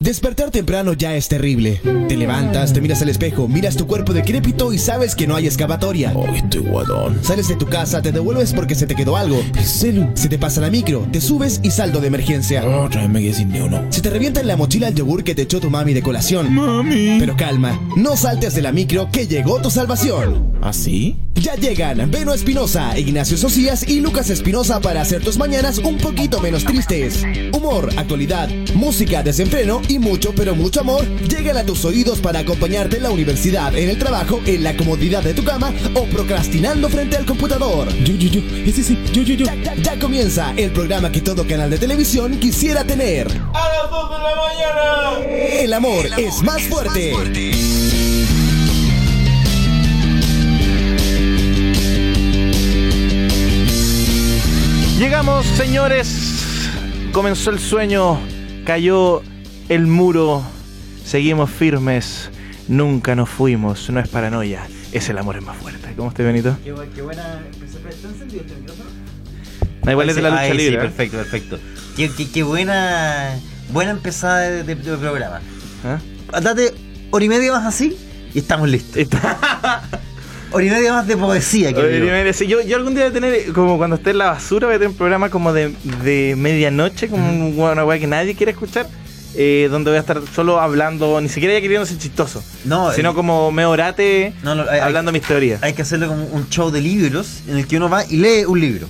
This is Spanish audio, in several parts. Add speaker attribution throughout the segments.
Speaker 1: Despertar temprano ya es terrible. Te levantas, te miras al espejo, miras tu cuerpo decrépito y sabes que no hay excavatoria.
Speaker 2: Ay, estoy guadón.
Speaker 1: Sales de tu casa, te devuelves porque se te quedó algo.
Speaker 2: El celu.
Speaker 1: Se te pasa la micro, te subes y saldo de emergencia.
Speaker 2: Ah, tráeme que sin ni uno.
Speaker 1: Se te revienta en la mochila el yogur que te echó tu mami de colación.
Speaker 2: Mami.
Speaker 1: Pero calma, no saltes de la micro que llegó tu salvación.
Speaker 2: ¿Así?
Speaker 1: Ya llegan Beno Espinosa, Ignacio Socias y Lucas Espinosa para hacer tus mañanas un poquito menos tristes. Humor, actualidad, música, desenfreno y mucho, pero mucho amor llegan a tus oídos para acompañarte en la universidad, en el trabajo, en la comodidad de tu cama o procrastinando frente al computador.
Speaker 2: Yo, yo, yo. Ese sí. Yo, yo, yo.
Speaker 1: Ya, ya- ya comienza el programa que todo canal de televisión quisiera tener.
Speaker 3: a las 2 de la mañana.
Speaker 1: El amor, es más fuerte.
Speaker 3: Llegamos, señores. Comenzó el sueño, cayó el muro. Seguimos firmes. Nunca nos fuimos. No es paranoia, es el amor es más fuerte. ¿Cómo estás, Benito?
Speaker 4: Qué, bu- qué buena. ¿Está encendido este micrófono?
Speaker 3: Da Ah, igual es de la lucha
Speaker 4: Ay, sí,
Speaker 3: libre. ¿eh?
Speaker 4: perfecto, perfecto. Qué, qué- qué buena. Buena empezada de, de- de programa.
Speaker 3: ¿Ah?
Speaker 4: Date hora y media más así y estamos listos. Hora y media más de poesía, que
Speaker 3: Oye,
Speaker 4: digo.
Speaker 3: dime, si yo, yo algún día voy a tener, eh, como cuando esté en la basura, voy a tener un programa como de, de medianoche, como un- una weá que nadie quiere escuchar, eh, donde voy a estar solo hablando, ni siquiera ya queriendo ser chistoso,
Speaker 4: No,
Speaker 3: sino
Speaker 4: eh,
Speaker 3: como me orate
Speaker 4: No, no, hay-
Speaker 3: hablando mis teorías.
Speaker 4: Hay que hacerlo como un show de libros en el que uno va y lee un libro.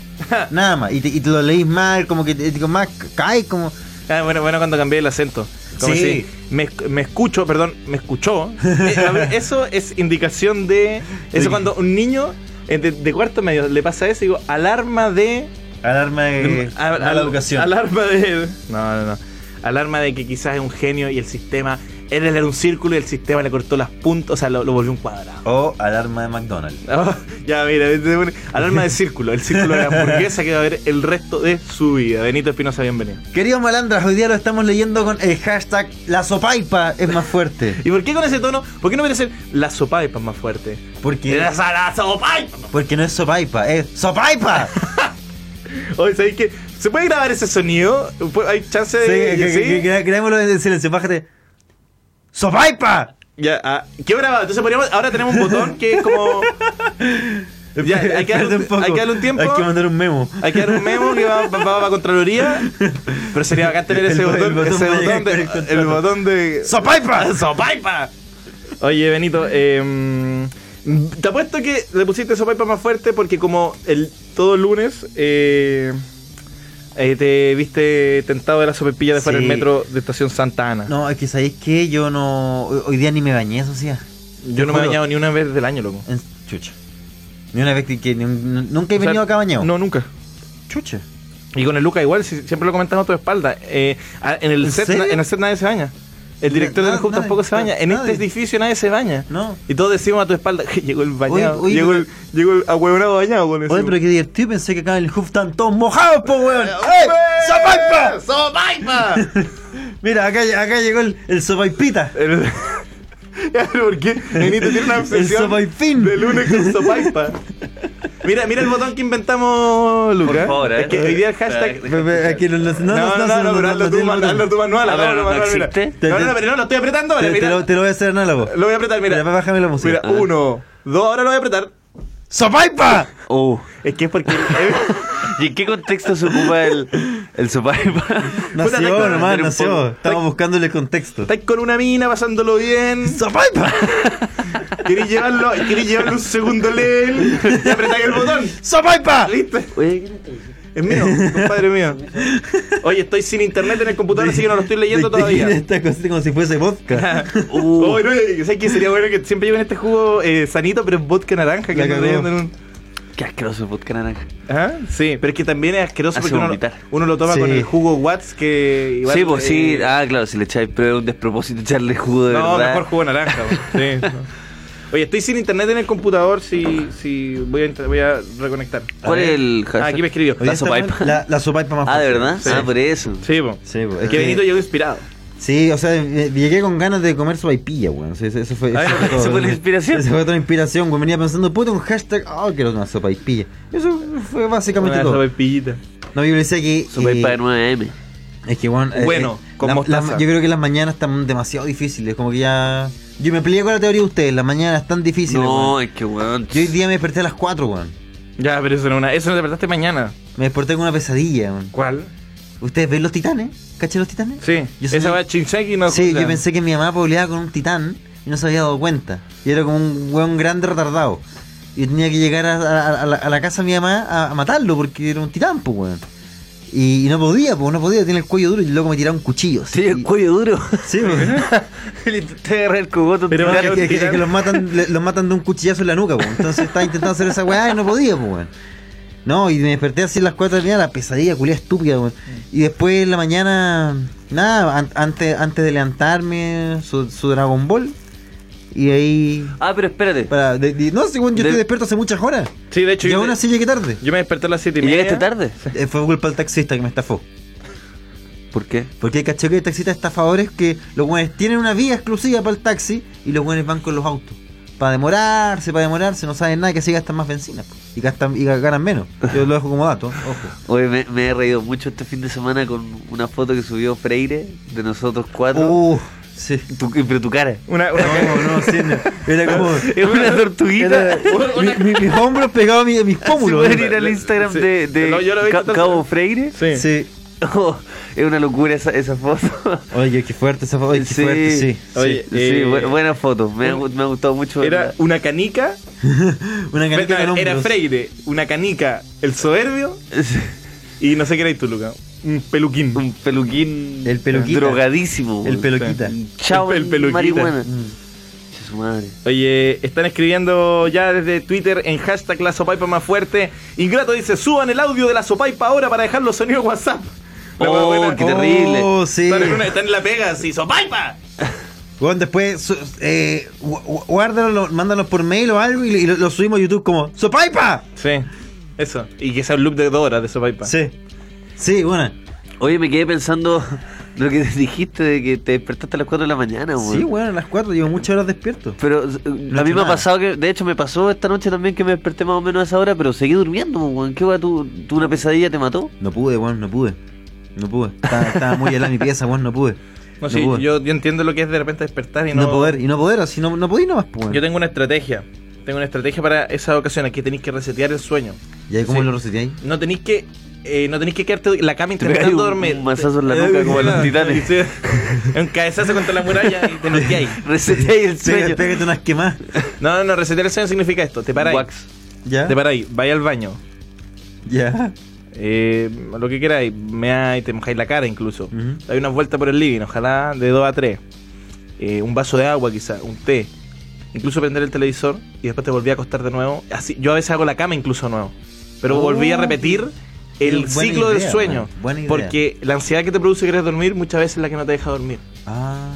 Speaker 4: Nada más. Y te, y te lo leís mal, como que te, digo, más cae como.
Speaker 3: Ah, bueno, bueno, cuando cambié el acento. Como
Speaker 4: Sí.
Speaker 3: si me, esc- me escucho, perdón, me escuchó. Eh, a ver, eso es indicación de. Eso
Speaker 4: Sí.
Speaker 3: cuando un niño eh, de, de cuarto medio le pasa eso, digo, alarma de.
Speaker 4: Alarma de
Speaker 3: Al-
Speaker 4: Eh, mala
Speaker 3: al-
Speaker 4: educación.
Speaker 3: Alarma de. No, no, no. Alarma de que quizás es un genio y el sistema. Él era un círculo y el sistema le cortó las puntas, o sea, lo, lo volvió un cuadrado.
Speaker 4: o alarma de McDonald's.
Speaker 3: Oh, ya, mira, viste, bueno, alarma de círculo, el círculo de hamburguesa que va a ver el resto de su vida. Benito Espinosa, bienvenido.
Speaker 4: Queridos malandras, hoy día lo estamos leyendo con el hashtag La sopaipa es más fuerte.
Speaker 3: ¿Y por qué con ese tono? ¿Por qué no merece la sopa de pan más fuerte?
Speaker 4: Porque,
Speaker 3: ¡La sa- la sopaipa!
Speaker 4: porque no es sopaipa, es sopaipa.
Speaker 3: Oye, ¿sabes qué? ¿Se puede grabar ese sonido? ¿Pu- ¿Hay chance
Speaker 4: Sí,
Speaker 3: de.?
Speaker 4: que-
Speaker 3: ¿sí?
Speaker 4: que- que- Creámoslo en silencio, bájate. ¡Sopaipa!
Speaker 3: Ya, ah, ¿Qué grabado? Entonces podríamos- ahora tenemos un botón que es como. Ya, hay que darle un-
Speaker 4: Espérate poco.
Speaker 3: hay que darle un tiempo.
Speaker 4: Hay que mandar un memo.
Speaker 3: Hay que dar un memo que va, va, va a Contraloría. Pero sería bacán tener ese
Speaker 4: El bo- el
Speaker 3: botón.
Speaker 4: botón
Speaker 3: ese
Speaker 4: para
Speaker 3: botón
Speaker 4: llegar
Speaker 3: de,
Speaker 4: con el contrato.
Speaker 3: el botón de.
Speaker 4: ¡Sopaipa!
Speaker 3: ¡Sopaipa! Oye, Benito, eh, te apuesto que le pusiste sopaipa más fuerte porque, como el todo el lunes, eh, eh, te viste tentado de la sopepilla de fuera
Speaker 4: Sí.
Speaker 3: del metro de Estación Santa Ana.
Speaker 4: No, es que sabéis que yo no. hoy- Hoy día ni me bañé, eso sí.
Speaker 3: Yo no me he
Speaker 4: juro.
Speaker 3: bañado ni una vez del año, loco.
Speaker 4: En chucha. Ni una vez que. que- ni un- nunca he
Speaker 3: O sea,
Speaker 4: venido acá bañado.
Speaker 3: No, nunca.
Speaker 4: chucha.
Speaker 3: Y con el Luca igual, si- siempre lo comentas a tu espalda. Eh, a- en, el
Speaker 4: ¿En
Speaker 3: set,
Speaker 4: serio?
Speaker 3: na- en el set nadie se baña. El director
Speaker 4: Na-
Speaker 3: del club
Speaker 4: nadie,
Speaker 3: tampoco se baña. En
Speaker 4: nadie.
Speaker 3: este edificio nadie se baña.
Speaker 4: No.
Speaker 3: Y todos decimos a tu espalda, "Je, llegó el bañado,
Speaker 4: oye,
Speaker 3: llegó, el,
Speaker 4: pero-
Speaker 3: llegó el ahueonado bañado. Con
Speaker 4: Oye, pero qué divertido. Pensé que acá en el Hoof están todos mojados, po, weón.
Speaker 3: ¡Eh,
Speaker 4: ¡Ey! ¡Sopaipa!
Speaker 3: ¡Sopaipa!
Speaker 4: Mira, acá, acá llegó el, el sopaipita.
Speaker 3: El- Ya, pero ¿por qué? Benito tiene una
Speaker 4: El
Speaker 3: obsesión
Speaker 4: sopaipín.
Speaker 3: de lunes con sopaipa. Mira, mira el botón que inventamos, Luca.
Speaker 5: Por favor, eh.
Speaker 3: Es que hoy día el hashtag...
Speaker 5: Espera, eh.
Speaker 4: Ve- ve, aquí lo- lo-
Speaker 3: No, no, no, no,
Speaker 4: no,
Speaker 3: pero hazlo
Speaker 4: tiene
Speaker 3: tú, man-
Speaker 4: botón.
Speaker 3: hazlo tú manual.
Speaker 5: A ver,
Speaker 3: hazlo
Speaker 5: ¿no
Speaker 3: manual, mira.
Speaker 5: existe?
Speaker 3: No, no, no, pero no, lo estoy apretando. vale,
Speaker 4: Te, te
Speaker 3: mira.
Speaker 4: lo, te lo voy a hacer análogo.
Speaker 3: Lo voy a apretar, mira.
Speaker 4: Ya, bájame la música.
Speaker 3: Mira, uno, dos, ahora lo voy a apretar.
Speaker 4: ¡Sopaipa!
Speaker 5: Oh.
Speaker 3: Es que es porque.
Speaker 5: ¿Y en qué contexto se ocupa el, el sopaipa?
Speaker 3: Puta, te
Speaker 4: Ah, Nació,
Speaker 3: acuerdas,
Speaker 4: nomás,
Speaker 3: pero un poco-
Speaker 4: nació. Estamos
Speaker 3: te-
Speaker 4: buscándole contexto.
Speaker 3: Estáis con una mina pasándolo bien.
Speaker 4: ¡Sopaipa!
Speaker 3: Querís llevarlo, querís llevarlo un segundo level. Y apretáis el botón.
Speaker 4: ¡Sopaipa!
Speaker 3: ¿Viste? Es mío, compadre mío. Oye, estoy sin internet en el computador, así que no lo estoy leyendo
Speaker 4: Te- te-
Speaker 3: todavía.
Speaker 4: Esta cosita como si fuese vodka.
Speaker 3: Oh, no, ¿Sabes qué? Sería bueno que siempre lleven este jugo eh, sanito, pero es vodka naranja que
Speaker 4: La
Speaker 3: ando
Speaker 4: cagó.
Speaker 3: leyendo en un.
Speaker 5: Qué asqueroso vodka naranja.
Speaker 3: Ajá, Sí, pero es que también es asqueroso
Speaker 5: Hace
Speaker 3: porque uno,
Speaker 5: vomitar.
Speaker 3: uno lo toma
Speaker 4: Sí.
Speaker 3: con el jugo Watts que igual,
Speaker 5: sí, pues sí.
Speaker 3: eh,
Speaker 5: Ah, claro, si le echáis, pero es un despropósito echarle jugo de
Speaker 3: no,
Speaker 5: verdad.
Speaker 3: mejor jugo de naranja. po. sí. no. Oye, estoy sin internet en el computador, si, si voy, a, int- voy a reconectar.
Speaker 5: ¿Cuál es el hashtag?
Speaker 3: Ah, aquí me escribió.
Speaker 5: La sopaipa.
Speaker 4: La, la sopaipa más
Speaker 5: Ah, ¿de
Speaker 4: fuerte.
Speaker 5: verdad?
Speaker 3: Sí.
Speaker 5: Ah, por eso.
Speaker 3: Sí, po.
Speaker 4: Sí, pues,
Speaker 3: Es
Speaker 4: es
Speaker 3: que
Speaker 4: que-
Speaker 3: Benito llegó inspirado.
Speaker 4: Sí, o sea, eh, llegué con ganas de comer sopaipilla, weón. Sí, Eso, eso fue,
Speaker 3: Ah,
Speaker 4: eso
Speaker 3: esa
Speaker 4: todo.
Speaker 5: fue la inspiración.
Speaker 4: Esa fue toda la inspiración, weón. Venía pensando, puta, un hashtag. Ah, quiero una sopaipilla. Eso fue básicamente
Speaker 3: Una
Speaker 4: todo.
Speaker 3: sopaipillita.
Speaker 4: No, yo le decía que. eh,
Speaker 5: Sopaipa de 9M.
Speaker 4: Es que, bueno, eh,
Speaker 3: Bueno,
Speaker 4: eh,
Speaker 3: con
Speaker 4: la-
Speaker 3: mostaza.
Speaker 4: la- yo creo que las mañanas están demasiado difíciles. Como que ya. Yo me peleé con la teoría de ustedes. Las mañanas están difíciles.
Speaker 5: No,
Speaker 4: weón.
Speaker 5: es que weón.
Speaker 4: Yo hoy día me desperté a las 4, weón.
Speaker 3: Ya, pero eso no es una. Eso no te despertaste mañana.
Speaker 4: Me desperté con una pesadilla, weón.
Speaker 3: ¿Cuál?
Speaker 4: ¿Ustedes ven los titanes? ¿Cachan los titanes?
Speaker 3: Sí.
Speaker 4: Yo soy-
Speaker 3: Esa va Chinseki no.
Speaker 4: Sí,
Speaker 3: ya.
Speaker 4: yo pensé que mi mamá pobleaba con un titán y no se había dado cuenta. Y era como un weón grande retardado. Y tenía que llegar a, a- a la, a la casa de mi mamá a, a matarlo porque era un titán, pues, weón. Y, y no podía, pues, no podía, tiene el cuello duro y luego me tiraba un cuchillo. así.
Speaker 5: Sí, el cuello duro.
Speaker 4: Sí, weón.
Speaker 5: Le intenté agarrar el cogoto.
Speaker 3: Pero-
Speaker 5: tío.
Speaker 4: Claro, es que, es que- es que los, matan, le- los matan de un cuchillazo en la nuca, pues. Entonces estaba intentando hacer esa weá y no podía, pues, weón. No, y me desperté así a las 4 de la mañana, la pesadilla culia estúpida, weón.
Speaker 3: Mm.
Speaker 4: Y después en la mañana, nada, an- antes, antes de levantarme, su, su Dragon Ball. Y ahí.
Speaker 5: Ah, pero espérate.
Speaker 4: Para, de- de- no, según yo
Speaker 5: De-
Speaker 4: estoy despierto hace muchas horas.
Speaker 3: Sí, de hecho.
Speaker 4: y
Speaker 3: yo
Speaker 4: aún
Speaker 3: te-
Speaker 4: así llegué tarde.
Speaker 3: Yo me desperté a las 7 y
Speaker 5: ¿Y
Speaker 3: media.
Speaker 5: llegaste tarde?
Speaker 4: Eh, Fue culpa del taxista que me estafó.
Speaker 5: ¿Por qué?
Speaker 4: Porque cachó que el taxista estafadores que los güeyes tienen una vía exclusiva para el taxi y los güeyes van con los autos. Para demorarse, para demorarse, no saben nada que así gastan más benzina po. y gastan y ga- ganan menos. Yo lo dejo como dato, ojo.
Speaker 5: Oye, me, me he reído mucho este fin de semana con una foto que subió Freire de nosotros cuatro.
Speaker 4: Uh, sí.
Speaker 5: Tu- pero tu cara.
Speaker 3: Una, una
Speaker 4: No, no, sí, no. Era como.
Speaker 5: Es una tortuguita.
Speaker 4: era- mi- mi- mis hombros pegados a mi- a mis
Speaker 5: Si
Speaker 4: pómulos.
Speaker 5: pueden ir al Instagram
Speaker 3: Sí.
Speaker 5: de, de
Speaker 3: No, yo lo he visto
Speaker 5: Ca-
Speaker 3: tanto.
Speaker 5: Cabo Freire.
Speaker 3: Sí.
Speaker 4: Sí.
Speaker 5: Oh, es una locura esa, esa foto.
Speaker 4: Oye, qué fuerte esa foto. Oye, qué fuerte, sí.
Speaker 3: Oye,
Speaker 5: Oye,
Speaker 3: eh,
Speaker 5: buena foto. Me ha, me ha gustado mucho.
Speaker 3: Era
Speaker 5: verla.
Speaker 3: una canica.
Speaker 4: Una canica
Speaker 3: Era-
Speaker 4: con
Speaker 3: era
Speaker 4: hombros.
Speaker 3: Freire, una canica, el soberbio y no sé qué erais tú, Luca. Un peluquín.
Speaker 5: un peluquín
Speaker 4: El peluquita.
Speaker 5: drogadísimo.
Speaker 4: El peluquita.
Speaker 5: Chao,
Speaker 3: El
Speaker 5: el,
Speaker 3: pe- el peluquita.
Speaker 5: marihuana.
Speaker 4: Mm.
Speaker 5: Che, su madre.
Speaker 3: Oye, están escribiendo ya desde Twitter en hashtag la sopaipa más fuerte. Ingrato dice, suban el audio de la sopaipa ahora para dejar los sonidos WhatsApp. La
Speaker 5: Oh,
Speaker 3: wea buena.
Speaker 5: qué terrible.
Speaker 4: Oh, sí.
Speaker 3: Están, en una- están en la pega así, sopaipa.
Speaker 4: Weón, después su- eh, gu- gu- guárdalo, mándanos por mail o algo y, lo, lo subimos a YouTube como ¡Sopaipa!
Speaker 3: Sí, eso. Y que sea un loop de dos horas de sopaipa.
Speaker 4: Sí. Sí, buena.
Speaker 5: Oye, me quedé pensando lo que dijiste de que te despertaste a las 4 de la mañana, weón.
Speaker 4: Sí, weón, a las 4 llevo muchas horas despierto.
Speaker 5: Pero eh, a
Speaker 4: he
Speaker 5: mí
Speaker 4: hecho
Speaker 5: me ha
Speaker 4: nada.
Speaker 5: pasado que, de hecho, me pasó esta noche también que me desperté más o menos a esa hora, pero seguí durmiendo, weón. ¿Qué weón? ¿Tú, tú una pesadilla te mató?
Speaker 4: No pude, weón, no pude. No pude. Estaba, estaba muy helada mi pieza, weón, no pude.
Speaker 3: No, sí,
Speaker 4: pude.
Speaker 3: yo, yo entiendo lo que es de repente despertar y no,
Speaker 4: No poder, y no poder, así no, no podí nomás, pues, weón.
Speaker 3: Yo tengo una estrategia. Tengo una estrategia para esas ocasiones que tenéis que resetear el sueño.
Speaker 4: ¿Y ahí cómo
Speaker 3: Sí.
Speaker 4: lo reseteáis?
Speaker 3: No tenéis que eh, no tenéis que quedarte en la cama
Speaker 5: Te pegáis
Speaker 3: intentando
Speaker 5: un-
Speaker 3: dormir.
Speaker 5: un mazazo en la nuca como los titanes.
Speaker 3: Sí. un cabezazo contra la muralla y te noqueáis.
Speaker 5: Reseté ahí el
Speaker 4: Pega-
Speaker 5: sueño.
Speaker 4: Pégate unas quemadas.
Speaker 3: No, no, no, resetear el sueño significa esto. Te paráis.
Speaker 5: Wax.
Speaker 4: ¿Ya?
Speaker 3: Te paráis, vais al baño.
Speaker 4: ¿Ya?
Speaker 3: eh, lo que queráis, meáis, te mojáis la cara incluso.
Speaker 4: Ujú.
Speaker 3: Hay una vuelta por el living, ojalá de 2 a 3. un vaso de agua quizá, un té. Incluso prender el televisor y después te volví a acostar de nuevo. Así, yo a veces hago la cama incluso nuevo. Pero
Speaker 4: Oh,
Speaker 3: volví a repetir el
Speaker 4: buena
Speaker 3: ciclo del
Speaker 4: idea,
Speaker 3: sueño.
Speaker 4: man, buena idea.
Speaker 3: Porque la ansiedad que te produce querer dormir muchas veces es la que no te deja dormir.
Speaker 4: Ah.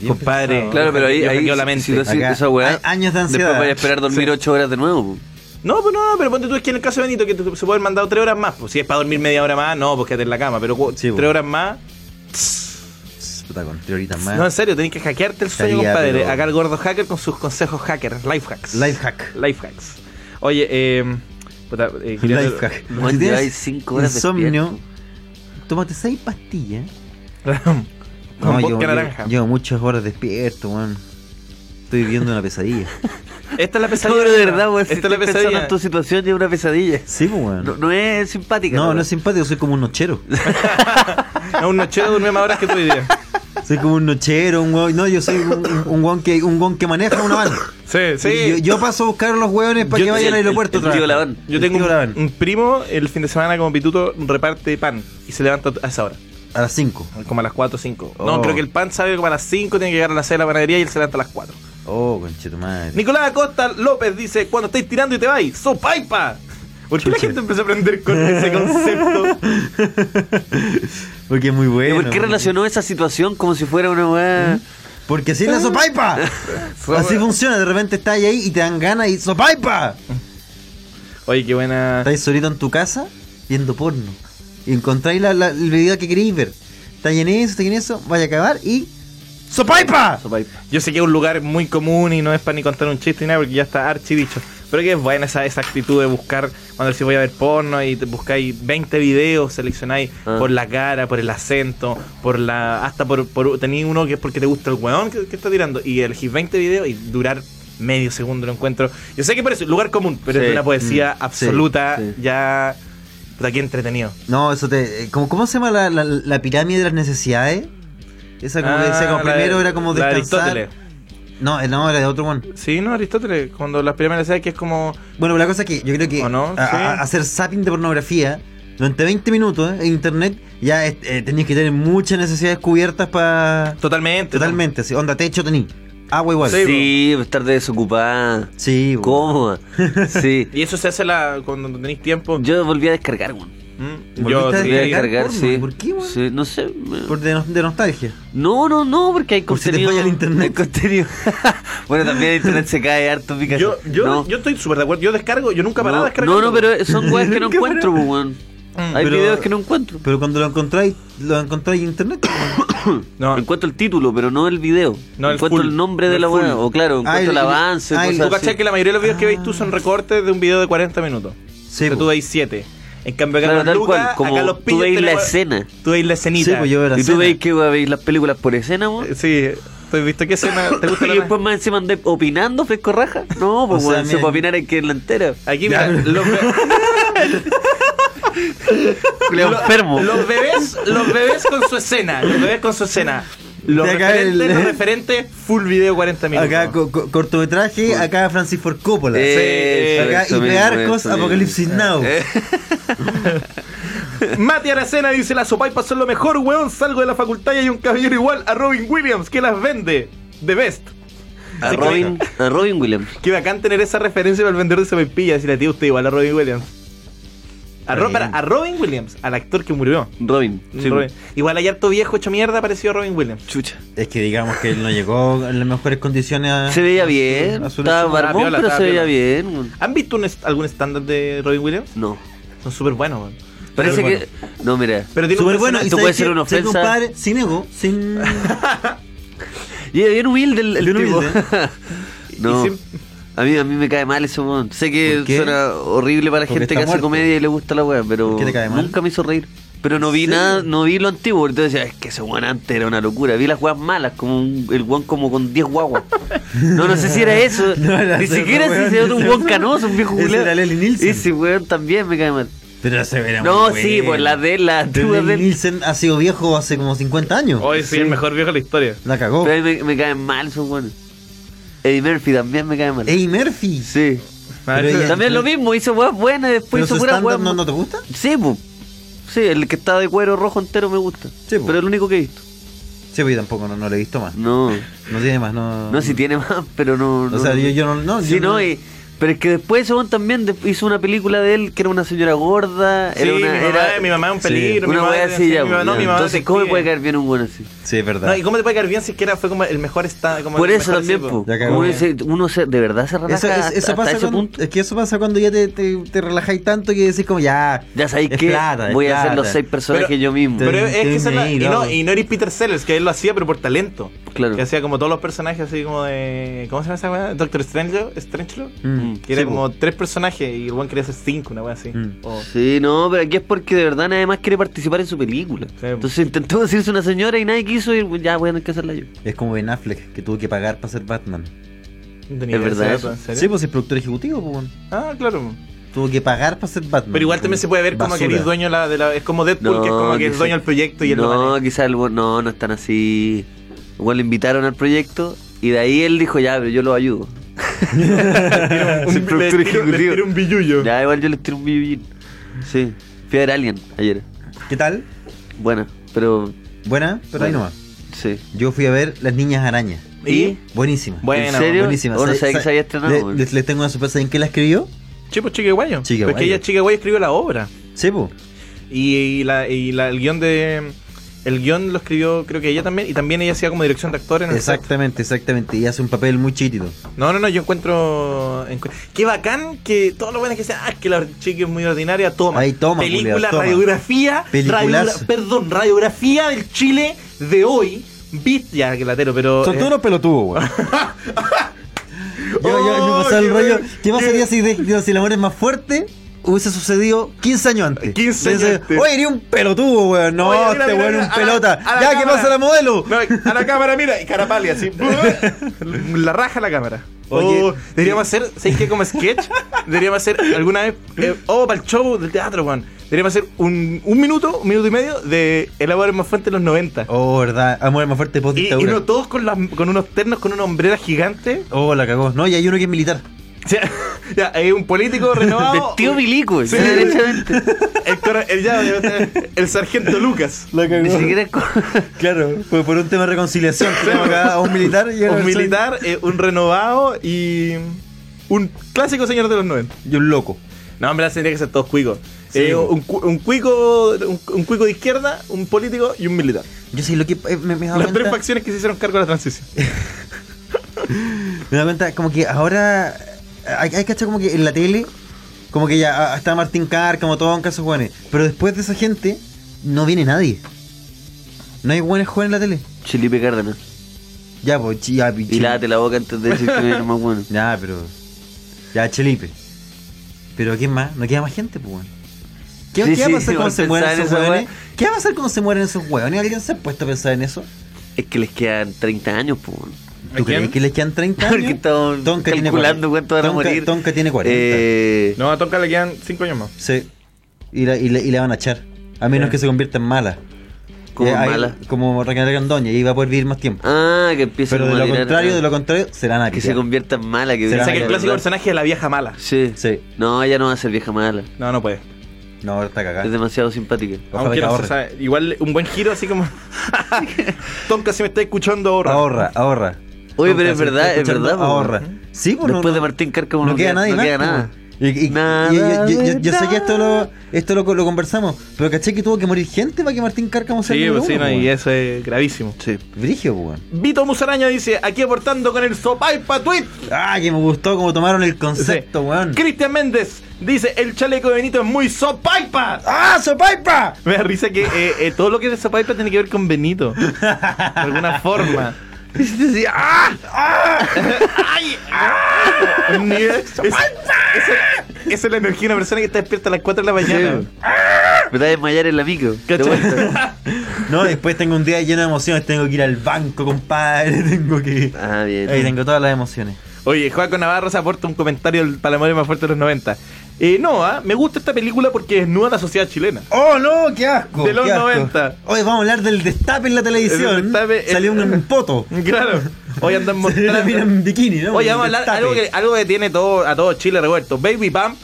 Speaker 4: bien
Speaker 3: Compadre.
Speaker 4: pensado.
Speaker 5: Claro, pero ahí,
Speaker 3: Yo
Speaker 5: ahí
Speaker 3: hackeo la mente.
Speaker 5: si tú haces
Speaker 4: Acá
Speaker 5: esa weá,
Speaker 4: hay años de ansiedad.
Speaker 5: Después vas a esperar dormir
Speaker 3: Sí.
Speaker 5: 8 horas de nuevo.
Speaker 3: No, pues no, pero ponte tú, es que en el caso de Benito, que te- se puede haber mandado 3 horas más. Pues si es para dormir media hora más, no, pues quédate en la cama. Pero
Speaker 4: Sí,
Speaker 3: 3
Speaker 4: pues.
Speaker 3: horas más,
Speaker 4: Puta, con tres horitas más.
Speaker 3: No, en serio, tenés que hackearte el sueño,
Speaker 4: Estaría,
Speaker 3: compadre.
Speaker 4: pero-
Speaker 3: Acá el gordo hacker con sus consejos hacker, life hacks.
Speaker 4: Life hack.
Speaker 3: Life hacks. Oye, eh. puta, eh, quería-
Speaker 4: Life hack.
Speaker 5: Juan,
Speaker 4: Si
Speaker 5: lleváis
Speaker 4: tienes
Speaker 5: cinco horas
Speaker 4: insomnio, tómate seis pastillas.
Speaker 3: Con vodka
Speaker 4: llevo,
Speaker 3: naranja.
Speaker 4: llevo muchas horas despierto, weón. Estoy viviendo una pesadilla.
Speaker 3: Esta es la
Speaker 5: No,
Speaker 3: pesadilla.
Speaker 5: pero de verdad, weón,
Speaker 3: Esta
Speaker 5: si
Speaker 3: es la
Speaker 5: estoy pensando
Speaker 3: pesadilla.
Speaker 5: en tu situación y es una pesadilla.
Speaker 4: Sí, pues, weón.
Speaker 5: No,
Speaker 4: No,
Speaker 5: no es simpática. la
Speaker 4: no,
Speaker 5: verdad.
Speaker 4: es simpático, soy como un nochero.
Speaker 3: No, un nochero durmió más horas que tú hoy día.
Speaker 4: Soy como un nochero, un weón. No, yo soy un, un, un weón, que, un weón que maneja una van.
Speaker 3: Sí,
Speaker 4: Yo,
Speaker 3: sí. Yo,
Speaker 4: yo paso a buscar a los weones para
Speaker 3: Yo-
Speaker 4: que vayan
Speaker 5: el-
Speaker 4: al aeropuerto
Speaker 5: el-
Speaker 4: otra
Speaker 5: el tío
Speaker 4: vez.
Speaker 5: Laván.
Speaker 4: El
Speaker 3: tengo
Speaker 4: tío Laván.
Speaker 3: un, un primo, el fin de semana como pituto, reparte pan y se levanta a esa hora.
Speaker 4: A las 5.
Speaker 3: Como a las 4 o 5.
Speaker 4: Oh.
Speaker 3: No, creo que el pan sabe que como a las 5 tiene que llegar a las 6 de la panadería y él se levanta a las 4.
Speaker 4: Oh, conche tu madre.
Speaker 3: Nicolás Acosta López dice, cuando estáis tirando y te vais, sopaipa. ¿Por qué la gente empezó a aprender con ese concepto?
Speaker 4: Porque es muy
Speaker 5: ¿Y
Speaker 4: bueno.
Speaker 5: ¿Por qué
Speaker 4: weón.
Speaker 5: relacionó esa situación como si fuera una weá?
Speaker 4: Porque así es
Speaker 3: Eh.
Speaker 4: la sopaipa. así funciona, de repente estás ahí y te dan ganas y sopaipa.
Speaker 3: Oye, qué buena.
Speaker 4: Estáis solito en tu casa viendo porno. Y encontráis la, la- el video que queréis ver. Estáis en eso, estáis en eso, vaya a acabar y. ¡Sopaipa!
Speaker 3: Yo sé que es un lugar muy común y no es para ni contar un chiste ni nada porque ya está archidicho. Pero que es buena esa, esa actitud de buscar, cuando decís voy a ver porno y te buscáis 20 videos, seleccionáis
Speaker 5: Ah.
Speaker 3: por la cara, por el acento, por la hasta por, por tenéis uno que es porque te gusta el weón que, que está tirando y elegís 20 videos y durar medio segundo lo encuentro. Yo sé que por eso, lugar común, pero es
Speaker 5: Sí,
Speaker 3: una poesía
Speaker 5: mm, sí,
Speaker 3: absoluta,
Speaker 5: sí.
Speaker 3: ya... Puta, qué entretenido.
Speaker 4: No, eso te. eh, ¿Cómo, cómo se llama la, la- la pirámide de las necesidades? Esa como que
Speaker 3: Ah,
Speaker 4: decía, como
Speaker 3: la de-
Speaker 4: primero era como
Speaker 3: la de
Speaker 4: descansar.
Speaker 3: Aristóteles.
Speaker 4: no, eh, no, era de otro one.
Speaker 3: Sí, no, Aristóteles, cuando las primeras veces que es como...
Speaker 4: Bueno, pero la cosa es que yo creo que
Speaker 3: ¿O no?
Speaker 4: a-
Speaker 3: Sí.
Speaker 4: a- hacer zapping de pornografía durante 20 minutos en internet ya eh, eh, tenías que tener muchas necesidades cubiertas para.
Speaker 3: Totalmente.
Speaker 4: Totalmente, así, onda, techo tení. Agua igual.
Speaker 3: Sí,
Speaker 5: Sí, pues, estar desocupada.
Speaker 4: Sí, bo.
Speaker 5: Cómoda. Sí.
Speaker 3: Y eso se hace la, cuando tenéis tiempo.
Speaker 5: Yo volví a descargar, weón.
Speaker 3: Mm,
Speaker 4: ¿Volviste
Speaker 3: yo
Speaker 4: a
Speaker 5: Volví a
Speaker 3: sí.
Speaker 4: descargar?
Speaker 5: descargar,
Speaker 4: porno?
Speaker 5: sí.
Speaker 4: ¿Por qué, weón?
Speaker 5: Sí, no sé. me-
Speaker 4: Por de, no- de nostalgia.
Speaker 5: No, no, no, porque hay
Speaker 4: Por si te
Speaker 5: contenido.
Speaker 4: falla el internet.
Speaker 5: hay contenido. bueno, también el internet se cae harto, mi casa.
Speaker 3: Yo, yo,
Speaker 5: no,
Speaker 3: yo estoy súper de acuerdo. Yo descargo, yo nunca paraba
Speaker 5: no,
Speaker 3: de descargar.
Speaker 5: No, no, pero son weas que no
Speaker 4: Qué
Speaker 5: encuentro, pues, weón. Hay
Speaker 4: Mm. pero-
Speaker 5: videos que no encuentro.
Speaker 4: Pero cuando lo encontráis, lo encontráis en internet. weón.
Speaker 3: No,
Speaker 5: Encuentro el título, pero no el video.
Speaker 3: No, el
Speaker 5: encuentro
Speaker 3: full,
Speaker 5: el nombre de
Speaker 3: el
Speaker 5: la
Speaker 3: full.
Speaker 5: wea. O claro, encuentro
Speaker 4: Ah, el-
Speaker 5: el, avance.
Speaker 4: ah, el-
Speaker 5: cosas
Speaker 3: tú cachai
Speaker 5: así.
Speaker 3: que la mayoría de los videos que veis tú son recortes de un video de 40 minutos.
Speaker 4: Ah. Sí,
Speaker 3: Pero
Speaker 4: po.
Speaker 3: tú veis 7. En cambio, acá
Speaker 5: Claro,
Speaker 3: los
Speaker 5: tal
Speaker 3: Lucas,
Speaker 5: cual, como
Speaker 3: acá los
Speaker 5: tú
Speaker 3: pillos
Speaker 5: veis la
Speaker 3: tenemos-
Speaker 5: escena.
Speaker 3: Tú veis la escenita.
Speaker 4: Sí, pues yo veo la
Speaker 5: Y tú
Speaker 4: escena.
Speaker 5: veis que weón, veis las películas por escena, weón.
Speaker 3: Sí, ¿tú has visto qué escena? ¿Te gusta
Speaker 5: Y
Speaker 3: la
Speaker 5: después más encima andé opinando, fresco raja. No, pues
Speaker 4: O sea,
Speaker 5: weón, se
Speaker 4: mira-
Speaker 5: puede opinar en que en la entera.
Speaker 3: Aquí, mira,
Speaker 4: Ya.
Speaker 3: los, be-
Speaker 5: Culeado
Speaker 3: lo-
Speaker 5: enfermo.
Speaker 3: los bebés, los bebés con su escena, los bebés con su escena. Los
Speaker 4: De acá
Speaker 3: referentes,
Speaker 4: el-
Speaker 3: los referentes, full video 40 minutos.
Speaker 4: Acá co- co- cortometraje, acá Francis Ford Coppola.
Speaker 5: Eso,
Speaker 4: acá
Speaker 5: eso
Speaker 4: Ipe
Speaker 5: mismo,
Speaker 4: Arcos,
Speaker 5: eso mismo.
Speaker 4: Apocalipsis Now.
Speaker 5: Eh.
Speaker 3: Mati Aracena dice: Las sopaipas son lo mejor, weón. Salgo de la facultad y hay un caballero igual a Robin Williams que las vende. The best.
Speaker 5: A
Speaker 3: Así que-
Speaker 5: Robin, a Robin Williams.
Speaker 3: Que bacán tener esa referencia para el vendedor de sopaipillas. Decirle, tío, usted igual a Robin Williams. A, Ro-
Speaker 4: Bien.
Speaker 3: para- a Robin Williams, al actor que murió.
Speaker 5: Robin. sí,
Speaker 3: Mm, Robin. Igual hay harto viejo hecho mierda parecido a Robin Williams.
Speaker 5: Chucha.
Speaker 4: Es que digamos que él no llegó en las mejores condiciones a.
Speaker 5: Se veía
Speaker 4: a su-
Speaker 5: bien.
Speaker 4: a su-
Speaker 5: Estaba
Speaker 3: estaba
Speaker 5: barbón,
Speaker 3: piola,
Speaker 5: pero
Speaker 3: estaba
Speaker 5: se veía
Speaker 3: piola.
Speaker 5: bien. weón.
Speaker 3: ¿Han visto un est- algún estándar de Robin Williams?
Speaker 5: No.
Speaker 3: Son súper buenos, weón.
Speaker 5: Parece
Speaker 3: Súper
Speaker 5: que. No, mira.
Speaker 3: Pero tiene un
Speaker 4: Súper bueno.
Speaker 3: personaje-
Speaker 5: Esto
Speaker 4: ¿sabes
Speaker 5: puede ser
Speaker 4: qué?
Speaker 5: una
Speaker 4: ¿Sabes qué,
Speaker 5: ofensa.
Speaker 4: compadre? sin ego, sin.
Speaker 5: Y es bien humilde el, el
Speaker 4: Bien
Speaker 5: tipo.
Speaker 4: humilde. ¿eh?
Speaker 5: no.
Speaker 3: Y sim-
Speaker 5: A mí, a mí me cae mal eso, weón. Sé que
Speaker 4: ¿Por qué?
Speaker 5: suena horrible para la
Speaker 4: Porque
Speaker 5: gente que
Speaker 4: está
Speaker 5: hace
Speaker 4: muerto.
Speaker 5: comedia y le gusta la weá, pero
Speaker 4: ¿Por qué te cae mal?
Speaker 5: nunca me hizo reír. Pero no vi
Speaker 4: ¿En
Speaker 5: nada,
Speaker 4: serio?
Speaker 5: no vi lo antiguo. Entonces decía, es que ese weón antes era una locura. Vi las weas malas, como un- el weón como con 10 guaguas. No, no sé si era eso.
Speaker 4: No era
Speaker 5: Ni
Speaker 4: ese
Speaker 5: siquiera
Speaker 4: otro
Speaker 5: si
Speaker 4: weón,
Speaker 5: era otro un
Speaker 4: ese-
Speaker 5: weón canoso, un viejo
Speaker 4: Ese
Speaker 5: culiao.
Speaker 4: era Leslie Nielsen.
Speaker 5: Ese weón también me cae mal.
Speaker 4: Pero se verá
Speaker 5: No,
Speaker 4: muy
Speaker 5: sí,
Speaker 4: bueno.
Speaker 5: pues la de la
Speaker 4: Pero
Speaker 5: antigua de
Speaker 4: Leslie Nielsen ha sido viejo hace como 50 años.
Speaker 3: Hoy sí, el mejor viejo de la historia.
Speaker 4: La cagó.
Speaker 5: Pero a mí me, me caen mal esos weones. Eddie Murphy también me cae mal.
Speaker 4: Ey, Murphy.
Speaker 5: Sí.
Speaker 3: Ah,
Speaker 4: Pero
Speaker 3: ese-
Speaker 4: ella-
Speaker 5: También lo mismo, hizo weas buenas,
Speaker 4: ¿Pero
Speaker 5: después
Speaker 4: su
Speaker 5: hizo puras
Speaker 4: stand-up
Speaker 5: weas.
Speaker 4: no,
Speaker 5: ma-
Speaker 4: no te gusta?
Speaker 5: Sí, po. Sí, el que está de cuero rojo entero me gusta.
Speaker 4: Sí, po.
Speaker 5: pero el único que he visto.
Speaker 4: Sí, pues yo tampoco, no, no lo he visto más.
Speaker 5: No.
Speaker 4: No tiene más, no.
Speaker 5: No, si tiene más, pero no.
Speaker 4: O sea, yo, yo no. no
Speaker 5: sí,
Speaker 4: yo
Speaker 5: no, y- pero es que después ese weón también de- hizo una película de él que era una señora gorda.
Speaker 3: Sí,
Speaker 5: era una,
Speaker 3: mi, mamá,
Speaker 5: era
Speaker 3: mi mamá es un peligro. mi
Speaker 5: una
Speaker 3: mamá
Speaker 5: wea
Speaker 3: es-
Speaker 5: así
Speaker 3: sí,
Speaker 5: ya.
Speaker 3: mi mamá- no,
Speaker 5: po,
Speaker 3: mi
Speaker 5: ya.
Speaker 3: mamá
Speaker 5: Entonces,
Speaker 3: detective.
Speaker 5: ¿cómo me puede caer bien un buen así?
Speaker 4: Sí, es verdad.
Speaker 3: No, ¿y cómo te puede caer bien si es que era, fue como el mejor está como
Speaker 5: Por
Speaker 3: el
Speaker 5: eso
Speaker 3: mejor
Speaker 5: también,
Speaker 3: tipo?
Speaker 5: po.
Speaker 4: Ya cagó.
Speaker 5: Uno, se- uno se- de verdad se relaja
Speaker 4: Eso, es-
Speaker 5: hasta,
Speaker 4: eso
Speaker 5: hasta
Speaker 4: pasa
Speaker 5: ese
Speaker 4: cuando,
Speaker 5: punto.
Speaker 4: Es que eso pasa cuando ya te, te, te relajáis tanto que decís como ya.
Speaker 5: Ya sabéis
Speaker 4: es
Speaker 5: que
Speaker 4: plata, es
Speaker 5: voy a hacer
Speaker 4: plata.
Speaker 5: los seis personajes
Speaker 3: Pero-
Speaker 5: yo mismo.
Speaker 3: Pero es que esa es la- y,
Speaker 4: Disney,
Speaker 3: no,
Speaker 4: loco.
Speaker 3: y no eres Peter Sellers, que él lo hacía, pero por talento.
Speaker 5: Claro.
Speaker 3: Que hacía como todos los personajes, así como de. ¿Cómo se llama esa weá? Doctor Strange, Strangelove.
Speaker 4: Mm,
Speaker 3: Que era
Speaker 4: sí,
Speaker 3: como
Speaker 4: po.
Speaker 3: tres personajes y el buen quería hacer cinco, una weá así.
Speaker 4: Mm.
Speaker 3: O-
Speaker 5: Sí, no, pero aquí es porque de verdad nadie más quiere participar en su película.
Speaker 3: Sí.
Speaker 5: Entonces intentó decirse una señora y nadie quiso y ya voy a tener que hacerla yo.
Speaker 4: Es como Ben Affleck que tuvo que pagar para ser Batman.
Speaker 3: no tenía
Speaker 5: Es
Speaker 3: idea de
Speaker 5: verdad
Speaker 3: eso,
Speaker 5: eso.
Speaker 3: ¿en serio?
Speaker 4: Sí, pues es productor ejecutivo, pues. bueno.
Speaker 3: Ah, claro.
Speaker 4: Tuvo que pagar para ser Batman.
Speaker 3: Pero igual también se puede ver como que
Speaker 4: Basura.
Speaker 3: eres dueño de la, de la. Es como Deadpool, que es como que es
Speaker 5: quizá-
Speaker 3: dueño del proyecto y él lo
Speaker 5: No,
Speaker 3: maneja.
Speaker 5: quizás el buen- no, no están así. Igual le invitaron al proyecto y de ahí él dijo, ya, pero yo lo ayudo.
Speaker 3: Un-
Speaker 5: Sí,
Speaker 3: le
Speaker 5: productor
Speaker 3: tiro- le
Speaker 5: ejecutivo.
Speaker 3: tiro un billullo.
Speaker 5: Ya, igual yo le tiré un billín. Sí. Fui a ver Alien ayer.
Speaker 4: ¿Qué tal?
Speaker 5: Buena, pero
Speaker 4: Buena, pero ahí
Speaker 5: Bueno.
Speaker 4: nomás.
Speaker 5: sí.
Speaker 4: Yo fui a ver Las Niñas Arañas.
Speaker 5: ¿Y?
Speaker 4: Buenísima.
Speaker 3: Bueno,
Speaker 5: ¿En serio?
Speaker 4: Buenísima.
Speaker 5: Oh, no
Speaker 4: ¿Sabe-
Speaker 5: sabía que se había
Speaker 4: sabe-
Speaker 5: estrenado.
Speaker 4: le-
Speaker 5: weón.
Speaker 4: Les les tengo una sorpresa. ¿En qué la escribió?
Speaker 3: Sí, pues Chica Guayo.
Speaker 4: Chica
Speaker 3: Porque
Speaker 4: Guayo.
Speaker 3: ella Chica Guayo escribió la obra.
Speaker 4: Sí, pues.
Speaker 3: Y, y la, y la- el guión de. El guión lo escribió, creo que ella también. Y también ella hacía como dirección de actor en el set.
Speaker 4: Exactamente, exactamente. Y hace un papel muy chitito.
Speaker 3: No, no, no, yo encuentro. encu- Qué bacán que todo lo bueno es que sea. Ah, es que la chica es muy ordinaria. Toma.
Speaker 4: Ahí, toma,
Speaker 3: Película,
Speaker 4: culiao, toma.
Speaker 3: radiografía.
Speaker 4: Peliculazo.
Speaker 3: radiogra- perdón, radiografía del Chile de hoy. Viste. Ya, que latero, pero.
Speaker 4: Son
Speaker 3: eh,
Speaker 4: todos unos pelotudos, weón. Yo, yo, me
Speaker 3: Oh,
Speaker 4: pasaba el
Speaker 3: qué
Speaker 4: rollo.
Speaker 3: bueno,
Speaker 4: ¿Qué pasaría si, de- digo, si el amor es más fuerte? Hubiese sucedido 15 años antes.
Speaker 3: 15 años
Speaker 4: Entonces,
Speaker 3: antes.
Speaker 4: Oye, ni un pelotudo, weón. No,
Speaker 3: Oye, mira,
Speaker 4: este
Speaker 3: mira,
Speaker 4: weón
Speaker 3: mira,
Speaker 4: es un
Speaker 3: a la-
Speaker 4: pelota.
Speaker 3: a la
Speaker 4: ya, ¿qué
Speaker 3: cámara.
Speaker 4: pasa la modelo?
Speaker 3: No, a la cámara, mira, y Carapali así. La raja la cámara.
Speaker 4: Oye,
Speaker 3: Oh, deberíamos hacer, ¿sabes qué? Como sketch, deberíamos hacer alguna vez, eh, oh, para el show del teatro, Juan. Deberíamos hacer un, un minuto, un minuto y medio de El amor es más fuerte en los 90.
Speaker 4: Oh, verdad. Amor es más fuerte post
Speaker 3: y, y
Speaker 4: dictadura.
Speaker 3: no todos con, las, con unos ternos, con una hombrera gigante.
Speaker 4: Oh, la cagó. No, y hay uno que es militar.
Speaker 3: O sea, ya, hay un político renovado.
Speaker 5: Vestido milico, güey,
Speaker 3: Sí.
Speaker 5: derechamente.
Speaker 3: El, cora- el, ya, el sargento Lucas.
Speaker 4: La
Speaker 5: Ni siquiera es co-
Speaker 4: Claro, fue por un tema de reconciliación. Tenemos acá a un militar y a una
Speaker 3: Un
Speaker 4: persona-
Speaker 3: militar, eh, un renovado y un clásico señor de los 90.
Speaker 4: y un loco.
Speaker 3: No, en verdad tendría que ser todos cuicos.
Speaker 4: Sí,
Speaker 3: Eh,
Speaker 4: po.
Speaker 3: un, cu- un cuico un, un cuico de izquierda, un político y un militar.
Speaker 4: Yo sí, lo que eh, me, me he dado
Speaker 3: Las
Speaker 4: cuenta-
Speaker 3: tres facciones que se hicieron cargo de la transición.
Speaker 4: Me da cuenta, como que ahora. Hay, hay cachado como que en la tele, como que ya ah, está Martín Carr, como todo un caso jóvenes. Pero después de esa gente, no viene nadie. No hay buenos jóvenes en la tele.
Speaker 5: Felipe Cárdenas.
Speaker 4: Ya, pues, chi- ya,
Speaker 5: Y
Speaker 4: pichi.
Speaker 5: lávate la boca antes de decir que eres más bueno.
Speaker 4: Ya, pero. Ya, Chelipe. Pero ¿quién más? No queda más gente, pues, weón. ¿Qué,
Speaker 5: Sí,
Speaker 4: qué va
Speaker 5: sí,
Speaker 4: a pasar
Speaker 5: igual
Speaker 4: cuando se
Speaker 5: pensaba
Speaker 4: mueran
Speaker 5: en
Speaker 4: esos
Speaker 5: esa
Speaker 4: hueones?
Speaker 5: wea.
Speaker 4: ¿Qué va a pasar cuando se mueren esos hueones? ¿Alguien se ha puesto a pensar en eso?
Speaker 5: Es que les quedan 30 años, pues. bueno.
Speaker 4: ¿Tú
Speaker 3: ¿A quién?
Speaker 4: crees que les quedan 30 años?
Speaker 5: Porque estamos
Speaker 4: Tonka tiene
Speaker 5: calculando cuánto van a
Speaker 4: Tonka-
Speaker 5: morir.
Speaker 4: Tonka tiene 40.
Speaker 5: Eh,
Speaker 3: No, a Tonka le quedan cinco años más.
Speaker 4: Sí. Y la, y la, y la van a echar. A menos
Speaker 3: Sí.
Speaker 4: que se convierta en mala.
Speaker 5: como
Speaker 4: Eh, ahí-
Speaker 5: eh. mala.
Speaker 4: Como Raquel Grandoña, y ahí va a poder vivir más tiempo.
Speaker 5: Ah, que empieza
Speaker 4: Pero de
Speaker 5: como a
Speaker 4: lo
Speaker 5: tirar-
Speaker 4: contrario, de lo contrario, serán a
Speaker 5: Que se
Speaker 4: pitear.
Speaker 5: convierta en mala.
Speaker 4: Se
Speaker 5: Que viene
Speaker 4: la
Speaker 3: O sea, que
Speaker 5: a
Speaker 3: el
Speaker 4: Ah,
Speaker 3: clásico
Speaker 5: verdad.
Speaker 3: personaje es la vieja mala.
Speaker 5: Sí.
Speaker 4: Sí.
Speaker 5: No, ella no va a ser vieja mala.
Speaker 3: No, no puede.
Speaker 4: No, ahora está
Speaker 5: Es
Speaker 4: cagada.
Speaker 5: demasiado simpática.
Speaker 4: Ojalá
Speaker 3: Aunque
Speaker 4: que
Speaker 3: no se
Speaker 4: ahorre.
Speaker 3: sabe. Igual un buen giro así como. Tonka, si me está escuchando ahorra.
Speaker 4: Ahorra, ahorra.
Speaker 5: Oye,
Speaker 4: Tonka,
Speaker 5: pero
Speaker 4: si
Speaker 5: es
Speaker 4: me
Speaker 5: verdad,
Speaker 4: está
Speaker 5: es verdad.
Speaker 4: escuchando,
Speaker 5: po.
Speaker 4: Ahorra. Sí, pues, no-
Speaker 5: Después de
Speaker 4: no-
Speaker 5: Martín Cárcamo
Speaker 4: no queda nadie
Speaker 5: no
Speaker 4: más,
Speaker 5: queda
Speaker 4: po.
Speaker 5: nada.
Speaker 4: Y- y-
Speaker 5: Nada
Speaker 4: y- y- yo- yo- yo sé
Speaker 5: de
Speaker 4: que esto lo, esto lo, lo conversamos, pero caché que tuvo que morir gente para que Martín Cárcamo sea el
Speaker 3: Sí,
Speaker 4: número
Speaker 3: pues sí,
Speaker 4: uno,
Speaker 3: no,
Speaker 4: po,
Speaker 3: y
Speaker 4: weón.
Speaker 3: eso es gravísimo. Sí.
Speaker 4: Brigio, po, weón.
Speaker 3: Vito Musaraña dice: aquí aportando con el sopaipa tweet.
Speaker 4: Ah, que me gustó cómo tomaron el concepto,
Speaker 3: Sí.
Speaker 4: weón.
Speaker 3: Cristian Méndez dice: el chaleco de Benito es muy sopaipa.
Speaker 4: ¡Ah, Sopaipa!
Speaker 3: Me da risa que eh, eh, todo lo que es Zapaipa tiene que ver con Benito. De alguna forma.
Speaker 4: ¡Ah! ¡Ah!
Speaker 3: ¡Ay! ¡Ah! Un nivel- es, es el- es la energía de una persona que está despierta a las 4 de la mañana.
Speaker 5: Sí. Me va a desmayar el amigo.
Speaker 3: ¿Cachai?
Speaker 4: No, después tengo un día lleno de emociones, tengo que ir al banco, compadre, tengo que...
Speaker 5: Ah, bien.
Speaker 4: Ahí tengo todas las emociones.
Speaker 3: Oye, Joaco Navarro se aporta un comentario del Palamore más fuerte de los 90. Eh, no, ah, me gusta esta película porque desnuda la sociedad chilena.
Speaker 4: ¡Oh, no! ¡Qué asco!
Speaker 3: De los
Speaker 4: qué asco.
Speaker 3: 90.
Speaker 4: Hoy vamos a hablar del destape en la televisión.
Speaker 3: El destape-
Speaker 4: Salió un, un poto.
Speaker 3: Claro. Hoy andan
Speaker 4: Salió una mina
Speaker 3: mostrando.
Speaker 4: en bikini, ¿no?
Speaker 3: Oye,
Speaker 4: El
Speaker 3: vamos a hablar
Speaker 4: destape.
Speaker 3: algo que, algo que tiene todo, a todo Chile, Roberto. Baby Pump.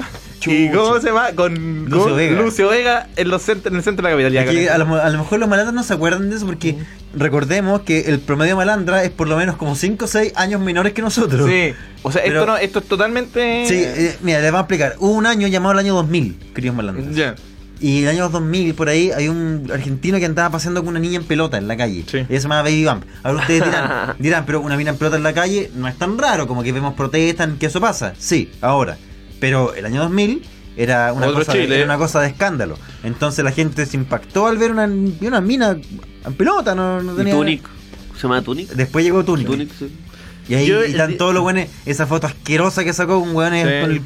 Speaker 3: ¿Y
Speaker 4: Chucha.
Speaker 3: cómo se llama? Con
Speaker 4: Lucio
Speaker 3: con
Speaker 4: Vega.
Speaker 3: Lucio Vega en, los cent- en el centro de la capital. Ya, Mm.
Speaker 4: Aquí,
Speaker 3: con-
Speaker 4: a, lo, a lo mejor los malandros no se acuerdan de eso porque recordemos que el promedio malandra es por lo menos como 5 o 6 años menores que nosotros.
Speaker 3: Sí, o sea,
Speaker 4: Pero-
Speaker 3: esto, no, esto es totalmente.
Speaker 4: Sí, eh, mira, les voy a explicar. Hubo un año llamado el año 2000, queridos malandros.
Speaker 3: Ya.
Speaker 4: Y en el año 2000, por ahí, hay un argentino que andaba paseando con una niña en pelota en la calle.
Speaker 3: Sí.
Speaker 4: Ella se llamaba Baby Bump. Ahora ustedes dirán, dirán, pero una mina en pelota en la calle no es tan raro, como que vemos protestas, que eso pasa. Sí, ahora. Pero el año 2000 era una,
Speaker 3: Otro
Speaker 4: cosa,
Speaker 3: Chile.
Speaker 4: era una cosa de escándalo. Entonces la gente se impactó al ver una, una mina en pelota. No, no
Speaker 5: Y
Speaker 4: tenía...
Speaker 5: Tunic. ¿Se llama Tunic?
Speaker 4: Después llegó Tunic.
Speaker 5: Tunic, sí.
Speaker 4: Y ahí
Speaker 3: Yo-
Speaker 5: eh,
Speaker 4: están todos los weones, esa foto asquerosa que sacó un weón eh,
Speaker 3: Sí.
Speaker 4: con el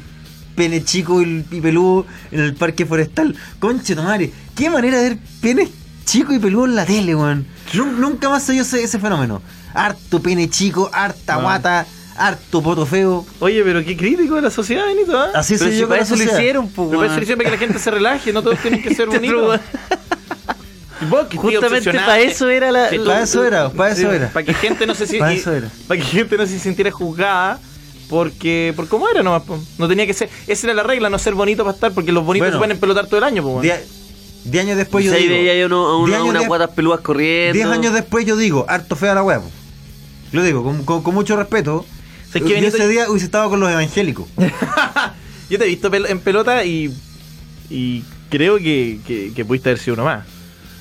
Speaker 4: pene chico y, el- y peludo en el parque forestal. Conche tomare, qué manera de ver pene chico y peludo en la tele, weón. Nun- Nunca más se vio ese, ese fenómeno. Harto pene chico, harta
Speaker 3: Ah.
Speaker 4: guata, harto poto feo.
Speaker 3: Oye, pero qué crítico de la sociedad, Benito. ¿ah?
Speaker 4: Así
Speaker 5: Pero
Speaker 4: se
Speaker 5: si
Speaker 4: vio con
Speaker 5: para
Speaker 4: la
Speaker 5: eso lo
Speaker 4: sociedad.
Speaker 5: hicieron, pues,
Speaker 3: Me parece que siempre que la gente se relaje, no todos tienen que
Speaker 4: Este
Speaker 3: ser bonitos. Y Vos, que te
Speaker 5: Justamente
Speaker 3: obsesionaste.
Speaker 5: para eso era la...
Speaker 3: Sí, tú-
Speaker 4: Para eso era, para eso
Speaker 3: Sí,
Speaker 4: era.
Speaker 3: Para que gente no se si-
Speaker 4: Para eso era.
Speaker 3: para que gente no se sintiera juzgada. Porque, por cómo era nomás, po. no tenía que ser. Esa era la regla, no ser bonito para estar, porque los bonitos se
Speaker 4: Bueno.
Speaker 3: pueden pelotar todo el año, po,
Speaker 4: Die- Diez años después yo
Speaker 5: Pues ahí
Speaker 4: digo.
Speaker 5: veía yo uno- a uno-
Speaker 4: diez
Speaker 5: a
Speaker 4: años
Speaker 5: unas
Speaker 4: de-
Speaker 5: guatas peludas corriendo.
Speaker 4: diez años después yo digo, harto fea la weá. po. Lo digo, con, con- con mucho respeto.
Speaker 3: Sé que
Speaker 4: yo
Speaker 3: Benito-
Speaker 4: ese día hubiese estado con los evangélicos.
Speaker 3: Yo te he visto pel- en pelota y. y creo que, que, que pudiste haber sido uno más.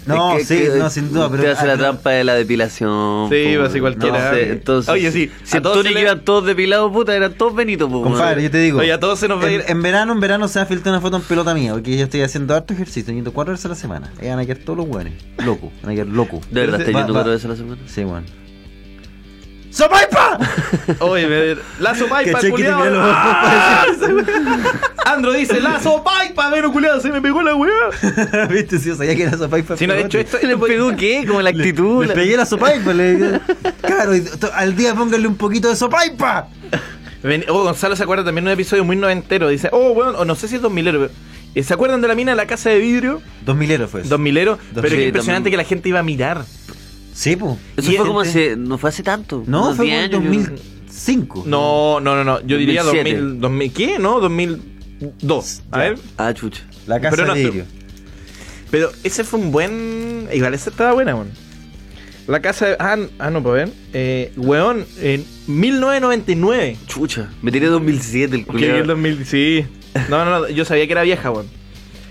Speaker 4: No,
Speaker 5: Es
Speaker 4: sí,
Speaker 5: que- que
Speaker 4: no, sin duda, pero.
Speaker 5: Te hace
Speaker 4: ah,
Speaker 5: la
Speaker 4: pero-
Speaker 5: trampa de la depilación.
Speaker 3: Sí,
Speaker 5: po,
Speaker 3: va a ser cualquiera.
Speaker 5: no sé, entonces,
Speaker 3: Oye, sí, a
Speaker 5: Si en
Speaker 3: todos
Speaker 5: Tunic
Speaker 3: se le-
Speaker 5: iban todos depilados, puta, eran todos benitos, pues, po,
Speaker 4: Compadre, yo te digo.
Speaker 3: Oye, a todos se nos va a ir.
Speaker 4: en, en verano, en verano se va a filtrar una foto en pelota mía, porque yo estoy haciendo harto ejercicio, yendo cuatro veces a la semana. Ahí van a quedar todos los hueones. Loco, van a quedar loco.
Speaker 5: De verdad,
Speaker 4: Va-
Speaker 5: estás yendo
Speaker 4: va-
Speaker 5: cuatro veces a la semana.
Speaker 4: Sí, weón. ¡Sopaipa!
Speaker 3: Oye, ver, la sopaipa,
Speaker 4: Caché que te
Speaker 3: culiao.
Speaker 4: miró los ojos
Speaker 3: ¡Ah! Andro dice, la sopaipa, menos culiado, se me pegó la weá.
Speaker 4: ¿Viste? Si yo sabía que era sopaipa.
Speaker 3: Si no he hecho esto,
Speaker 5: ¿Le pegó qué? Como la actitud.
Speaker 4: Le
Speaker 5: la-
Speaker 4: pegué la sopaipa. Le... claro, y to- al día póngale un poquito de sopaipa.
Speaker 3: Ven- oh, Gonzalo se acuerda también de un episodio muy noventero. Dice, oh, weón, o no sé si es 2000 pero eh, ¿Se acuerdan de la mina de la casa de vidrio?
Speaker 4: Dos mileros fue eso.
Speaker 3: 2000 milero
Speaker 4: Dos-
Speaker 3: Pero
Speaker 5: sí,
Speaker 3: qué impresionante
Speaker 5: también.
Speaker 3: que la gente iba a mirar.
Speaker 4: Sí, pues.
Speaker 5: Eso
Speaker 3: Y
Speaker 5: fue como
Speaker 3: gente-
Speaker 5: hace. No fue hace tanto.
Speaker 4: No,
Speaker 5: unos
Speaker 4: fue
Speaker 5: 10
Speaker 4: en
Speaker 5: años, yo-
Speaker 4: 2005.
Speaker 3: No, no, no, no. Yo diría
Speaker 5: 2007.
Speaker 3: 2000, 2000. ¿Qué? ¿No? 2002. A
Speaker 4: Ya.
Speaker 3: ver.
Speaker 5: Ah, chucha.
Speaker 4: La casa
Speaker 3: Pero no
Speaker 4: de
Speaker 3: estoy-
Speaker 4: vidrio.
Speaker 3: Pero ese fue un buen. Igual esa estaba buena, weón. La casa de. Ah, n- ah, no, para ver. Eh, weón, en 1999.
Speaker 5: Chucha. Me tiré 2007 el
Speaker 3: Que el
Speaker 5: culiado.
Speaker 3: 2000, sí. No, no, no, yo sabía que era vieja, weón.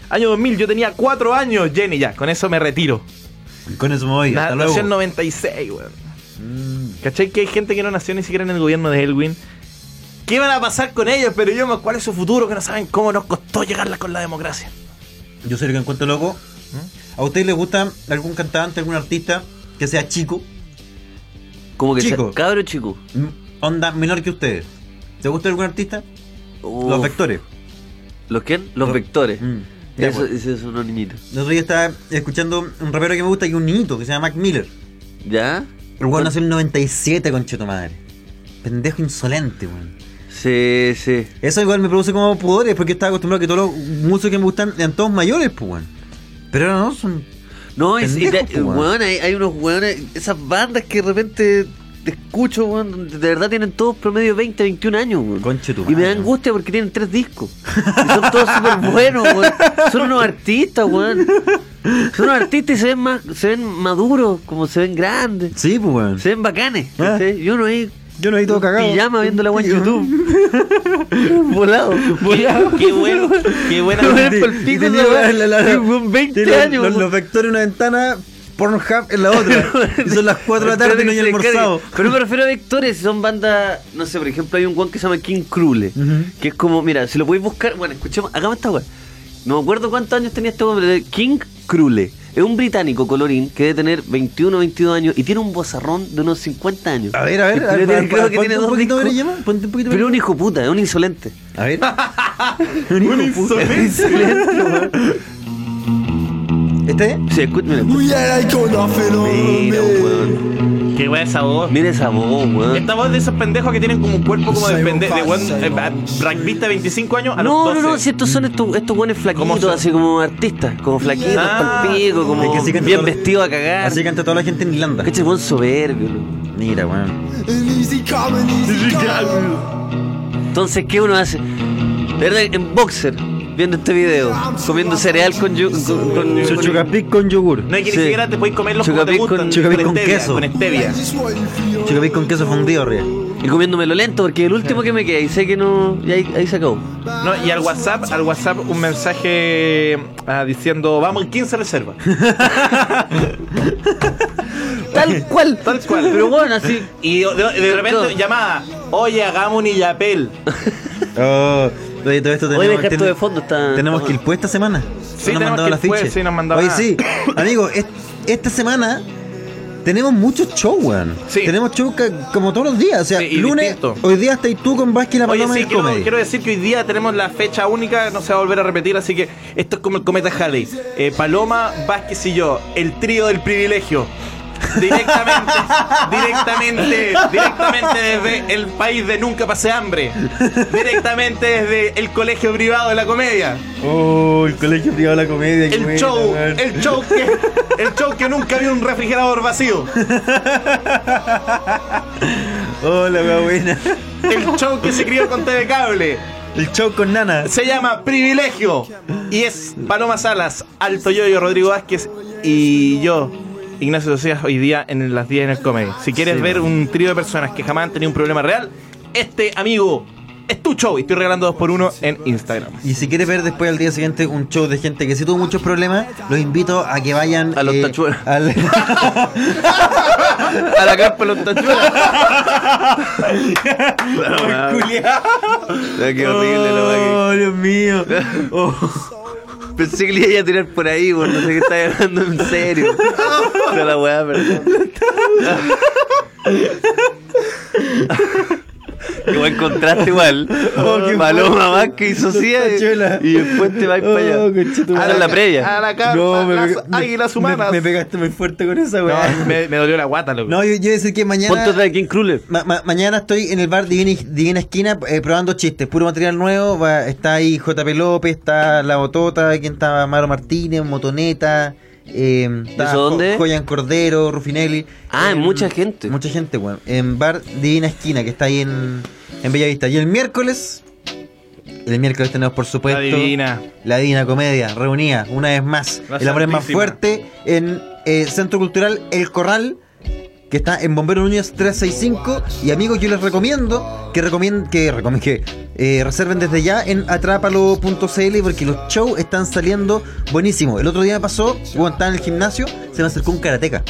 Speaker 3: Año 2000, yo tenía 4 años, Jenny, ya. Con eso me retiro.
Speaker 4: Con eso me voy.
Speaker 3: Na-
Speaker 4: Hasta
Speaker 3: nació en
Speaker 4: luego.
Speaker 3: 96, weón. ¿Cachai? Que hay gente que no nació ni siquiera en el gobierno de Elwin. ¿Qué van a pasar con ellos? Pero yo, ¿cuál es su futuro? Que no saben cómo nos costó llegarla con la democracia.
Speaker 4: Yo sé lo que encuentro loco. ¿A ustedes les gusta algún cantante, algún artista que sea chico?
Speaker 5: Como que
Speaker 4: Chico.
Speaker 5: sea- Cabro chico.
Speaker 4: M- Onda menor que ustedes. ¿Te gusta algún artista? Los
Speaker 5: Uf.
Speaker 4: vectores.
Speaker 5: ¿Los quién? Los vectores.
Speaker 4: Mm. Ya,
Speaker 5: Eso,
Speaker 4: pues.
Speaker 5: ese es unos niñitos.
Speaker 4: El otro día estaba escuchando un rapero que me gusta, que es un niñito, que se llama Mac Miller.
Speaker 5: ¿Ya?
Speaker 4: El weón nació en el 97, concheto madre. Pendejo insolente, weón.
Speaker 5: Sí, sí.
Speaker 4: Eso igual me produce como pudores, porque estaba acostumbrado a que todos los músicos que me gustan eran todos mayores, pues, weón. Pero ahora no, son.
Speaker 5: No, es, y
Speaker 4: Pendejos,
Speaker 5: te-
Speaker 4: po, weón.
Speaker 5: weón, hay, hay unos weones, esas bandas que de repente te escucho, weón, donde de verdad tienen todos promedio 20, 21 años, weón.
Speaker 4: Conche tu
Speaker 5: y me
Speaker 4: madre,
Speaker 5: da
Speaker 4: weón.
Speaker 5: angustia porque tienen tres discos. Y son todos súper buenos, weón. Son unos artistas, weón. Son unos artistas y se ven, más, se ven maduros, como se ven grandes.
Speaker 4: Sí, pues, weón.
Speaker 5: Se ven bacanes. ¿cachai? Y uno ahí
Speaker 4: Ah. Yo no he todo cagado.
Speaker 5: pijama viendo la weá en YouTube. Volado. Volado.
Speaker 3: Qué bueno, qué buena.
Speaker 5: Qué bueno,
Speaker 4: Y
Speaker 5: pico,
Speaker 4: tenía
Speaker 5: la weá.
Speaker 4: la- la- la-
Speaker 5: Sí, weón, 20
Speaker 4: tiene los-
Speaker 5: años,
Speaker 4: Los,
Speaker 5: weón.
Speaker 4: los vectores en una ventana, Pornhub en la otra. y son las 4 de la tarde y no hay
Speaker 5: Se descargue.
Speaker 4: almorzado.
Speaker 5: Pero me refiero a vectores, son bandas, no sé, por ejemplo, hay un guan que se llama King Krule,
Speaker 4: Ujú.
Speaker 5: que es como, mira, si lo podéis buscar, bueno, escuchemos, hagamos esta weá. No me acuerdo cuántos años tenía este hombre, de King Krule. Es un británico colorín que debe tener 21 22 años y tiene un bozarrón de unos 50 años.
Speaker 4: A ver, a ver,
Speaker 5: El
Speaker 4: a ver,
Speaker 5: culiao tiene-
Speaker 4: pa-
Speaker 5: creo
Speaker 4: pa-
Speaker 5: que
Speaker 4: ponte
Speaker 5: tiene
Speaker 4: un
Speaker 5: dos
Speaker 4: poquito de
Speaker 5: discos.
Speaker 4: orellama, ponte un poquito de
Speaker 5: Pero es un hijo puta, es un insolente.
Speaker 4: A ver.
Speaker 3: Un insolente.
Speaker 4: ¿Este?
Speaker 5: Sí, escúchame. Mira, weón.
Speaker 3: Qué buena esa voz.
Speaker 5: Mira esa voz, weón.
Speaker 3: Esta voz de esos pendejos que tienen como un cuerpo como de pendejo, de buen rugbyista de 25 años a
Speaker 5: No,
Speaker 3: los 12.
Speaker 5: no, no, si estos son estos, estos buenos flaquitos,
Speaker 3: son?
Speaker 5: así como artistas, como flaquitos,
Speaker 3: Ah.
Speaker 5: palpico, como
Speaker 4: Es que sí que
Speaker 5: bien
Speaker 4: todo-
Speaker 5: vestido a cagar.
Speaker 4: Así canta toda la gente en Irlanda.
Speaker 5: Cacha, el buen soberbio. loco.
Speaker 4: Mira, weón.
Speaker 5: Entonces, ¿qué uno hace? ¿Verdad? En boxer, viendo este video, comiendo cereal con... yu- con, con-
Speaker 4: Su
Speaker 5: con-
Speaker 4: chucapic con yogur.
Speaker 3: No hay que
Speaker 5: Sí.
Speaker 3: ni siquiera te podéis comerlos como te
Speaker 5: Chucapic
Speaker 3: gustan.
Speaker 5: con-
Speaker 4: chucapic con
Speaker 3: stevia,
Speaker 4: queso.
Speaker 3: Con stevia.
Speaker 4: Chucapic con queso fundido arriba.
Speaker 5: y comiéndomelo lento, porque el último que me queda, y sé que no... Y ahí, ahí se acabó.
Speaker 3: No, y al WhatsApp, al WhatsApp un mensaje ah, diciendo, vamos, el 15 reserva.
Speaker 5: Tal cual.
Speaker 3: Tal cual.
Speaker 5: Pero bueno, así...
Speaker 3: Y de, de repente llamada, oye, hagamos un yapel.
Speaker 4: Oh, oye, todo esto tenemos,
Speaker 5: Hoy dejar
Speaker 4: ten-
Speaker 5: todo de fondo está...
Speaker 4: tenemos que ir pues esta semana.
Speaker 3: Sí,
Speaker 4: No
Speaker 3: tenemos
Speaker 4: mandado
Speaker 3: que ir
Speaker 4: las
Speaker 3: pues,
Speaker 4: fichas.
Speaker 3: sí, nos mandaba.
Speaker 4: Oye, sí, amigo, es- esta semana tenemos muchos shows, weón.
Speaker 3: Sí.
Speaker 4: Tenemos shows ca- como todos los días. O sea,
Speaker 3: Sí, y
Speaker 4: lunes,
Speaker 3: distinto.
Speaker 4: hoy día estás tú con Vázquez y la
Speaker 3: Oye,
Speaker 4: Paloma
Speaker 3: sí,
Speaker 4: del
Speaker 3: quiero,
Speaker 4: Comedy.
Speaker 3: quiero decir que hoy día tenemos la fecha única, no se va a volver a repetir, así que esto es como el cometa Halley. Eh, Paloma, Vázquez y yo, el trío del privilegio. Directamente, directamente, directamente desde el país de Nunca Pasé Hambre. Directamente desde el colegio privado de la comedia.
Speaker 4: Oh, el colegio privado de la comedia. qué
Speaker 3: El
Speaker 4: buena,
Speaker 3: show,
Speaker 4: weón.
Speaker 3: el show que, el show que nunca vio un refrigerador vacío.
Speaker 4: Hola, weón, buena.
Speaker 3: El show que se crió con TV Cable.
Speaker 4: El show con Nana.
Speaker 3: Se llama Privilegio. Y es Paloma Salas, Alto Yoyo, Rodrigo Vázquez y yo, Ignacio Socias, hoy día en las 10 en el Comedy. Si quieres
Speaker 4: Sí,
Speaker 3: ver
Speaker 4: man.
Speaker 3: un trío de personas que jamás han tenido un problema real, este amigo es tu show. Y estoy regalando dos por uno en Instagram.
Speaker 4: Y si quieres ver después al día siguiente un show de gente que sí tuvo muchos problemas, los invito a que vayan eh,
Speaker 5: A los tachuelos.
Speaker 4: al-
Speaker 5: A la carpa los tachuelas. Qué horrible la weá que-
Speaker 4: Oh, Dios mío. Oh.
Speaker 5: Pensé que le iba a tirar por ahí, weón. No sé qué estás hablando en serio. No la weá, perdón. Qué buen contraste igual.
Speaker 4: Oh,
Speaker 5: Paloma más que hizo eh,
Speaker 4: Chuela.
Speaker 5: y después te vas para allá.
Speaker 4: Oh, conchetumare.
Speaker 5: a la previa.
Speaker 3: A la cama, las águilas humanas.
Speaker 4: Me, me pegaste muy fuerte con esa,
Speaker 3: No,
Speaker 4: weá.
Speaker 3: me, me dolió la guata, loco.
Speaker 4: No, yo, yo iba a decir que
Speaker 5: Ponte atrás
Speaker 4: mañana.
Speaker 5: de King Kruller.
Speaker 4: ma- ma- mañana estoy en el bar Divina, Divina Esquina eh, probando chistes, puro material nuevo. va- está ahí JP López, está La Botota, quien está Maro Martínez, Motoneta. Eh, está
Speaker 5: ¿Eso dónde?
Speaker 4: Jo- Joyan Cordero, Rufinelli.
Speaker 5: Ah,
Speaker 4: Eh,
Speaker 5: mucha gente.
Speaker 4: Mucha gente, weón. En bar Divina Esquina, que está ahí en, en Bellavista. Y el miércoles. El miércoles tenemos, por
Speaker 3: La
Speaker 4: supuesto.
Speaker 3: divina.
Speaker 4: La Divina Comedia, reunida una vez más.
Speaker 3: La
Speaker 4: el amor es más
Speaker 3: Santísima.
Speaker 4: fuerte en eh, Centro Cultural El Corral, que está en Bombero Núñez 365. Y amigos, yo les recomiendo que recomienden que, recomen- que eh, reserven desde ya en atrápalo.cl porque los shows están saliendo buenísimos. El otro día me pasó, bueno, estaba en el gimnasio, se me acercó un karateca.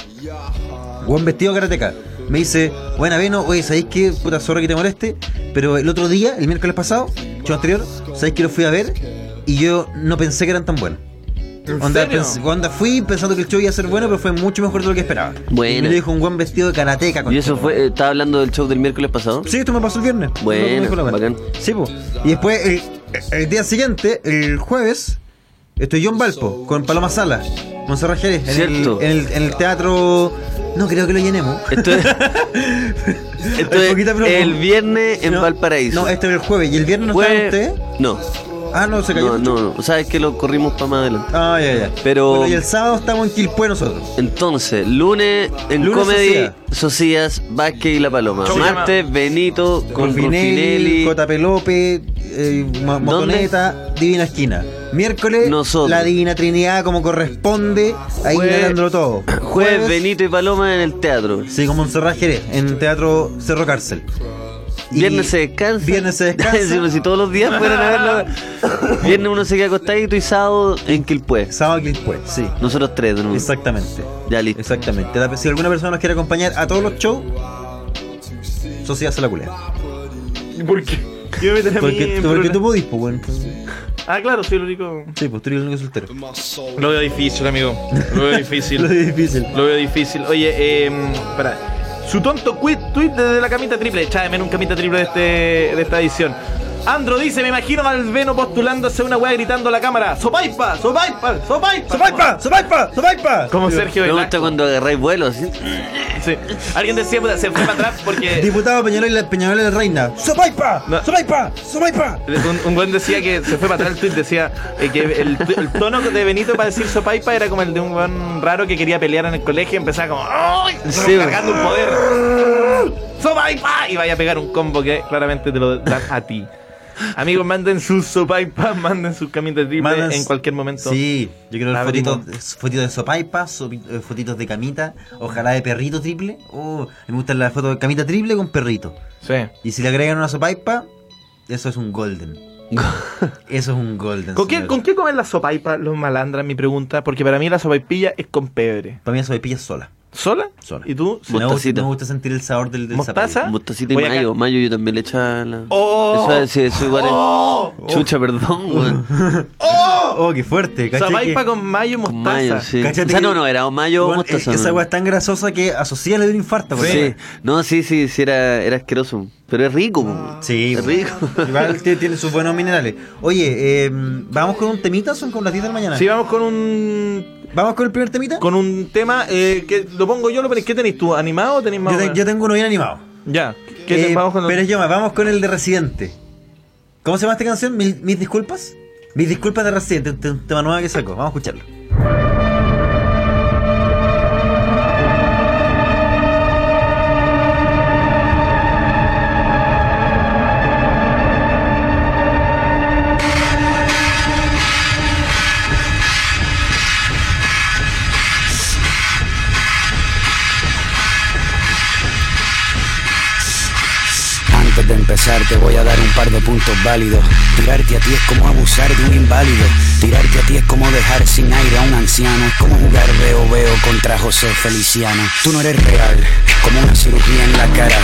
Speaker 4: Buen vestido de karateca. Me dice, buena Veno, oye, ¿sabéis qué? Puta zorra que te moleste. Pero el otro día, el miércoles pasado, show anterior, ¿sabéis que lo fui a ver? Y yo no pensé que eran tan buenos. Onda,
Speaker 3: serio?
Speaker 4: pens- onda, fui pensando que el show iba a ser bueno, pero fue mucho mejor de lo que esperaba.
Speaker 5: Buena.
Speaker 4: Y Me lo dijo un buen vestido de karateca.
Speaker 5: Y eso fue, eh, estaba hablando del show del miércoles pasado.
Speaker 4: Sí, esto me pasó el viernes.
Speaker 5: Bueno,
Speaker 4: Me dijo la buena.
Speaker 5: bacán.
Speaker 4: Sí, po. Y después, el, el día siguiente, el jueves, estoy yo en Valpo, con Paloma Sala, Monserrat Jerez, en,
Speaker 5: Cierto.
Speaker 4: el, en, el, en el teatro... No, creo que lo llenemos.
Speaker 5: Esto es, esto
Speaker 4: Hay
Speaker 5: es
Speaker 4: poquita broma.
Speaker 5: el viernes en
Speaker 4: No,
Speaker 5: Valparaíso.
Speaker 4: No, este es el jueves. ¿Y el viernes no
Speaker 5: Jue-
Speaker 4: está usted?
Speaker 5: No,
Speaker 4: Ah, no, se
Speaker 5: no,
Speaker 4: cayó.
Speaker 5: no, no. O sea, es que lo corrimos para más adelante.
Speaker 4: Ah, ya, ya.
Speaker 5: Pero-
Speaker 4: Bueno, y el sábado estamos en Quilpue nosotros.
Speaker 5: Entonces, lunes en
Speaker 4: Lunes
Speaker 5: Comedy,
Speaker 4: Socias.
Speaker 5: Socias, Vázquez y La Paloma.
Speaker 3: Show
Speaker 5: Martes, Benito con Ruffinelli.
Speaker 4: JP López, eh, Ma- Motoneta, Divina Esquina. Miércoles,
Speaker 5: Nosotros.
Speaker 4: la Divina Trinidad como corresponde, ahí
Speaker 5: Jue-
Speaker 4: ganándolo todo.
Speaker 5: Jueves, Benito y Paloma en el teatro.
Speaker 4: Sí, como Montserrat Jerez, en Teatro Cerro Cárcel. Y
Speaker 5: Viernes se descansa.
Speaker 4: Viernes se
Speaker 5: Sí, pues,
Speaker 4: descansa.
Speaker 5: si todos los días fueran a verlo. Viernes uno se queda acostadito y sábado en Quilpue.
Speaker 4: sábado Quilpue, sí.
Speaker 5: Nosotros tres, de nuevo.
Speaker 4: Exactamente.
Speaker 5: Ya listo.
Speaker 4: Exactamente. La- Si alguna persona nos quiere acompañar a todos los shows, Sociedad se la culea.
Speaker 3: ¿Por qué? Yo me meter a mí
Speaker 4: Porque,
Speaker 3: en
Speaker 4: porque
Speaker 3: problemas.
Speaker 4: tú podís, pues, weón.
Speaker 3: Ah, claro, soy el único.
Speaker 4: Sí, pues tú eres el único soltero.
Speaker 3: Lo veo difícil, amigo. Lo veo difícil.
Speaker 4: Lo es difícil.
Speaker 3: Lo veo difícil. Oye, eh, para. Su tonto quit tweet desde la camita triple. Echadme en un camita triple de, este, de esta edición. Andro dice, me imagino a Malveno postulándose a una weá gritando a la cámara. ¡Sopaipa! ¡Sopaipa! ¡Sopaipa!
Speaker 4: ¡Sopaipa! ¡Sopaipa! ¡Sopaipa!
Speaker 3: Como Sergio
Speaker 5: Me
Speaker 3: Velasco.
Speaker 5: gusta cuando agarráis vuelo. así.
Speaker 3: Sí. Alguien decía, puta, se fue para atrás porque...
Speaker 4: Diputado Peñalol Peñalol de Reina. ¡Sopaipa!
Speaker 3: No.
Speaker 4: ¡Sopaipa! ¡Sopaipa!
Speaker 3: Un, un buen decía que se fue para atrás el tweet, decía eh, que el, tu- el tono de Benito para decir sopaipa era como el de un buen raro que quería pelear en el colegio y empezaba como ¡Ay!
Speaker 5: Sí.
Speaker 3: cargando un poder. ¡Sopaipa! Y vaya a pegar un combo que claramente te lo dan a ti. Amigos, manden sus sopaipas, manden sus camitas de triple
Speaker 4: Mandas-
Speaker 3: en cualquier momento.
Speaker 4: Sí, yo quiero ver
Speaker 3: Abrimos.
Speaker 4: fotitos, fotitos de sopaipa, sopi- eh, fotitos de camita, ojalá de perrito triple. Oh, me gustan las fotos de camita triple con perrito.
Speaker 3: Sí.
Speaker 4: Y si le agregan una sopaipa, eso es un golden. eso es un golden.
Speaker 3: ¿Con qué,
Speaker 4: señor.
Speaker 3: ¿Con qué comen la sopaipa los malandras? Mi pregunta, porque para mí la sopaipilla es con pebre.
Speaker 4: Para mí la sopaipilla es sola.
Speaker 3: ¿Sola?
Speaker 4: Sola.
Speaker 3: ¿Y tú?
Speaker 4: Me gusta,
Speaker 5: Mostacita.
Speaker 4: me gusta sentir el sabor del, del
Speaker 3: ¿Mostaza?
Speaker 4: zapallo.
Speaker 5: Mostacita y
Speaker 3: ¿Ah? Voy acá.
Speaker 5: mayo. Mayo yo también le echaba la...
Speaker 3: ¡Oh!
Speaker 5: Eso, es- sí, eso igual es...
Speaker 3: ¡Oh!
Speaker 5: Chucha, perdón, weón.
Speaker 4: Oh, qué fuerte. ¿cachai?
Speaker 3: Sopaipa
Speaker 4: Que-
Speaker 3: con mayo y mostaza.
Speaker 5: Mayo, sí.
Speaker 4: Cáchate
Speaker 5: O sea,
Speaker 4: que-
Speaker 5: no, no, era o mayo o
Speaker 4: Bueno,
Speaker 5: mostaza.
Speaker 4: Esa
Speaker 5: ¿no?
Speaker 4: agua es tan grasosa que asocia le dio un infarto. por
Speaker 5: Sí.
Speaker 4: ejemplo.
Speaker 5: No, sí, sí, sí, era, era asqueroso. Pero es rico,
Speaker 3: Ah.
Speaker 5: po.
Speaker 4: Sí,
Speaker 5: Es
Speaker 4: bueno.
Speaker 5: rico.
Speaker 4: Igual tie- tiene sus buenos minerales. Oye, eh, ¿vamos con un temita? ¿Son con las 10 de la mañana?
Speaker 3: Si vamos con un
Speaker 4: ¿Vamos con el primer temita?
Speaker 3: con un tema eh, que lo pongo yo, lo ponéis. ¿Qué tenéis tú? ¿Animado o tenéis más?
Speaker 4: yo, te-
Speaker 3: o
Speaker 4: yo
Speaker 3: menos?
Speaker 4: tengo uno bien animado.
Speaker 3: Ya. ¿Qué te-
Speaker 4: Eh,
Speaker 3: vamos con lo-
Speaker 4: Pero es Yoma, vamos con el de Residente. ¿Cómo se llama esta canción? ¿Mil- ¿Mis disculpas? Mis disculpas de Residente, un, te- un tema nuevo que sacó. Vamos a escucharlo.
Speaker 6: Antes antes de empezar te voy a dar un par de puntos válidos. Tirarte a ti es como abusar de un inválido. Tirarte a ti es como dejar sin aire a un anciano. Es como jugar veo veo contra José Feliciano. Tú no eres real, como una cirugía en la cara.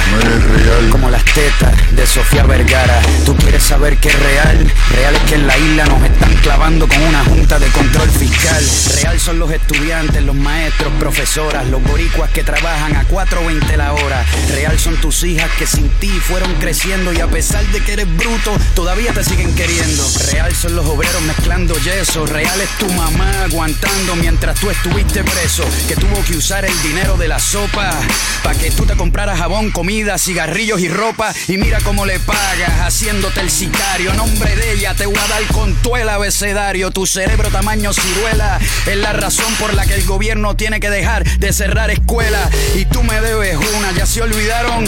Speaker 6: Como las tetas de Sofía Vergara. Tú quieres saber qué es real. Real es que en la isla nos están clavando con una junta de control fiscal. Real son los estudiantes, los maestros, profesoras, los boricuas que trabajan a 4.20 la hora. Real son tus hijas que sin ti fueron creciendo y a pesar de que eres bruto, todavía te siguen queriendo. Real son los obreros mezclando yeso. Real es tu mamá aguantando mientras tú estuviste preso. Que tuvo que usar el dinero de la sopa para que tú te compraras jabón, comida, cigarrillos y ropa. Y mira cómo le pagas haciéndote el sicario. Nombre de ella te voy a dar con todo el abecedario. Tu cerebro tamaño ciruela es la razón por la que el gobierno tiene que dejar de cerrar escuelas. Y tú me debes una, ya se olvidaron.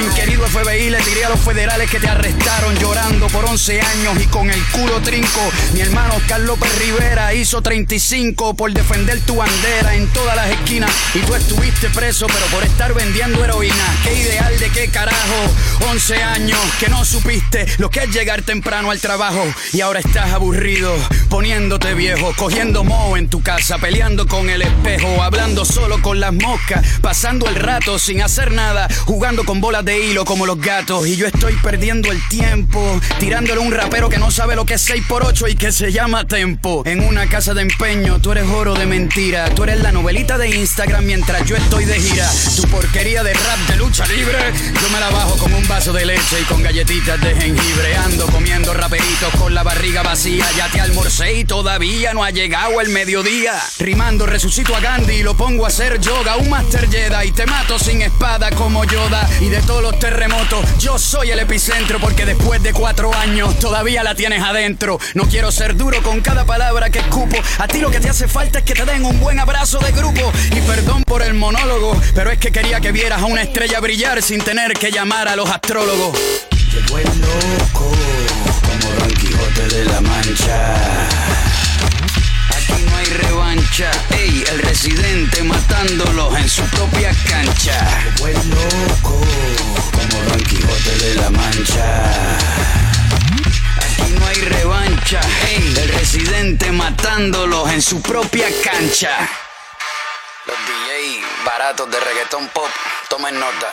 Speaker 6: Inquerido FBI, le tiré a los federales que te arrestaron llorando por 11 años y con el culo trinco. Mi hermano Carlos López Rivera hizo 35 por defender tu bandera en todas las esquinas. Y tú estuviste preso, pero por estar vendiendo heroína. Qué ideal de qué carajo. 11 años que no supiste lo que es llegar temprano al trabajo. Y ahora estás aburrido, poniéndote viejo, cogiendo moho en tu casa, peleando con el espejo, hablando solo con las moscas, pasando el rato sin hacer nada, jugando con bolas de hilo como los gatos. Y yo estoy perdiendo el tiempo, tirándole a un rapero que no sabe lo que es 6x8 y que se llama Tempo. En una casa de empeño, tú eres oro de mentira. Tú eres la novelita de Instagram mientras yo estoy de gira. Tu porquería de rap de lucha libre, yo me la bajo con un vaso de leche y con galletitas de jengibre. Ando comiendo raperitos con la barriga vacía. Ya te almorcé y todavía no ha llegado el mediodía. Rimando, resucito a Gandhi y lo pongo a hacer yoga. Un master Jedi y te mato sin espada como Yoda. Y de todos los terremotos, yo soy el epicentro porque después de cuatro años todavía la tienes adentro. No quiero ser duro con cada palabra que escupo. A ti lo que te hace falta es que te den un buen abrazo de grupo. Y perdón por el monólogo, pero es que quería que vieras a una estrella brillar sin tener que llamar a los astrólogos. Llegó el loco, como Don Quijote de la Mancha. Aquí no hay revancha, ey, el residente matándolos en su propia cancha. Fue loco, como Don Quijote de la Mancha. Aquí no hay revancha, ey, el residente matándolos en su propia cancha. Los DJ baratos de reggaetón pop, tomen nota.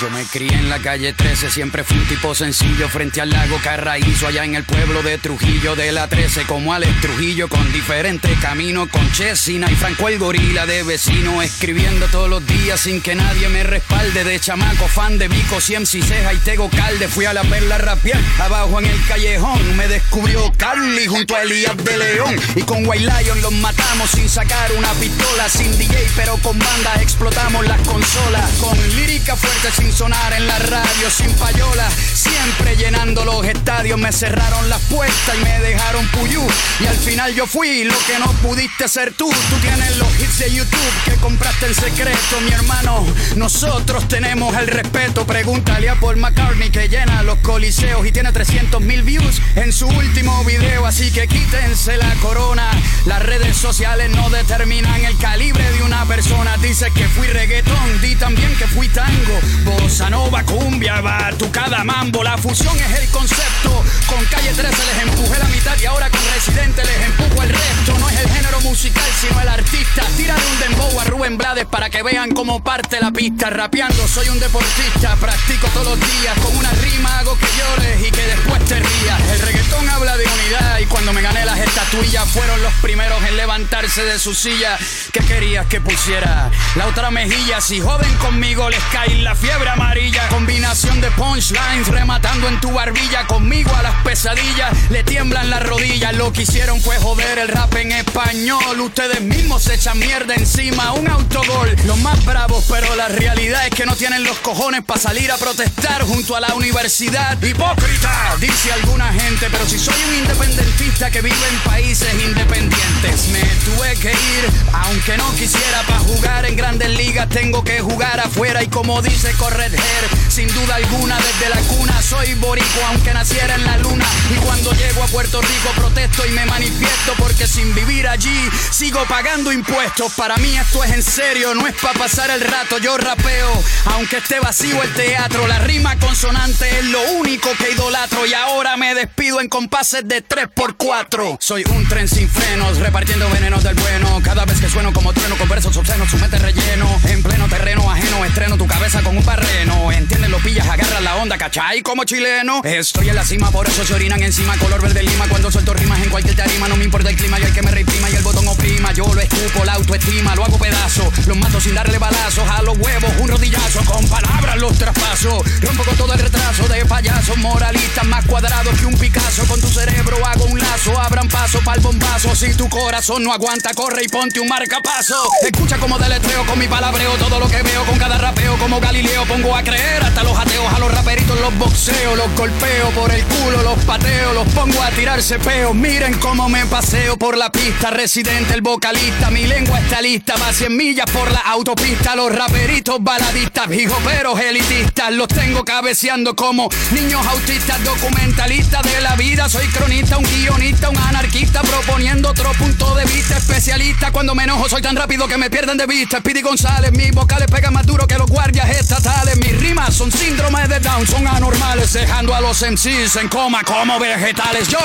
Speaker 6: Yo me crié en la calle 13, siempre fui un tipo sencillo frente al lago Carraízo, allá en el pueblo de Trujillo de la 13, como Alex Trujillo con diferentes caminos, con Chesina y Franco el gorila de vecino, escribiendo todos los días sin que nadie me respalde, de chamaco fan de Vico, Ciemci, Ceja y Tego Calde, fui a la perla rapier, abajo en el callejón, me descubrió Carly junto a Elías de León, y con White Lion los matamos sin sacar una pistola, sin DJ pero con banda explotamos las consolas, con lírica fuerte sin sonar en la radio, sin payola, siempre llenando los estadios. Me cerraron las puertas y me dejaron puyú. Y al final yo fui lo que no pudiste ser tú. Tú tienes los hits de YouTube que compraste en secreto, mi hermano. Nosotros tenemos el respeto. Pregúntale a Paul McCartney que llena los coliseos y tiene 300 mil views en su último video. Así que quítense la corona. Las redes sociales no determinan el calibre de una persona. Dice que fui reggaetón, di también que fui tango. Bossa nova, cumbia, batucada, mambo. La fusión es el concepto. Con calle 13 les empujé la mitad y ahora con residente les empujo el resto. No es el género musical, sino el artista. Tírale un dembow a Rubén Blades para que vean cómo parte la pista. Rapeando, soy un deportista. Practico todos los días. Con una rima hago que llores y que después te rías. El reggaetón habla de unidad y cuando me gané las estatuillas fueron los primeros en levantarse de su silla. ¿Qué querías que pusiera? La otra mejilla, si joden conmigo les cae la fiebre amarilla. Combinación de punchlines rematando en tu barbilla. Conmigo a las pesadillas le tiemblan las rodillas. Lo que hicieron fue joder el rap en español. Ustedes mismos se echan mierda encima. Un autogol. Los más bravos, pero la realidad es que no tienen los cojones para salir a protestar junto a la universidad. Hipócrita, dice alguna gente. Pero si soy un independentista que vive en países independientes, me tuve que ir. Aunque no quisiera, para jugar en grandes ligas tengo que jugar afuera y como dice Corred Hair, sin duda alguna desde la cuna soy boricua aunque naciera en la luna y cuando llego a Puerto Rico protesto y me manifiesto porque sin vivir allí sigo pagando impuestos. Para mí esto es en serio, no es para pasar el rato, yo rapeo aunque esté vacío el teatro, la rima consonante es lo único que idolatro y ahora me despido en compases de 3x4. Soy un tren sin frenos, repartiendo venenos del bueno. Cada vez que sueno como trueno, con versos obscenos, su mete relleno. En pleno terreno ajeno, estreno tu cabeza con un barreno. Entiendes, lo pillas, agarras la onda, ¿cachai? Como chileno. Estoy en la cima, por eso se orinan encima. Color verde lima, cuando suelto rimas en cualquier tarima. No me importa el clima, yo el que me reprima y el botón oprima. Yo lo escupo, la autoestima, lo hago pedazo. Los mato sin darle balazos, a los huevos un rodillazo. Con palabras los traspaso. Rompo con todo el retraso de payasos moralistas más cuadrados que un Picasso. Con tu cerebro hago un lazo, abran paso pa'l bombazo. Si tu corazón no aguanta, corre y ponte un marcapaso. Escucha como deletreo con mi palabreo todo lo que veo con cada rapeo. Como Galileo pongo a creer hasta los ateos, a los raperitos los boxeo, los golpeo por el culo, los pateo, los pongo a tirarse peo. Miren cómo me paseo por la pista, residente el vocalista. Mi lengua está lista, va 100 millas por la autopista. Los raperitos baladistas, pero elitistas, los tengo cabeceando como niños autistas, documentalistas de la vida. Soy cronista, un guionista, un anarquista, proponiendo otro punto de vista especialista. Cuando me enojo, soy tan rápido que me pierden de vista. Speedy González, mis vocales pegan más duro que los guardias estatales. Mis rimas son síndromes de Down, son anormales, dejando a los MCs en coma como vegetales. Yo,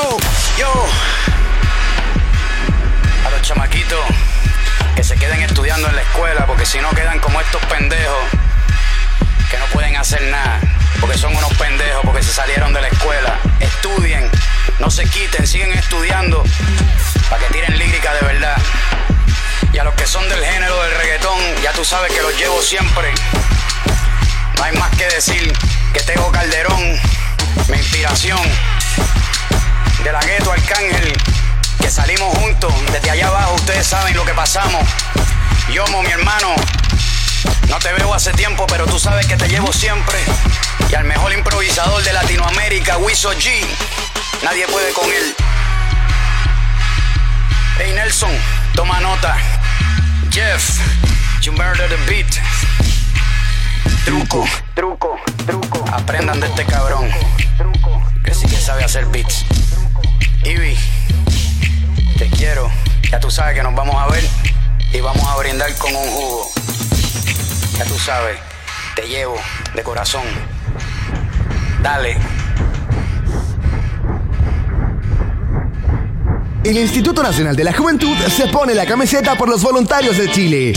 Speaker 7: Yo, a los chamaquitos que se queden estudiando en la escuela, porque si no quedan como estos pendejos que no pueden hacer nada, porque son unos pendejos, porque se salieron de la escuela. Estudien, no se quiten, siguen estudiando, para que tiren lírica de verdad. Y a los que son del género del reggaetón, ya tú sabes que los llevo siempre. No hay más que decir que Tego Calderón, mi inspiración de la gueto Arcángel, que salimos juntos, desde allá abajo ustedes saben lo que pasamos. Yomo, mi hermano, no te veo hace tiempo, pero tú sabes que te llevo siempre. Y al mejor improvisador de Latinoamérica, Wiso G, nadie puede con él. Hey Nelson, toma nota. Jeff, you murder the beat. Truco, truco, truco. Aprendan de este cabrón. Que sí que sabe hacer beats. Ivy, te quiero. Ya tú sabes que nos vamos a ver y vamos a brindar con un jugo. Ya tú sabes, te llevo de corazón. Dale.
Speaker 1: El Instituto Nacional de la Juventud se pone la camiseta por los voluntarios de Chile.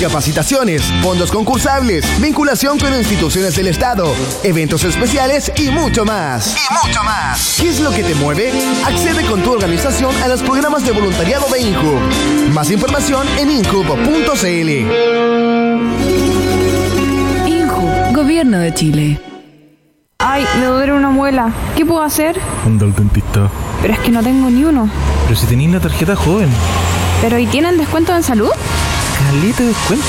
Speaker 1: Capacitaciones, fondos concursables, vinculación con instituciones del Estado, eventos especiales y mucho más. Y mucho más. ¿Qué es lo que te mueve? Accede con tu organización a los programas de voluntariado de INJUB. Más información en injub.cl.
Speaker 8: INJU, Gobierno de Chile.
Speaker 9: Ay, me duele una muela. ¿Qué puedo hacer?
Speaker 10: Anda al dentista.
Speaker 9: Pero es que no tengo ni uno.
Speaker 10: Pero si tenéis la tarjeta joven.
Speaker 9: ¿Pero y tienen descuento en salud?
Speaker 10: Caleta de descuento.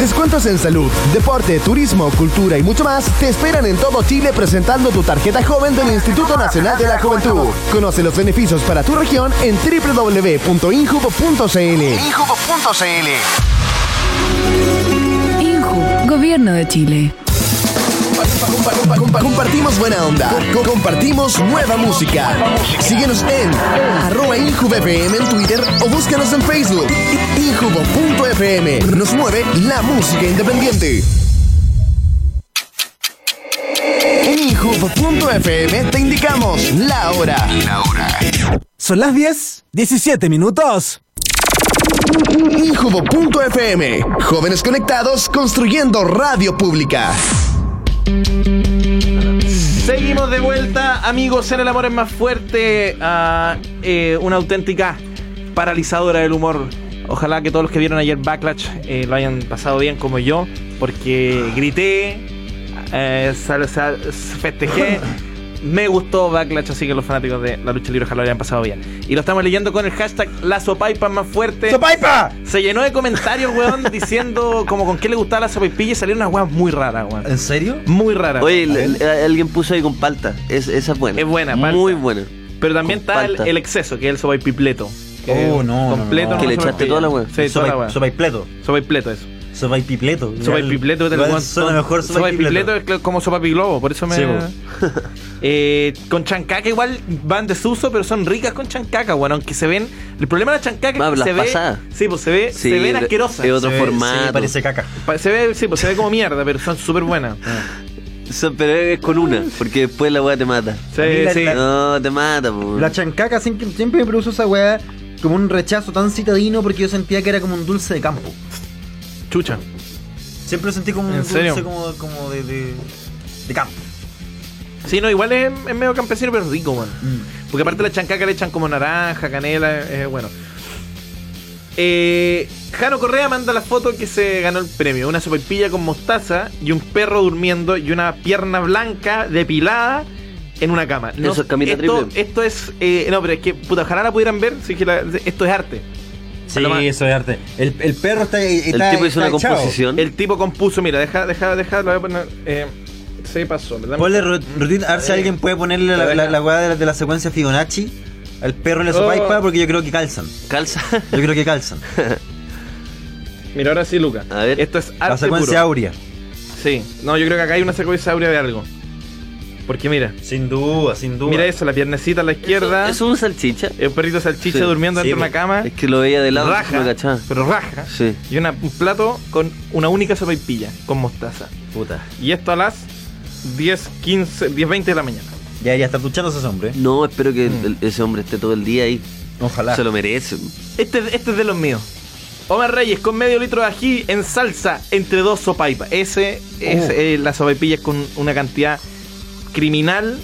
Speaker 1: Descuentos en salud, deporte, turismo, cultura y mucho más te esperan en todo Chile presentando tu tarjeta joven del Instituto Nacional de la Juventud. Conoce los beneficios para tu región en www.injubo.cl.
Speaker 8: INJU, Gobierno de Chile.
Speaker 1: Compartimos buena onda, Co- compartimos nueva música. Síguenos en arroba InjuBFM en Twitter o búscanos en Facebook. Injubo.fm nos mueve la música independiente. En Injubo.fm te indicamos la hora.
Speaker 11: Son las 10, 17 minutos.
Speaker 1: Injubo.fm. Jóvenes conectados construyendo radio pública.
Speaker 3: Seguimos de vuelta, amigos, en el amor es más fuerte. a, eh, una auténtica paralizadora del humor. Ojalá que todos los que vieron ayer Backlash eh, lo hayan pasado bien como yo, porque grité, eh, sal- sal- festejé. Me gustó Backlash, así que los fanáticos de la lucha libre ojalá lo hayan pasado bien. Y lo estamos leyendo con el hashtag La Sopaipa más fuerte.
Speaker 4: ¡Sopaipa!
Speaker 3: Se llenó de comentarios, weón, diciendo como con qué le gustaba la sopaipilla y salieron unas weas muy raras, weón.
Speaker 4: ¿En serio?
Speaker 3: Muy raras.
Speaker 5: Oye, el- el- alguien puso ahí con palta. Es, esa es buena.
Speaker 3: Es buena, palta.
Speaker 5: Muy buena.
Speaker 3: Pero también
Speaker 5: Con
Speaker 3: está el,
Speaker 5: palta.
Speaker 3: el exceso, que es el sopaipipleto. Que
Speaker 4: Oh,
Speaker 3: es
Speaker 4: no, no,
Speaker 3: Completo.
Speaker 4: no.
Speaker 5: Que le
Speaker 3: sopa
Speaker 5: echaste
Speaker 3: y-
Speaker 5: toda la wea.
Speaker 3: Sí, toda la wea.
Speaker 4: Sopa y pleto.
Speaker 3: Sopaipleto, eso.
Speaker 4: Sopa y pipleto.
Speaker 3: Sopa y pipleto
Speaker 4: Igual Suena mejor sopa, y pipleto.
Speaker 3: es como sopa y globo, por eso me.
Speaker 4: Sí,
Speaker 3: Eh, con chancaca igual van de desuso, pero son ricas con chancaca, bueno, aunque se ven. El problema de la chancaca
Speaker 5: Va,
Speaker 3: es que
Speaker 5: las
Speaker 3: se ve.
Speaker 5: pasadas.
Speaker 3: Sí, pues se ve,
Speaker 5: Sí,
Speaker 3: se ven
Speaker 5: de-
Speaker 3: asquerosas.
Speaker 5: de otro
Speaker 3: Se ve-
Speaker 5: formato.
Speaker 4: Parece caca.
Speaker 3: pa- Se ve, sí, pues se ve como mierda, pero son súper buenas.
Speaker 4: Ah.
Speaker 5: So- Pero es con una, porque después la weá te mata.
Speaker 3: Sí,
Speaker 4: mí la-
Speaker 3: sí.
Speaker 4: la-
Speaker 5: No, te mata,
Speaker 3: Mm.
Speaker 5: po.
Speaker 4: La chancaca siempre, siempre me produjo esa weá como un rechazo tan citadino porque yo sentía que era como un dulce de campo.
Speaker 3: Chucha.
Speaker 4: Siempre lo sentí como un
Speaker 3: ¿En
Speaker 4: dulce
Speaker 3: serio?
Speaker 4: como, como de, de, de campo.
Speaker 3: Sí, no, igual es, es medio campesino, pero rico, bueno.
Speaker 4: Mm.
Speaker 3: Porque aparte la chancaca le echan como naranja, canela, eh, bueno. Eh, Jano Correa manda la foto que se ganó el premio. Una sopaipilla con mostaza y un perro durmiendo y una pierna blanca depilada en una cama.
Speaker 5: Eso es camita
Speaker 3: esto,
Speaker 5: triple.
Speaker 3: esto es... eh, no, pero es que, puta, ojalá la pudieran ver. sí que la- esto es arte.
Speaker 4: Sí,
Speaker 3: Lo más-
Speaker 4: eso es arte. El, el perro está,
Speaker 5: El
Speaker 4: está
Speaker 5: tipo hizo
Speaker 4: está
Speaker 5: una
Speaker 4: echado.
Speaker 5: composición.
Speaker 3: El tipo compuso... Mira, deja, deja, deja, lo voy a poner... eh, se pasó, ¿verdad?
Speaker 4: Ponle ru- rutina, a ver si
Speaker 5: Eh,
Speaker 4: alguien puede ponerle la, la, la weá de la, de la secuencia Fibonacci al perro en la sopa
Speaker 3: Oh.
Speaker 4: porque yo creo que calzan.
Speaker 5: Calza.
Speaker 4: Yo creo que calzan.
Speaker 3: Mira, ahora sí, Luca.
Speaker 5: A ver.
Speaker 3: Esto es arte
Speaker 4: La secuencia
Speaker 3: puro.
Speaker 4: áurea.
Speaker 3: Sí. No, yo creo que acá hay una secuencia áurea de algo. Porque mira...
Speaker 4: Sin duda, sin duda.
Speaker 5: eh,
Speaker 3: Mira eso, la piernecita a la izquierda.
Speaker 5: Es una salchicha.
Speaker 3: El perrito salchicha
Speaker 5: Sí.
Speaker 3: durmiendo
Speaker 4: Sí,
Speaker 3: dentro de
Speaker 4: po.
Speaker 3: una cama.
Speaker 5: Es que lo veía de lado.
Speaker 3: raja,
Speaker 5: no cachaba.
Speaker 3: pero raja.
Speaker 5: Sí.
Speaker 3: Y una- un plato con una única sopaipilla, con mostaza.
Speaker 4: Puta.
Speaker 3: Y esto a las 10, 15, 10, 20 de la mañana.
Speaker 4: Ya, ya está duchándose ese hombre.
Speaker 5: No, espero que
Speaker 3: Mm.
Speaker 5: el- ese hombre esté todo el día ahí.
Speaker 4: Ojalá.
Speaker 5: Se lo merece.
Speaker 3: Este, este es de los míos. Omar Reyes con medio litro de ají en salsa entre dos sopaipas. Ese
Speaker 5: Oh.
Speaker 3: es eh, la sopaipilla es con una cantidad criminal,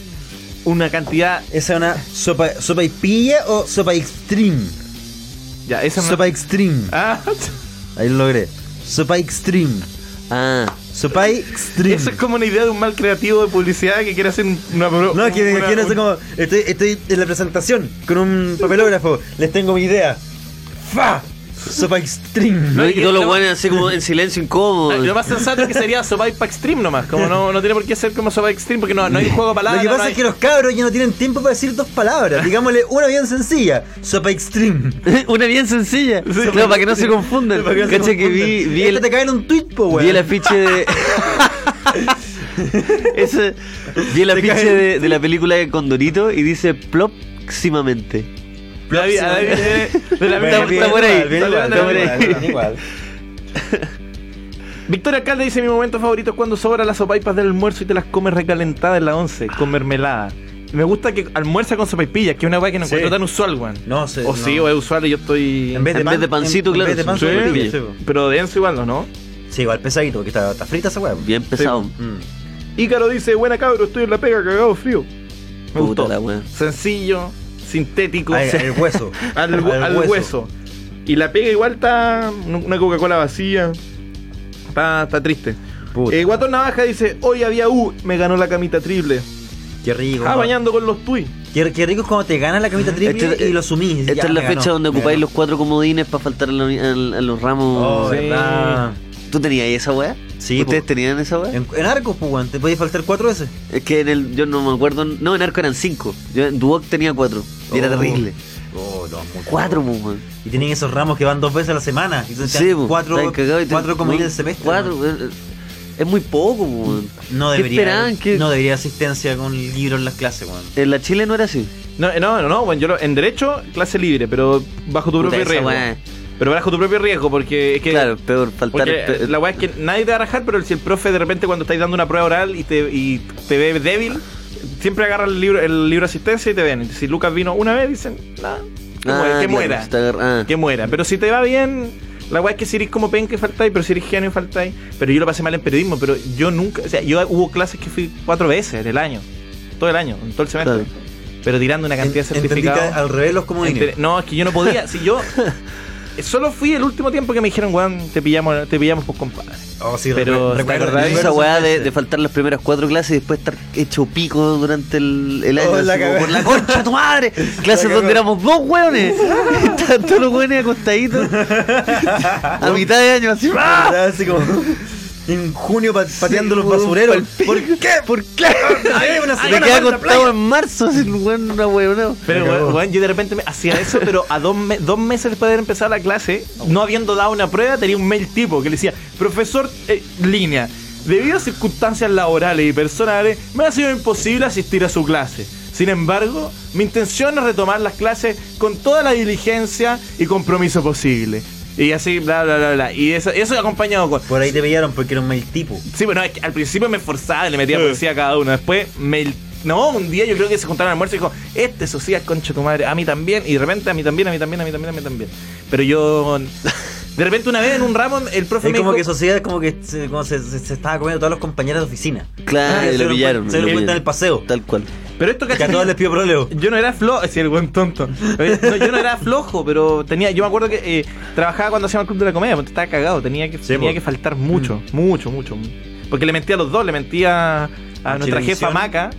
Speaker 3: una cantidad.
Speaker 4: ¿Esa es una sopa, sopa y pilla o sopa extreme?
Speaker 3: Ya, esa es una-
Speaker 4: Sopa extreme.
Speaker 3: Ah,
Speaker 4: Ahí lo logré. Sopa extreme.
Speaker 5: Ah,
Speaker 4: Sopa extreme.
Speaker 3: eso es como una idea de un mal creativo de publicidad que quiere hacer un- una.
Speaker 4: No, que me imagino así como. Estoy, estoy en la presentación con un papelógrafo. Les tengo mi idea. ¡Fa! Sopa extreme.
Speaker 5: no, y
Speaker 3: y
Speaker 5: todos los
Speaker 3: lo-
Speaker 5: guanes así como en
Speaker 3: Ah,
Speaker 5: silencio
Speaker 3: Lo
Speaker 5: incómodo.
Speaker 3: más sensato es que sería Sopaipa Extreme nomás. Como no, no tiene por qué ser como Sopaipa Extreme porque no, no hay juego de palabras.
Speaker 4: Lo que
Speaker 3: no
Speaker 4: pasa
Speaker 3: hay-
Speaker 4: es que los cabros ya no tienen tiempo para decir dos palabras. Digámosle una bien sencilla. Sopa extreme.
Speaker 5: Una bien sencilla.
Speaker 4: Sopa
Speaker 5: No, para que no se
Speaker 4: extreme.
Speaker 5: confundan.
Speaker 4: Para que no se
Speaker 5: Cacha que
Speaker 4: confundan.
Speaker 5: vi, vi
Speaker 4: Este
Speaker 5: el,
Speaker 4: te cae en un tuit, po, weón.
Speaker 5: vi el afiche de. Ese- vi el afiche de, de la película de Condorito y dice plopximamente.
Speaker 3: David- a David- eh, de la
Speaker 4: Bueno,
Speaker 3: misma-
Speaker 4: bien
Speaker 5: está por ahí,
Speaker 4: igual, bien
Speaker 5: está
Speaker 4: igual,
Speaker 5: por
Speaker 4: bien
Speaker 5: ahí.
Speaker 4: igual, bien igual.
Speaker 3: Victoria Alcalde dice: Mi momento favorito es cuando sobra las sopaipas del almuerzo y te las comes recalentadas en la once, con mermelada. Me gusta que almuerza con sopaipillas, que es una weá que no
Speaker 4: Sí.
Speaker 3: encuentro tan usual, weón.
Speaker 4: No sé,
Speaker 3: O
Speaker 4: no.
Speaker 3: sí, o es usual y yo estoy.
Speaker 4: En vez de,
Speaker 5: En vez de pancito, claro,
Speaker 4: En vez de pan,
Speaker 5: sí.
Speaker 4: sopa
Speaker 3: Sí,
Speaker 4: extreme,
Speaker 5: sopaipilla.
Speaker 4: sí, po.
Speaker 3: pero denso igual, ¿no? ¿no?
Speaker 4: Sí, igual pesadito, porque está, está frita esa weá.
Speaker 5: Bien pesado.
Speaker 4: Mm.
Speaker 3: Ícaro dice: Buena cabro, estoy en la pega, cagado frío. Me
Speaker 5: Puta
Speaker 3: gustó.
Speaker 5: la weá.
Speaker 3: Sencillo, sintético.
Speaker 4: Al, al hueso.
Speaker 3: al, hu- al hueso. Y la pega igual está una Coca-Cola vacía. Está, está triste.
Speaker 4: Puta.
Speaker 3: Eh, Guatón Navaja dice, hoy había U, me ganó la camita triple.
Speaker 4: Qué rico.
Speaker 3: Ah,
Speaker 4: ¿no?
Speaker 3: bañando con los tui.
Speaker 4: Qué, qué rico es cuando te ganas la camita triple
Speaker 5: Este-
Speaker 4: y lo sumís.
Speaker 5: Esta
Speaker 4: Ya,
Speaker 5: es la
Speaker 4: me
Speaker 5: fecha
Speaker 4: ganó,
Speaker 5: donde
Speaker 4: me
Speaker 5: ocupáis
Speaker 4: ganó.
Speaker 5: los cuatro comodines para faltar a, la uni- al- a los
Speaker 4: Oh,
Speaker 5: ramos.
Speaker 3: Sí.
Speaker 4: verdad.
Speaker 5: ¿Tú tenías esa weá?
Speaker 4: Sí,
Speaker 5: ¿Ustedes
Speaker 4: po.
Speaker 5: tenían esa weá?
Speaker 4: En, en arcos, pues, weón, te podías faltar cuatro veces.
Speaker 5: Es que en el, yo no me acuerdo, no, en arco eran cinco. Yo en Duoc tenía cuatro. Y era
Speaker 4: Oh.
Speaker 5: terrible.
Speaker 4: Oh, no, muy
Speaker 5: Cuatro,
Speaker 4: rico.
Speaker 5: pues, weón.
Speaker 4: Y tienen esos ramos que van dos veces a la semana. Y entonces te
Speaker 5: Sí,
Speaker 4: dan
Speaker 5: pues,
Speaker 4: cuatro,
Speaker 5: estáis cagados y te-
Speaker 4: cuatro comidas
Speaker 5: weón,
Speaker 4: del semestre.
Speaker 5: Cuatro,
Speaker 4: weón.
Speaker 5: weón. Es muy poco, pues, weón.
Speaker 4: No
Speaker 5: ¿Qué
Speaker 4: debería,
Speaker 5: esperaban que-
Speaker 4: no debería asistencia con libros en las clases, weón.
Speaker 5: En la Chile no era así.
Speaker 3: No, eh, no, no, no, bueno, yo lo- en derecho, clase libre, pero bajo tu
Speaker 5: Puta,
Speaker 3: propio
Speaker 5: esa
Speaker 3: riesgo.
Speaker 5: weá.
Speaker 3: Pero bajo tu propio riesgo, porque es que...
Speaker 5: Claro, peor faltar.
Speaker 3: porque
Speaker 5: pe-
Speaker 3: la weá es que nadie te va a rajar, pero si el profe de repente cuando estáis dando una prueba oral y te, y te ve débil, siempre agarra el libro, el libro de asistencia y te ven. Si Lucas vino una vez, dicen, nada, que,
Speaker 5: Ah,
Speaker 3: muera, que
Speaker 5: claro,
Speaker 3: muera.
Speaker 5: está agar- ah.
Speaker 3: que muera. Pero si te va bien, la weá es que si eres como penca y faltáis, pero si eres genio y faltáis. Pero yo lo pasé mal en periodismo, pero yo nunca, o sea, yo hubo clases que fui cuatro veces en el año, todo el año, en todo el semestre. Pero tirando una cantidad
Speaker 4: En-
Speaker 3: de
Speaker 4: entendí que
Speaker 3: certificados.
Speaker 4: al revés los comodines.
Speaker 3: Ente- No, es que yo no podía. Si yo. Solo fui el último tiempo que me dijeron, weón, te pillamos, te pillamos por compadre.
Speaker 4: Oh, sí,
Speaker 3: Pero,
Speaker 4: recu-
Speaker 3: ¿te
Speaker 4: recuerdo-
Speaker 3: acordás?
Speaker 4: recuerdo
Speaker 5: Esa weá de,
Speaker 4: clase.
Speaker 5: de faltar las primeras cuatro clases y después estar hecho pico durante el, el año.
Speaker 4: Oh,
Speaker 5: así
Speaker 4: la
Speaker 5: como,
Speaker 4: cagá.
Speaker 5: por la concha de tu madre. Clases
Speaker 4: cagó.
Speaker 5: donde éramos dos weones. Estaban todos los weones acostaditos. a mitad de año, así. ¡ah!
Speaker 4: ¿Verdad? Así como. en junio pa- pateando los
Speaker 5: weón,
Speaker 4: basureros.
Speaker 5: palpico.
Speaker 4: ¿Por qué?
Speaker 5: ¿Por qué?
Speaker 4: Ay, una
Speaker 5: Me
Speaker 4: semana
Speaker 5: queda
Speaker 4: más en la
Speaker 5: acostado
Speaker 4: playa.
Speaker 5: en marzo, así, weón, una weón.
Speaker 3: Pero, weón, weón, yo de repente me- hacía eso, pero a dos, me- dos meses después de haber empezado la clase, no habiendo dado una prueba, tenía un mail tipo que le decía, profesor, eh, línea, debido a circunstancias laborales y personales, me ha sido imposible asistir a su clase. Sin embargo, mi intención es retomar las clases con toda la diligencia y compromiso posible. Y así, bla, bla, bla, bla. Y eso, eso acompañado con...
Speaker 4: Por ahí te pillaron porque era un mal tipo.
Speaker 3: Sí, bueno, es que al principio me forzaba y le metía poesía a cada uno. Después me. No, un día yo creo que se juntaron al almuerzo y dijo, este socia es concha de tu madre, a mí también, y de repente a mí también, a mí también, a mí también, a mí también. Pero yo. De repente una vez en un ramo el profe
Speaker 4: Es
Speaker 3: me
Speaker 4: como
Speaker 3: dijo-
Speaker 4: que sociedad como que se, como se, se- se estaba comiendo a todos los compañeros de oficina.
Speaker 5: Claro,
Speaker 4: Ah,
Speaker 5: y
Speaker 4: se
Speaker 5: lo
Speaker 4: lo
Speaker 5: pillaron.
Speaker 4: se
Speaker 5: lo
Speaker 4: lo cuentan en el
Speaker 5: pillaron.
Speaker 4: paseo.
Speaker 5: Tal cual.
Speaker 3: Pero esto
Speaker 4: Que a
Speaker 3: casi.
Speaker 4: todos les pido probleo.
Speaker 3: Yo no era flojo, sí, el buen tonto. Eh, no, yo no era flojo, pero tenía. Yo me acuerdo que eh, trabajaba cuando hacía el club de la comedia, porque estaba cagado, tenía que, tenía
Speaker 4: po.
Speaker 3: que faltar mucho, mucho, mucho. Porque le mentía a los dos, le mentía a nuestra jefa
Speaker 4: Chilevisión.
Speaker 3: Maca,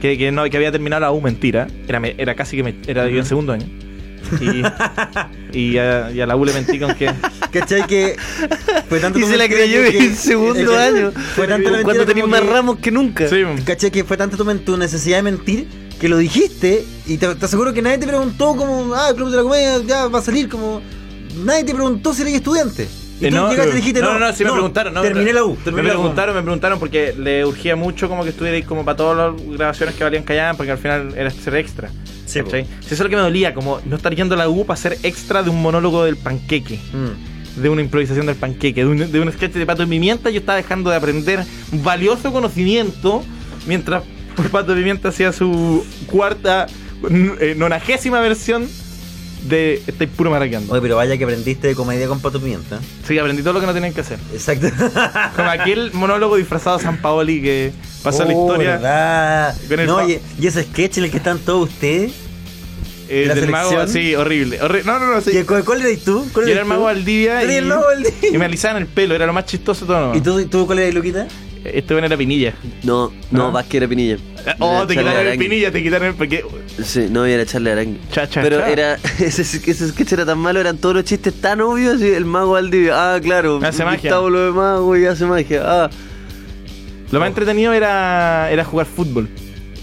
Speaker 3: que, que no, que había terminado la U, mentira. Era, me- era casi que me, era yo en segundo año. Y, y, a, y a la U le mentí con que.
Speaker 4: ¿Cachai? Que fue tanto
Speaker 5: Y
Speaker 4: tu
Speaker 5: se la
Speaker 4: mentira
Speaker 5: creyó
Speaker 4: que-
Speaker 5: en segundo
Speaker 4: que-
Speaker 5: año.
Speaker 4: Fue tanto la
Speaker 5: Cuando
Speaker 4: mentira
Speaker 5: tenés
Speaker 4: como
Speaker 5: más
Speaker 4: que-
Speaker 5: ramos que nunca.
Speaker 3: Sí,
Speaker 4: ¿Cachai? Que fue tanto tu, men- tu necesidad de mentir que lo dijiste y te, te aseguro que nadie te preguntó como, ah, el club de la comedia ya va a salir como... Nadie te preguntó si eres estudiante. Y
Speaker 3: Eh,
Speaker 4: tú llegaste y dijiste,
Speaker 3: no,
Speaker 4: no,
Speaker 3: no, no, sí me preguntaron. No,
Speaker 4: terminé la U.
Speaker 3: me
Speaker 4: Terminé la U.
Speaker 3: preguntaron, me preguntaron porque le urgía mucho como que estuviera ahí como para todas las grabaciones que valían callar, porque al final era ser extra.
Speaker 4: Sí,
Speaker 3: ¿cachai? Sí, eso es lo que me dolía, como no estar yendo a la U para ser extra de un monólogo del panqueque,
Speaker 4: Mm.
Speaker 3: de una improvisación del panqueque, de un, de un sketch de pato y pimienta. Yo estaba dejando de aprender valioso conocimiento mientras pato y pimienta hacía su cuarta, eh, nonagésima versión de Estoy puro maraqueando.
Speaker 4: Oye, pero vaya que aprendiste de comedia con Pato Pimienta.
Speaker 3: Sí, aprendí todo lo que no tenían que hacer.
Speaker 4: Exacto.
Speaker 3: Como aquel monólogo disfrazado de San Paoli que pasó
Speaker 5: Oh,
Speaker 3: a la historia.
Speaker 4: Oh, ¿verdad?
Speaker 3: Con el
Speaker 4: No,
Speaker 3: pa-
Speaker 4: y, y ese sketch en el que están todos ustedes.
Speaker 3: eh,
Speaker 4: ¿La
Speaker 3: del mago,
Speaker 4: selección?
Speaker 3: sí, horrible. horri- no, no, no, sí.
Speaker 4: ¿Qué- ¿Cuál, cuál eres tú? ¿Cuál
Speaker 3: Yo era el mago Valdivia
Speaker 4: Tú eres
Speaker 3: y,
Speaker 4: el mago Valdivia.
Speaker 3: y me alisaban el pelo, era lo más chistoso de todo. nomás.
Speaker 4: ¿Y tú, tú cuál eres, Luquita?
Speaker 3: Este bueno era Pinilla.
Speaker 5: No,
Speaker 3: Ah.
Speaker 5: no, Vázquez era Pinilla.
Speaker 3: Oh,
Speaker 5: Era
Speaker 3: te
Speaker 5: Charlie
Speaker 3: quitaron el
Speaker 5: Arangui.
Speaker 3: Pinilla, te quitaron el. Porque,
Speaker 5: Sí, no, era Charlie Arangui.
Speaker 3: Cha, cha,
Speaker 5: Pero
Speaker 3: cha.
Speaker 5: era ese, ese sketch era tan malo, eran todos los chistes tan obvios. Y el mago Valdivia, ah, claro.
Speaker 3: Hace magia.
Speaker 5: Gustavo lo de mago y hace magia. Ah,
Speaker 3: lo más entretenido era, era jugar fútbol.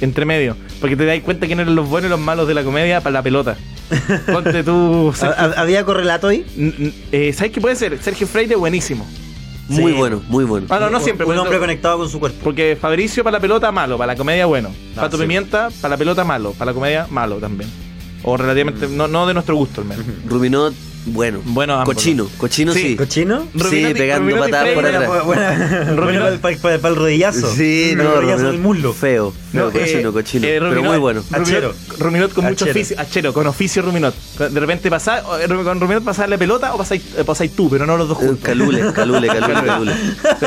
Speaker 3: Entre medio. Porque te das cuenta quiénes eran los buenos y los malos de la comedia para la pelota. Ponte tú.
Speaker 4: ¿Ha-
Speaker 3: Sergio-
Speaker 4: ha- ¿Había correlato ahí?
Speaker 3: N- n- eh, ¿Sabes qué puede ser? Sergio Freire, buenísimo.
Speaker 5: muy
Speaker 4: Sí.
Speaker 5: bueno, muy bueno.
Speaker 3: Ah, no, no siempre.
Speaker 4: Un
Speaker 3: pero-
Speaker 4: hombre conectado con su cuerpo.
Speaker 3: Porque Fabricio para la pelota malo, para la comedia bueno.
Speaker 4: Ah,
Speaker 3: Pato
Speaker 4: sí.
Speaker 3: Pimienta para la pelota malo, para la comedia malo también. O relativamente,
Speaker 4: Mm.
Speaker 3: no, no de nuestro gusto al menos.
Speaker 5: Ruminó, bueno.
Speaker 3: Bueno, ambos.
Speaker 5: Cochino, cochino
Speaker 3: Sí.
Speaker 5: sí.
Speaker 4: ¿Cochino?
Speaker 5: Sí, pegando
Speaker 3: Rubinotti
Speaker 5: patadas por
Speaker 3: Freire,
Speaker 5: atrás.
Speaker 4: Bueno, para, el rodillazo.
Speaker 5: Sí,
Speaker 4: el
Speaker 5: no,
Speaker 4: rodillazo
Speaker 5: Ruminó-
Speaker 4: del muslo.
Speaker 5: Feo, feo,
Speaker 3: No, eh,
Speaker 5: cochino, cochino.
Speaker 3: eh,
Speaker 5: pero
Speaker 3: Ruminot-
Speaker 5: muy bueno.
Speaker 3: Ruminot-
Speaker 4: Achero.
Speaker 3: Ruminot con mucho
Speaker 4: Achero.
Speaker 3: oficio. Achero, con oficio Ruminot. De repente pasás, o, eh, con Ruminot pasás la pelota o pasáis, eh, pasáis tú, pero no los dos
Speaker 5: Eh,
Speaker 3: juntos.
Speaker 5: Calule, calule, calule, calule.
Speaker 3: Sí.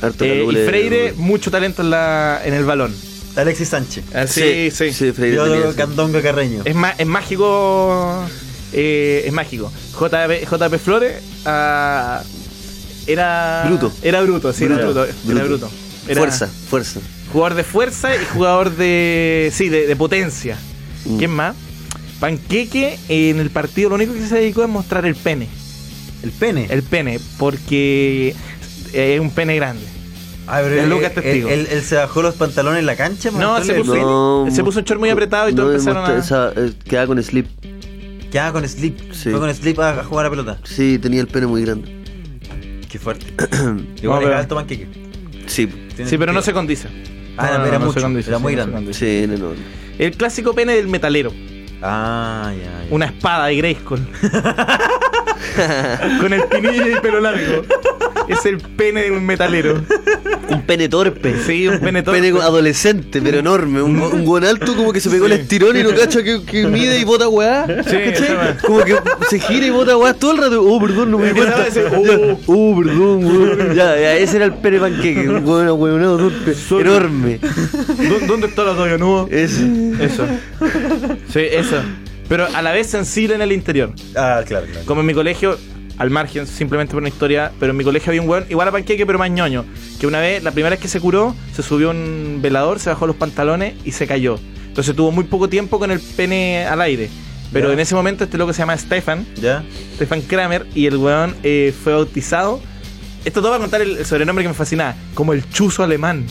Speaker 5: Harto
Speaker 3: Eh, y
Speaker 5: calule.
Speaker 3: Freire, mucho talento en, la, en el balón.
Speaker 4: Alexis Sánchez.
Speaker 3: Ah,
Speaker 5: Sí, sí, sí. Freire tenía
Speaker 4: Yo,
Speaker 5: eso.
Speaker 4: Candonga Carreño.
Speaker 3: Es, ma- es mágico. eh, es mágico. JP, JP Flores ah, era.
Speaker 5: Bruto.
Speaker 3: Era bruto, sí, era
Speaker 5: Bruto,
Speaker 3: bruto. Era
Speaker 5: bruto.
Speaker 3: bruto. Era
Speaker 5: Fuerza, fuerza.
Speaker 3: Jugador de fuerza y jugador de. Sí, de, de potencia.
Speaker 5: Mm.
Speaker 3: ¿Quién más? Panqueque en el partido lo único que se dedicó es mostrar el pene.
Speaker 4: El pene.
Speaker 3: El pene, porque eh, es un pene grande.
Speaker 4: Ah, pero
Speaker 3: el
Speaker 4: él-
Speaker 3: Lucas
Speaker 4: él-
Speaker 3: testigo.
Speaker 4: Él, él se bajó los pantalones en la cancha. para
Speaker 3: No, se
Speaker 4: mostrarle el
Speaker 3: puso,
Speaker 4: pene.
Speaker 5: No,
Speaker 3: se puso un short muy apretado y todos
Speaker 5: no
Speaker 3: empezaron a.
Speaker 5: demostra- esa, eh, quedaba con slip.
Speaker 4: Quedaba con Slip.
Speaker 5: Sí.
Speaker 4: Fue con Slip a, a jugar a pelota.
Speaker 5: Sí, tenía el pene muy grande.
Speaker 4: Qué fuerte.
Speaker 3: No,
Speaker 4: Igual
Speaker 3: pero-
Speaker 4: era alto panqueque.
Speaker 5: Sí,
Speaker 4: Tiene
Speaker 3: Sí, pero no
Speaker 4: sentido.
Speaker 3: se condice.
Speaker 4: Ah,
Speaker 3: No,
Speaker 4: era-
Speaker 3: no, no
Speaker 4: era
Speaker 3: se
Speaker 4: mucho,
Speaker 3: condice,
Speaker 4: era
Speaker 3: sí,
Speaker 4: muy
Speaker 3: no se
Speaker 4: grande.
Speaker 3: condice.
Speaker 5: sí, era enorme.
Speaker 3: El clásico pene del metalero.
Speaker 4: Ah, ya. ya.
Speaker 3: Una espada de Grayskull. Con el pinillo y pelo largo. Es el pene de un metalero.
Speaker 5: Un pene torpe.
Speaker 3: Sí, un pene torpe.
Speaker 5: Pene adolescente, pero enorme. Un, un buen alto como que se pegó el estirón y no cacha que, que mide y bota weá. ¿Cachai?
Speaker 3: esa weá.
Speaker 5: Como que se gira y bota weá todo el rato. Oh, perdón, no me di
Speaker 3: Que estaba
Speaker 5: cuenta.
Speaker 3: ese,
Speaker 5: Ya, Oh, perdón, weón. Ya, ya, ese era el pene panqueque. Un weón ahueonado torpe. Enorme.
Speaker 3: ¿Dó- ¿Dónde está la toalla nueva?
Speaker 5: Ese.
Speaker 3: Eso. Sí, eso. Pero a la vez sensible en el interior.
Speaker 4: Ah, claro, claro.
Speaker 3: Como en mi colegio, al margen, simplemente por una historia, pero en mi colegio había un weón, igual a panqueque, pero más ñoño. Que una vez, la primera vez que se curó, se subió a un velador, se bajó los pantalones y se cayó. Entonces tuvo muy poco tiempo con el pene al aire. Pero
Speaker 4: Ya.
Speaker 3: en ese momento, este loco se llama Stefan,
Speaker 4: ¿Ya?
Speaker 3: Stefan Kramer, y el weón eh, fue bautizado Esto todo va a contar el, el sobrenombre que me fascinaba, como el chuzo alemán.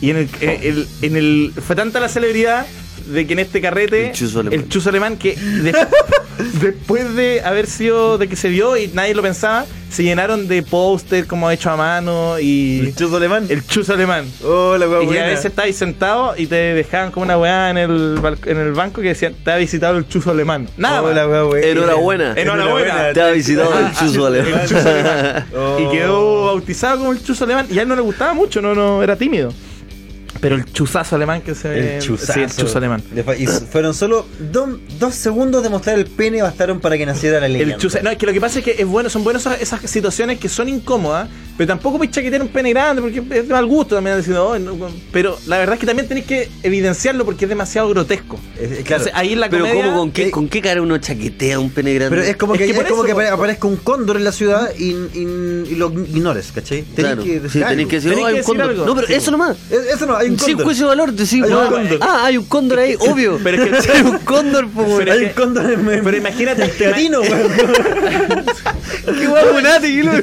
Speaker 3: Y en el, eh, el- en el- fue tanta la celebridad de que en este carrete, el chuzo alemán, que de- después de haber sido, de que se vio y nadie lo pensaba, se llenaron de póster como hecho a mano y... ¿El chuzo alemán? El chuzo alemán.
Speaker 4: Oh, la
Speaker 3: Y a veces estabas sentado y te dejaban como una weá en el, bal- en el banco que decían, te ha visitado el chuzo alemán.
Speaker 4: Ah,
Speaker 3: Nada.
Speaker 4: Oh,
Speaker 3: más. Eh,
Speaker 5: Enhorabuena.
Speaker 3: Enhorabuena. Oh,
Speaker 5: Te ha visitado el chuzo alemán.
Speaker 3: El chuzo alemán.
Speaker 4: Oh.
Speaker 3: Y quedó bautizado como el chuzo alemán. Y a él no le gustaba mucho, no, no, era tímido. Pero el chuzazo alemán que se.
Speaker 4: El chuzazo.
Speaker 3: Sí, el chuzo alemán.
Speaker 4: Le fa- Y fueron solo do- dos segundos de mostrar el pene bastaron para que naciera la leyenda.
Speaker 3: El chuza- no, es que lo que pasa es que es bueno, son buenas esas, esas situaciones que son incómodas, pero tampoco podéis chaquetear un pene grande porque es de mal gusto también decir, "Oh, no", pero la verdad es que también tenéis que evidenciarlo porque es demasiado grotesco. Entonces, ahí en la
Speaker 5: Pero
Speaker 3: comedia-
Speaker 5: ¿cómo, con, qué, ¿con qué cara uno chaquetea un pene grande?
Speaker 4: Pero es como que, es
Speaker 3: por
Speaker 4: como
Speaker 3: eso,
Speaker 4: que
Speaker 3: po.
Speaker 4: apare- aparezca un cóndor en la ciudad y, y- y lo ignores, ¿cachai? Tenés
Speaker 5: Claro.
Speaker 4: que
Speaker 5: Sí, tenés que decir,
Speaker 4: Tenés
Speaker 5: "Oh, hay un cóndor".
Speaker 4: algo.
Speaker 5: No, pero eso nomás.
Speaker 4: Es- Eso no, hay un
Speaker 5: Sin
Speaker 4: cóndor.
Speaker 5: juicio de valor, decís,
Speaker 4: Hay un
Speaker 5: "Ah,
Speaker 4: cóndor".
Speaker 5: ah, hay un cóndor ahí, obvio.
Speaker 3: Pero es que-
Speaker 5: hay un cóndor, po, weón.
Speaker 3: Pero es
Speaker 4: Hay un
Speaker 3: que-
Speaker 4: cóndor en
Speaker 3: Pero imagínate,
Speaker 4: Catino, weón.
Speaker 5: Qué guapo, Nati, que lo-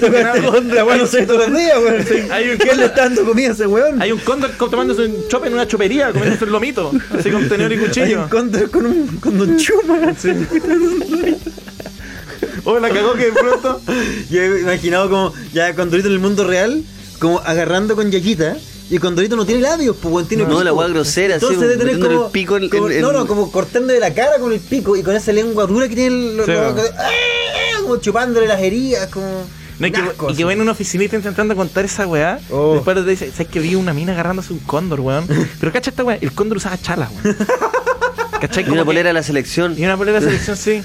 Speaker 4: La weón no sé todos los días, weón.
Speaker 3: Hay un
Speaker 4: ¿Qué le está dando comida a ese weón?
Speaker 3: Hay un cóndor co- tomándose un chope en una chopería, comiéndose el lomito, así con tenedor y
Speaker 4: Hay
Speaker 3: cuchillo.
Speaker 4: un cóndor con un, con un chuma.
Speaker 3: Oh, la cagó que de pronto.
Speaker 4: Yo he imaginado como ya Condorito en el mundo real, como agarrando con Yayita. Y Condorito no tiene labios, pues weón, tiene
Speaker 5: No,
Speaker 4: pico.
Speaker 5: la weá grosera, así,
Speaker 4: Entonces debe tener
Speaker 5: metiéndole
Speaker 4: como,
Speaker 5: el pico en-
Speaker 4: como-
Speaker 5: en-
Speaker 4: No,
Speaker 5: en-
Speaker 4: no, como cortando de la cara con el pico y con esa lengua dura que tiene el,
Speaker 3: Sí,
Speaker 4: lo-
Speaker 3: weón.
Speaker 4: ¡Ah! como chupándole las heridas, como.
Speaker 3: No, y, que,
Speaker 4: Nasco,
Speaker 3: y que
Speaker 4: así.
Speaker 3: ven un oficinista intentando contar esa weá.
Speaker 4: Oh.
Speaker 3: Después te dice, ¿sabes que vi una mina agarrándose un cóndor, weón? Pero cacha esta weá, el cóndor usaba chalas, weón. ¿Cachai?
Speaker 5: Y una
Speaker 3: Como
Speaker 5: polera de la selección.
Speaker 3: que- y una polera de selección, sí.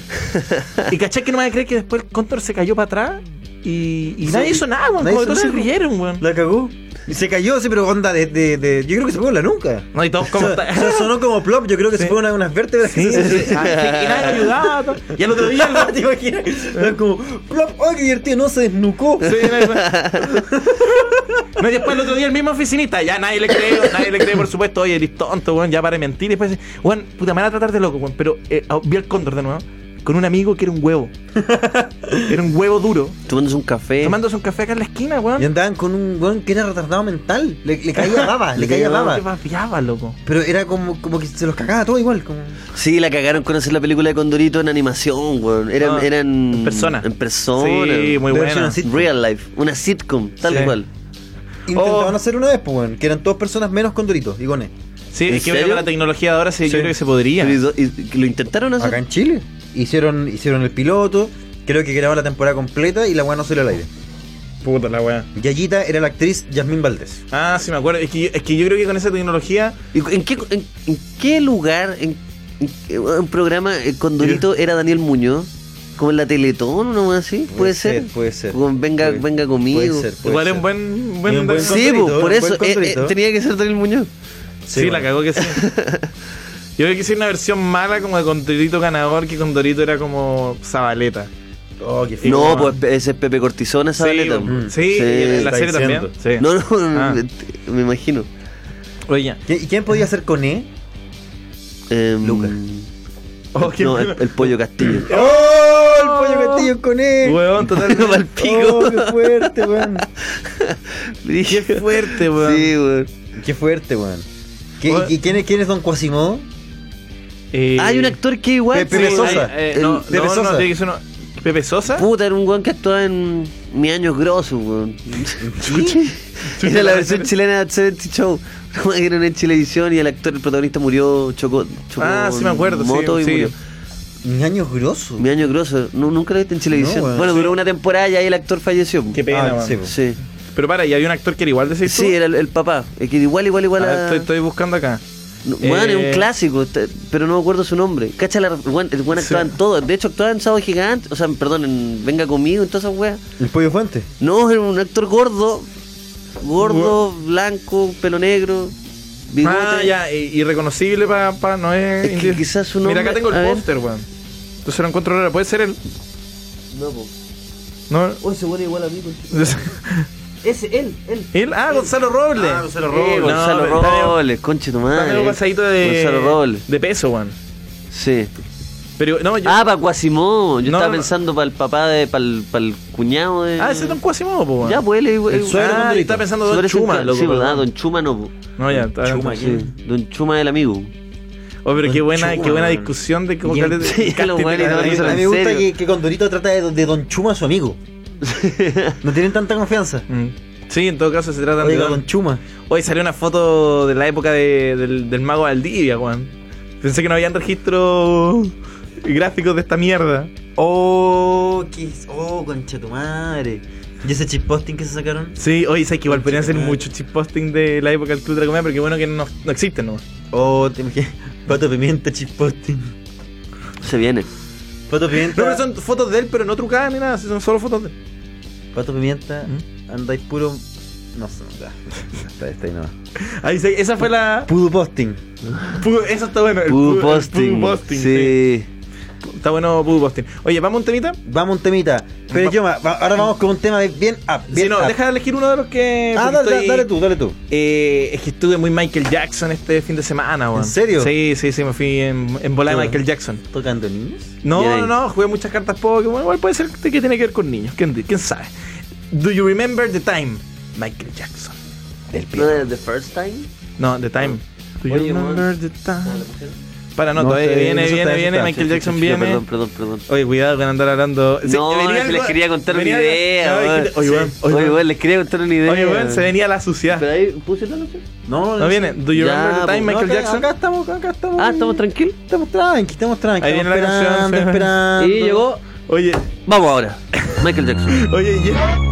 Speaker 3: Y cachai que no me vas a creer que después el cóndor se cayó para atrás y, y nadie hizo nada, weón.
Speaker 4: Nadie
Speaker 3: Como
Speaker 4: hizo
Speaker 3: todos se
Speaker 4: nada.
Speaker 3: rieron, weón.
Speaker 4: La cagó. Y se cayó así, pero onda de, de, de- Yo creo que se fue con la nuca.
Speaker 3: No, y todos como.
Speaker 4: O sea, o sea, sonó como plop, yo creo que se fue una, unas vértebras.
Speaker 3: Sí, sí, sí. Ah, sí, Y nadie ayudaba. todo. Y al otro día, el
Speaker 4: ¿Te imaginas? Era como, plop, oh, qué divertido, no se desnucó.
Speaker 3: Sí, nadie fue. No, y después el otro día el mismo oficinista, ya nadie le cree, nadie le cree, por supuesto, oye, eres tonto, weón, ya para de mentir. Y después, dice, weón, puta, me van a tratar de loco, weón, pero eh, ah, vi al cóndor de nuevo, con un amigo que era un huevo. Era un huevo duro,
Speaker 5: Tomándose un café.
Speaker 3: tomándose un café acá en la esquina, weón.
Speaker 4: Y andaban con un weón que era retardado mental. Le, le caía baba, le caía
Speaker 3: Te
Speaker 4: baba.
Speaker 3: vapeaba, loco.
Speaker 4: Pero era como, como que se los cagaba todo igual. Como...
Speaker 5: Sí, la cagaron con hacer la película de Condorito en animación, weón. Eran,
Speaker 3: Ah,
Speaker 5: eran
Speaker 3: en persona.
Speaker 5: En persona.
Speaker 3: Sí, muy
Speaker 4: Debe
Speaker 3: buena.
Speaker 4: ser una sitcom.
Speaker 5: Real life, una sitcom, tal
Speaker 3: Sí.
Speaker 5: cual.
Speaker 4: Intentaban hacer una vez, pues, weón, que eran todas personas menos condoritos y gones.
Speaker 3: Sí,
Speaker 5: ¿En
Speaker 3: es que creo que
Speaker 5: serio?
Speaker 3: con la tecnología de ahora sí, yo creo que se podría.
Speaker 5: Pero y do- y- y lo intentaron hacer.
Speaker 4: Acá en Chile. Hicieron, hicieron el piloto, creo que grabaron la temporada completa y la weón no salió al aire.
Speaker 3: Puta la weá.
Speaker 4: Yayita era la actriz Yasmín Valdés.
Speaker 3: Ah, sí, me acuerdo. Es que, yo- es que yo creo que con esa tecnología.
Speaker 5: ¿Y ¿En qué, en, en qué lugar, en, en qué- un programa, eh, Condorito era Daniel Muñoz? ¿Como en la Teletón o no así? ¿Puede, ser,
Speaker 4: Puede ser.
Speaker 5: Con venga,
Speaker 4: Puede-
Speaker 5: venga conmigo.
Speaker 4: Puede ser, puede
Speaker 3: igual es
Speaker 4: ser.
Speaker 3: un buen. buen,
Speaker 4: Y un buen
Speaker 3: sí,
Speaker 5: Sí,
Speaker 4: Condorito,
Speaker 5: po, por
Speaker 4: buen
Speaker 5: eso eh, eh,
Speaker 4: Condorito.
Speaker 5: tenía que ser Daniel Muñoz.
Speaker 3: Sí, la cagó que sí. Yo creo que hice una versión mala como de Condorito ganador, que Condorito era como Zabaleta.
Speaker 4: Oh, qué
Speaker 5: no,
Speaker 4: feo.
Speaker 5: pues ese es Pepe Cortisona, esa
Speaker 3: sí,
Speaker 5: baleta.
Speaker 3: mm,
Speaker 5: po.
Speaker 3: sí, y en la
Speaker 4: está
Speaker 3: serie
Speaker 4: diciendo.
Speaker 3: también. Sí.
Speaker 5: No, no,
Speaker 3: Ah.
Speaker 5: me- me imagino.
Speaker 3: Oye, ya.
Speaker 4: ¿Qui- ¿Y quién podía ser con E?
Speaker 5: Em,
Speaker 4: Lucas.
Speaker 3: Oh, qué
Speaker 5: no, el, el pollo castillo.
Speaker 4: ¡Oh! El pollo castillo con E.
Speaker 3: Weón, total.
Speaker 5: No, pa'l pico.
Speaker 4: Oh, qué fuerte, weón.
Speaker 5: Qué
Speaker 3: fuerte, weón.
Speaker 5: Sí, weón.
Speaker 4: Qué fuerte, weón. ¿Qué-
Speaker 3: Weón.
Speaker 4: y- ¿Y quién es, quién es Don Quasimodo?
Speaker 3: Eh,
Speaker 5: Hay un actor que igual.
Speaker 4: Pepe
Speaker 5: sí,
Speaker 4: Sosa.
Speaker 5: hay-
Speaker 3: eh,
Speaker 5: el-
Speaker 3: no,
Speaker 4: Pepe
Speaker 3: no, no,
Speaker 4: Sosa.
Speaker 3: tiene que ser uno- Pepe Sosa.
Speaker 5: Puta, era un weón que actuaba en Mi Años Grosso, weón. Era la versión chilena de 70 Show. que era en Chilevisión y el actor, el protagonista murió, chocó, chocó
Speaker 3: Ah, sí me acuerdo, sí,
Speaker 5: moto y
Speaker 3: sí.
Speaker 5: murió.
Speaker 4: Ñaño grosso.
Speaker 5: Mi Años Grosso, no, nunca lo viste en Chilevisión.
Speaker 4: No, weón,
Speaker 5: bueno,
Speaker 4: sí.
Speaker 5: duró una temporada y ahí el actor falleció.
Speaker 3: Qué pena,
Speaker 4: Ah,
Speaker 3: weón.
Speaker 4: sí, po.
Speaker 5: Sí,
Speaker 3: Pero para, y había un actor que era igual de ese.
Speaker 5: sí, era el, el papá. Es que igual, igual, igual. a-
Speaker 3: estoy, estoy buscando acá.
Speaker 5: No, weón, es
Speaker 3: Eh,
Speaker 5: un clásico, te- pero no me acuerdo su nombre. Cacha, la, weón, el weón actuaba en todo. De hecho, actuaba en Sábado Gigante, o sea, en- perdón, en Venga Conmigo, en todas esas weas.
Speaker 4: El pollo fuente.
Speaker 5: No, era un actor gordo, gordo, blanco, pelo negro, bigote.
Speaker 3: Ah, ya, i- irreconocible para. Pa, no es.
Speaker 5: Es que quizás su
Speaker 3: Mira,
Speaker 5: nombre-
Speaker 3: acá tengo
Speaker 5: a
Speaker 3: el
Speaker 5: ver.
Speaker 3: póster, weón. Entonces lo encuentro ahora. ¿Puede ser él?
Speaker 5: No, po.
Speaker 3: No.
Speaker 5: Uy, se huele igual a mí. conche- Ese, él, él.
Speaker 3: ¿Él? Ah, Gonzalo Robles. Ah, Gonzalo
Speaker 5: Eh, Gonzalo Robles, conche tu
Speaker 3: Dame
Speaker 5: madre.
Speaker 3: un pasadito de,
Speaker 5: Gonzalo Robles.
Speaker 3: de peso, weón.
Speaker 5: Sí.
Speaker 3: Pero no, yo.
Speaker 5: Ah, para Quasimodo. Yo
Speaker 3: No,
Speaker 5: estaba
Speaker 3: no.
Speaker 5: pensando para el papá de. para el, cuñado de.
Speaker 3: Ah, ese es Don Quasimodo, po, weón.
Speaker 5: Ya, pues él es igual-
Speaker 3: El suegro
Speaker 5: Ah,
Speaker 3: de Don Dorito. Estaba pensando Don
Speaker 5: suegro
Speaker 3: Chuma,
Speaker 5: central.
Speaker 3: loco,
Speaker 5: Sí,
Speaker 3: perdón.
Speaker 5: ah, Don Chuma no. po.
Speaker 3: No, ya, está.
Speaker 5: Chuma,
Speaker 3: sí.
Speaker 5: sí. Don Chuma del amigo.
Speaker 3: Oh, pero qué
Speaker 5: Don
Speaker 3: buena,
Speaker 5: Chuma,
Speaker 3: qué buena
Speaker 5: weón.
Speaker 3: discusión de cómo
Speaker 5: Y
Speaker 3: caleta-
Speaker 5: sí,
Speaker 3: casting
Speaker 5: los
Speaker 3: de
Speaker 5: weones
Speaker 3: caleta-
Speaker 5: no
Speaker 4: A mí,
Speaker 5: Eso,
Speaker 4: a mí me
Speaker 5: en
Speaker 4: gusta
Speaker 5: serio.
Speaker 4: que, que Condorito trata de, de Don Chuma a su amigo. No tienen tanta confianza.
Speaker 3: Mm. Sí, en todo caso se tratan de.
Speaker 4: Oiga, Don Chuma.
Speaker 3: Hoy salió una foto de la época de- del, del mago Valdivia, weón. Pensé que no habían registros gráficos de esta mierda.
Speaker 4: Oh, qué, oh, concha tu madre. ¿Y ese chip posting que se sacaron?
Speaker 3: Sí, oye, sabes que igual podrían hacer
Speaker 4: Conchetumare.
Speaker 3: mucho chipposting de la época del Club de la Comedia, pero qué bueno que no, no existen, ¿no?
Speaker 4: Oh, te imaginas. Pato Pimienta chip posting.
Speaker 5: Se viene.
Speaker 4: Pato
Speaker 3: No,
Speaker 4: Pimienta.
Speaker 3: pero son fotos de él, pero no trucadas ni nada, son solo fotos de él.
Speaker 4: Pato Pimienta, andáis puro. No sé, ya. Está, está ahí nomás.
Speaker 3: Ahí se- esa fue la.
Speaker 4: Pudo posting.
Speaker 3: Pudo- eso está bueno. el pudo-
Speaker 5: Pudo
Speaker 3: el
Speaker 5: posting.
Speaker 3: pudo posting, sí.
Speaker 5: sí.
Speaker 3: Está bueno Pudo posting. Oye, vamos a un temita.
Speaker 4: Vamos un temita. Pero
Speaker 3: Va-
Speaker 4: yo, ahora vamos con un tema de bien up. Bien
Speaker 3: Si no,
Speaker 4: up.
Speaker 3: deja de elegir uno de los que.
Speaker 4: ah,
Speaker 3: porque
Speaker 4: dale,
Speaker 3: estoy-
Speaker 4: dale tú, dale tú.
Speaker 3: Eh, es que estuve muy Michael Jackson este fin de semana, weón.
Speaker 4: ¿En serio?
Speaker 3: Sí, sí, sí, me fui en, en bola de
Speaker 4: Tú.
Speaker 3: Michael Jackson.
Speaker 4: ¿Tocando niños?
Speaker 3: No,
Speaker 5: Bien ahí.
Speaker 3: no, no, jugué muchas cartas Pokémon. Igual puede ser que tiene que ver con niños, quién, quién sabe. Do you remember the time? Michael Jackson. Del
Speaker 5: ¿No
Speaker 3: piano.
Speaker 5: de The First Time?
Speaker 3: No, the time. Do you
Speaker 5: Oye,
Speaker 3: remember
Speaker 5: weón.
Speaker 3: the time?
Speaker 5: ¿La mujer?
Speaker 3: Para, no,
Speaker 4: No,
Speaker 3: todavía
Speaker 4: te-
Speaker 3: viene,
Speaker 4: eso
Speaker 3: viene,
Speaker 4: está, eso
Speaker 3: viene,
Speaker 4: está.
Speaker 3: Michael
Speaker 4: Sí, sí,
Speaker 3: Jackson
Speaker 5: Sí,
Speaker 3: viene.
Speaker 5: Perdón, perdón, perdón.
Speaker 3: Oye, cuidado con andar hablando. Sí,
Speaker 5: No,
Speaker 3: venía
Speaker 5: es que les
Speaker 3: algo-
Speaker 5: quería contar una
Speaker 3: venía-
Speaker 5: idea,
Speaker 3: Ay,
Speaker 5: weón.
Speaker 3: que- Oye, weón, oye,
Speaker 5: Oye,
Speaker 3: weón.
Speaker 5: weón, les quería contar una idea.
Speaker 3: Oye, weón, se venía la suciedad.
Speaker 5: Pero ahí puse la noche.
Speaker 4: No,
Speaker 3: No viene. Do you
Speaker 5: Ya,
Speaker 3: remember the
Speaker 5: pues,
Speaker 3: time,
Speaker 5: no,
Speaker 3: Michael
Speaker 4: acá-
Speaker 3: Jackson?
Speaker 4: Acá estamos, acá estamos.
Speaker 5: Ah, ¿estamos tranquilos?
Speaker 4: Estamos tranqui, estamos tranqui.
Speaker 3: Ahí
Speaker 4: estamos
Speaker 3: viene la canción,
Speaker 4: esperando,
Speaker 3: Fer.
Speaker 4: esperando.
Speaker 5: Y llegó.
Speaker 3: Oye,
Speaker 5: Vamos ahora. Michael Jackson.
Speaker 3: oye, y-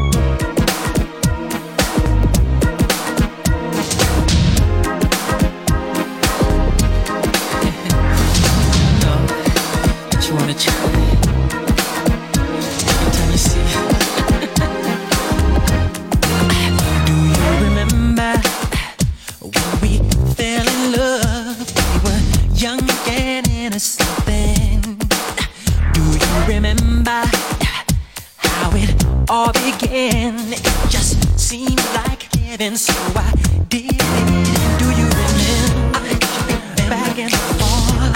Speaker 9: you wanna try it. Every time you see it. Do you remember when we fell in love? We were young and innocent then. Do you remember how it all began? It just seemed like heaven, so I did. it. Do you remember? Back and forth.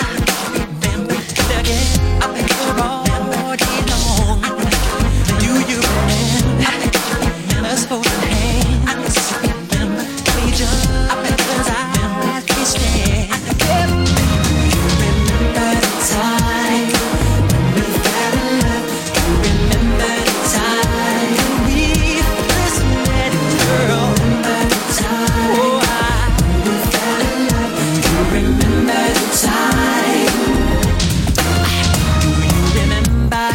Speaker 9: Remember again. I've been here all day long. Do you remember us holding hands? Remember we just up and cause I as we stand. You remember the time when we fell in love. You remember the time when we first met, girl. Remember the time when we fell in love. You remember the time. Do you remember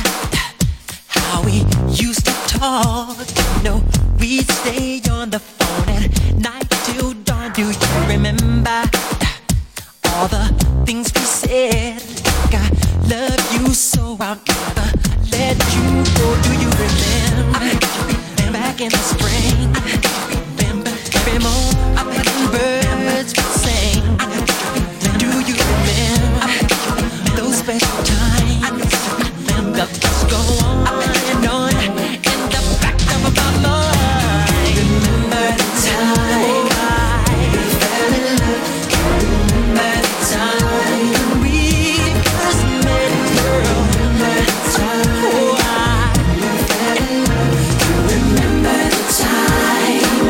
Speaker 9: how we used to talk? No, we'd stay on the phone at night till dawn. Do you remember all the things we said? Like I love you, so I'll never let you go. Do you remember back in the spring? Remember every moment when birds would sing? Do you remember? those special times. The bus go on and on in the back of my mind. Remember the time we fell in love. Remember the time we first met, girl. Remember the time we fell in love. Remember the time.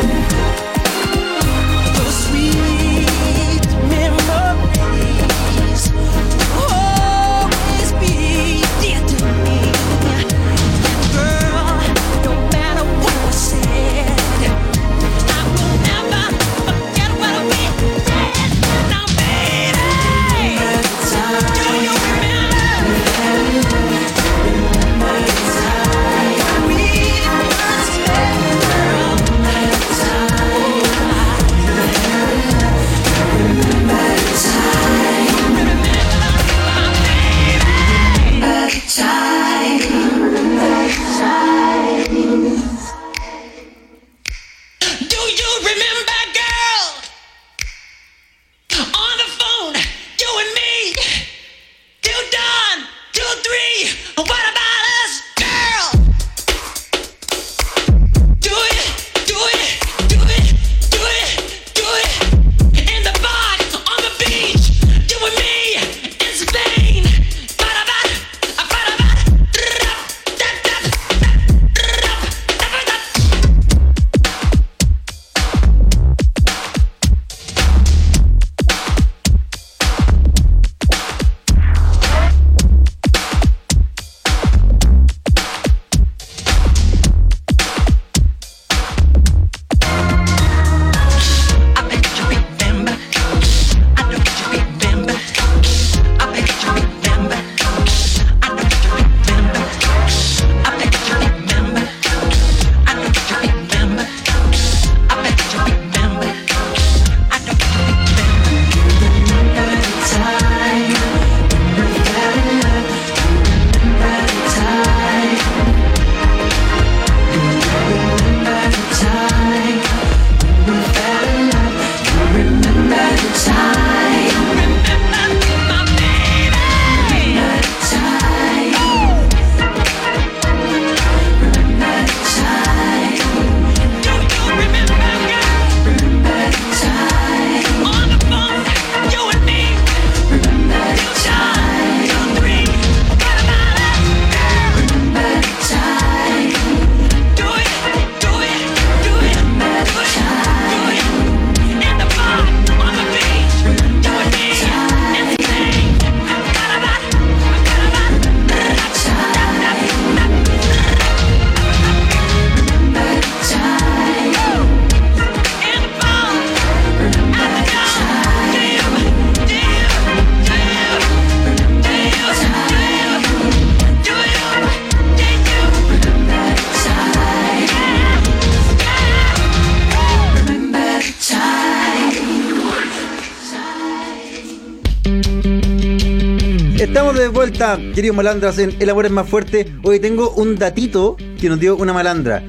Speaker 4: Estamos de vuelta, queridos malandras, en El Amor es Más Fuerte. Hoy tengo un datito que nos dio una malandra.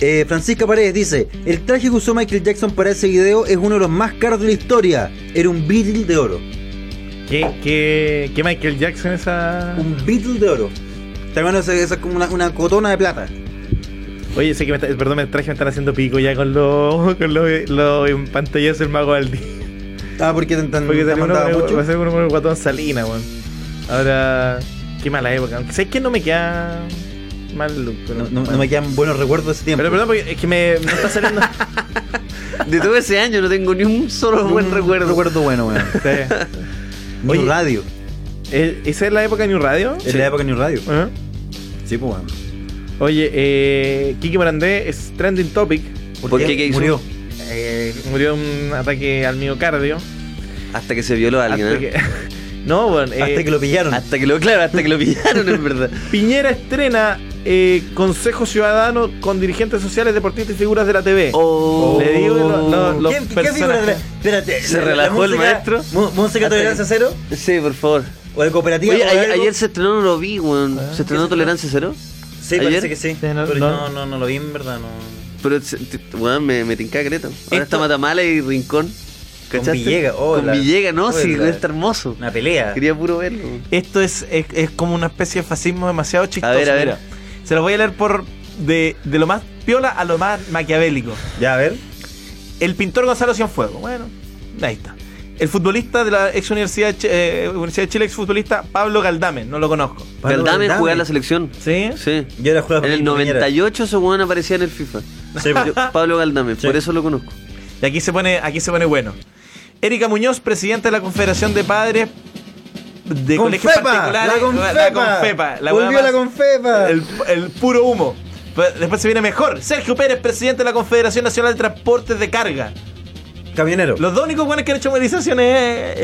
Speaker 4: Eh, Francisca Paredes dice: El traje que usó Michael Jackson para ese video es uno de los más caros de la historia. Era un Beatle de oro.
Speaker 3: ¿Qué, qué, qué Michael Jackson esa.?
Speaker 4: Un Beatle de oro. También esa es como una, una cotona de plata.
Speaker 3: Oye, sé que me está- perdón, me traje, me están haciendo pico ya con los con los los pantallazos del mago Aldi.
Speaker 4: Ah, porque tan tan
Speaker 3: Porque
Speaker 4: te
Speaker 3: salió uno
Speaker 4: mandaba
Speaker 3: con el-
Speaker 4: mucho.
Speaker 3: va a ser uno con el guatón Salina, weón. Ahora, qué mala época. Aunque sé que no me queda mal look, pero-
Speaker 4: No, no me quedan buenos recuerdos de ese tiempo.
Speaker 3: Pero perdón, porque es que me, me está saliendo.
Speaker 5: De todo ese año no tengo ni un solo buen recuerdo.
Speaker 4: recuerdo bueno, weón.
Speaker 3: Sí.
Speaker 4: New
Speaker 3: Oye,
Speaker 4: Radio.
Speaker 3: ¿el- ¿Esa es la época de New Radio?
Speaker 4: Es la época de New Radio.
Speaker 3: Ajá.
Speaker 4: Sí, pues, weón.
Speaker 3: Oye, eh, Kiki Morandé es trending topic.
Speaker 5: ¿Por ¿Por qué? qué? ¿Qué hizo?
Speaker 4: Murió.
Speaker 3: Eh, murió de un ataque al miocardio.
Speaker 5: Hasta que se violó a alguien.
Speaker 3: Hasta
Speaker 5: ¿eh?
Speaker 3: que- no, bueno. eh,
Speaker 4: Hasta que lo pillaron.
Speaker 5: Hasta que lo, claro, hasta que lo pillaron, en verdad.
Speaker 3: Piñera estrena eh, Consejo Ciudadano con dirigentes sociales, deportistas y figuras de la TV.
Speaker 5: Oh.
Speaker 3: Le digo lo- lo- los
Speaker 4: ¿Qué, qué figura?
Speaker 3: personajes.
Speaker 4: Espérate.
Speaker 5: ¿Se
Speaker 4: la- la
Speaker 5: relajó el
Speaker 4: música-
Speaker 5: maestro?
Speaker 4: mu- ¿Música
Speaker 5: Hasta
Speaker 4: tolerancia
Speaker 5: que-
Speaker 4: cero?
Speaker 5: Sí, por favor.
Speaker 4: ¿O de cooperativa?
Speaker 5: Oye,
Speaker 4: o
Speaker 5: ayer,
Speaker 4: algo?
Speaker 5: ayer se estrenó, no lo vi, weón.
Speaker 3: Ah.
Speaker 5: ¿Se estrenó Tolerancia Cero?
Speaker 4: Sí,
Speaker 5: ayer-
Speaker 4: parece que sí.
Speaker 3: Sí, no-
Speaker 4: Pero
Speaker 3: no.
Speaker 4: no, no, no lo vi en verdad, no.
Speaker 5: Pero, se- te- te- weón, me, me tincaba Creta. Ahora está Matamala y Rincón. ¿Cachaste?
Speaker 4: Villegas, oh,
Speaker 5: Con
Speaker 4: la-
Speaker 5: Villegas, no,
Speaker 4: oh,
Speaker 5: sí,
Speaker 4: la-
Speaker 5: está hermoso.
Speaker 4: Una pelea.
Speaker 5: Quería puro verlo. weón.
Speaker 3: Esto es, es, es como una especie de fascismo demasiado chistoso.
Speaker 5: A ver, a ver.
Speaker 3: mira. Se los voy a leer por de, de lo más piola a lo más maquiavélico.
Speaker 4: Ya, a ver.
Speaker 3: El pintor Gonzalo Cienfuego. Bueno, ahí está. El futbolista de la ex Universidad de, Ch- eh, Universidad de Chile, ex futbolista Pablo Galdames. No lo conozco.
Speaker 4: Pablo
Speaker 5: Galdame
Speaker 4: Galdame.
Speaker 5: jugaba en la selección.
Speaker 3: ¿Sí?
Speaker 5: Sí.
Speaker 4: Y ahora juega
Speaker 5: En el
Speaker 4: Felipe Piñera.
Speaker 5: 98 ese weón aparecía en el FIFA.
Speaker 4: Sí, pues, po.
Speaker 5: Yo- Pablo Galdame,
Speaker 4: Sí.
Speaker 5: por eso lo conozco.
Speaker 3: Y aquí se pone, aquí se pone bueno. Erika Muñoz, presidenta de la Confederación de Padres de Colegios Particulares.
Speaker 4: La confepa.
Speaker 3: Confepa, la weá
Speaker 4: Volvió
Speaker 3: más-
Speaker 4: la confepa.
Speaker 3: El, el puro humo. Pero Después se viene mejor. Sergio Pérez, presidente de la Confederación Nacional de Transportes de Carga.
Speaker 4: camionero.
Speaker 3: Los dos únicos buenos que han hecho movilizaciones eh,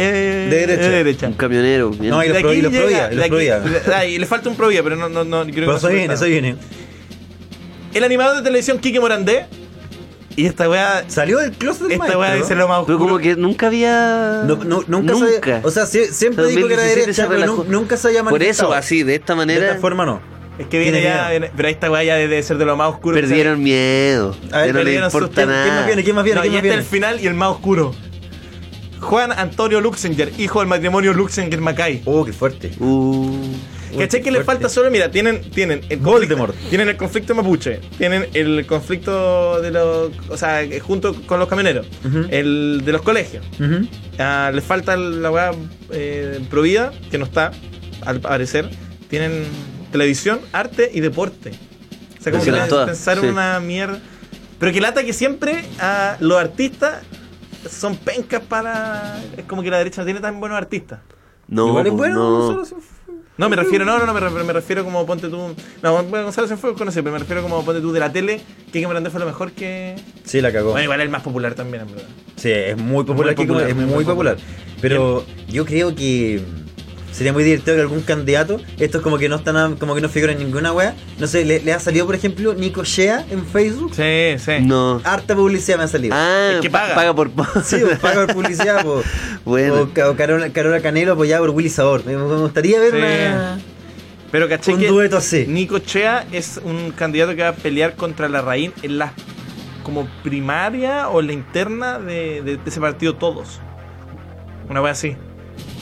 Speaker 3: eh,
Speaker 4: De derecha.
Speaker 5: Un camionero. bien.
Speaker 4: No, y los
Speaker 3: De
Speaker 4: pro-
Speaker 3: aquí
Speaker 4: y los
Speaker 3: llega-
Speaker 4: provía, y los
Speaker 3: de aquí-
Speaker 4: provía.
Speaker 3: de- ay, le falta un provía, pero no, no, no creo que
Speaker 4: Pero
Speaker 3: no
Speaker 4: eso
Speaker 3: se
Speaker 4: viene,
Speaker 3: cuenta.
Speaker 4: eso viene.
Speaker 3: El animador de televisión Quique Morandé. Y esta weá.
Speaker 4: Salió del closet del
Speaker 3: Esta weá
Speaker 4: maestro.
Speaker 3: dice lo más
Speaker 5: Pero
Speaker 3: oscuro.
Speaker 5: como que nunca había.
Speaker 4: No, no, nunca,
Speaker 5: Nunca.
Speaker 4: Se, o sea, sie- siempre dijo que era
Speaker 5: 2017 se
Speaker 4: derecha, pero
Speaker 5: relajó.
Speaker 4: nun- nunca se haya
Speaker 5: Por eso,
Speaker 4: manifestado.
Speaker 5: así, de esta
Speaker 4: De
Speaker 5: manera.
Speaker 4: esta forma no.
Speaker 3: Es que viene ya.
Speaker 4: Tiene miedo.
Speaker 3: viene- pero esta weá ya debe ser de lo más oscuro. que se-
Speaker 5: Perdieron miedo.
Speaker 4: A ver,
Speaker 5: ya no le
Speaker 3: perdieron sus-
Speaker 5: importa
Speaker 3: ¿quién-
Speaker 5: nada.
Speaker 4: quién más viene? ¿Quién más viene?
Speaker 3: No,
Speaker 4: ¿Quién
Speaker 3: y
Speaker 4: más
Speaker 3: este es
Speaker 4: viene?
Speaker 3: el final y el más oscuro. Juan Antonio Luxinger, hijo del matrimonio Luxinger Macay.
Speaker 4: Oh, qué fuerte.
Speaker 5: Uh,
Speaker 3: ¿Cachai que le
Speaker 4: Oh, fuerte.
Speaker 3: falta solo? Mira, tienen, tienen el conflicto,
Speaker 4: Voldemort.
Speaker 3: Tienen el conflicto mapuche, tienen el conflicto de los. O sea, eh, junto con los camioneros,
Speaker 4: Ujú.
Speaker 3: el de los colegios.
Speaker 4: Ujú.
Speaker 3: Ah, les falta la weá eh, Provida, que no está, al parecer. Tienen televisión, arte y deporte. O sea, como que
Speaker 5: Mencionan
Speaker 3: les
Speaker 5: todas,
Speaker 3: pensaron
Speaker 5: sí.
Speaker 3: una mierda. Pero que lata que siempre ah, los artistas son pencas para. Es como que la derecha no tiene tan buenos artistas.
Speaker 5: no,
Speaker 4: Igual es
Speaker 5: pues,
Speaker 4: bueno,
Speaker 5: no.
Speaker 4: solo se-
Speaker 3: No, me refiero, no, no, no, me refiero, me refiero como ponte tú. No, bueno, Gonzalo se fue, conoce, pero me refiero como ponte tú de la tele. Que Kim Brandé fue lo mejor que.
Speaker 4: Sí, la cagó.
Speaker 3: Bueno, igual es el más popular también, en verdad.
Speaker 4: Sí, es muy popular,
Speaker 3: Muy
Speaker 4: Kiko,
Speaker 3: popular,
Speaker 4: es
Speaker 3: muy
Speaker 4: muy,
Speaker 3: popular.
Speaker 4: popular. Pero yo creo que sería muy divertido que algún candidato, estos como que no están como que no figuran en ninguna wea, no sé, le, le ha salido por ejemplo Nico Shea en Facebook,
Speaker 3: Sí, sí.
Speaker 5: No.
Speaker 4: harta publicidad me ha salido.
Speaker 5: Ah,
Speaker 3: Es que
Speaker 5: pa-
Speaker 3: paga.
Speaker 5: por.
Speaker 4: Sí, pues, o pago por publicidad, po.
Speaker 5: Bueno.
Speaker 4: o, Ca- o Carola, Carola Canelo apoyada por Willy Sabor. Me, me gustaría ver
Speaker 3: Sí.
Speaker 4: una-
Speaker 3: Pero caché
Speaker 4: Un
Speaker 3: que
Speaker 4: dueto así.
Speaker 3: Nico Chea es un candidato que va a pelear contra la Raín en la como primaria o la interna de, de- de ese partido todos. Una wea así.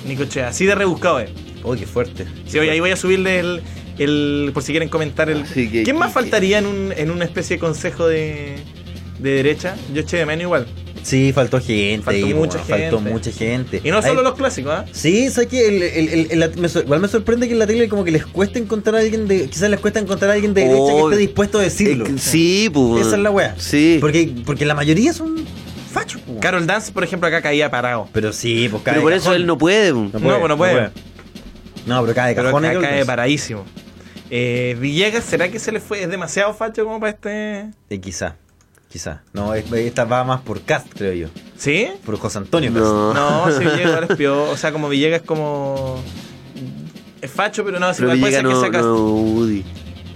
Speaker 3: Nico Chea. Así de rebuscado, eh.
Speaker 4: Oh, qué fuerte.
Speaker 3: Sí, oye, ahí voy a subirle el, el- por si quieren comentar el.
Speaker 5: Así que-
Speaker 3: ¿Quién más
Speaker 5: que-
Speaker 3: faltaría en, un- en una especie de consejo de, de derecha? Yo eché de menos igual.
Speaker 4: Sí, faltó gente.
Speaker 3: Faltó
Speaker 4: ahí, po,
Speaker 3: mucha
Speaker 4: faltó
Speaker 3: gente.
Speaker 4: mucha gente.
Speaker 3: Y no solo
Speaker 4: Ahí-
Speaker 3: los clásicos, ¿ah?
Speaker 4: Sí, sabes que el, el- el- el- la- me sor- igual me sorprende que en la tele como que les cuesta encontrar a alguien de. Quizás les cuesta encontrar a alguien de derecha que
Speaker 5: Oh,
Speaker 4: esté dispuesto a decirlo.
Speaker 5: Eh, que- sí, pues.
Speaker 4: Esa es la wea.
Speaker 5: Sí.
Speaker 4: Porque, porque la mayoría son fachos,
Speaker 5: Uh.
Speaker 4: po.
Speaker 3: Carol Dance, por ejemplo, acá caía parado.
Speaker 4: Pero sí, pues cae
Speaker 5: Pero
Speaker 4: de
Speaker 5: por eso
Speaker 4: cajón.
Speaker 5: él no puede. po.
Speaker 3: No, pues no puede.
Speaker 4: No, pero cae de
Speaker 3: Pero
Speaker 4: cajón. pues.
Speaker 3: acá
Speaker 4: Carlos.
Speaker 3: cae paradísimo. Eh, Villegas, ¿será que se le fue? Es demasiado facho como para este.
Speaker 4: Eh, quizá, quizá. No, es- esta va más por cast, creo yo.
Speaker 3: ¿Sí?
Speaker 4: Por José Antonio. Cast.
Speaker 5: No.
Speaker 3: No, si Villegas igual es peor. O sea, como Villegas es como. Es facho, pero no, si
Speaker 5: Pero
Speaker 3: igual puede
Speaker 5: Villegas
Speaker 3: ser que saca.
Speaker 5: no, no,
Speaker 3: No.
Speaker 5: Woody.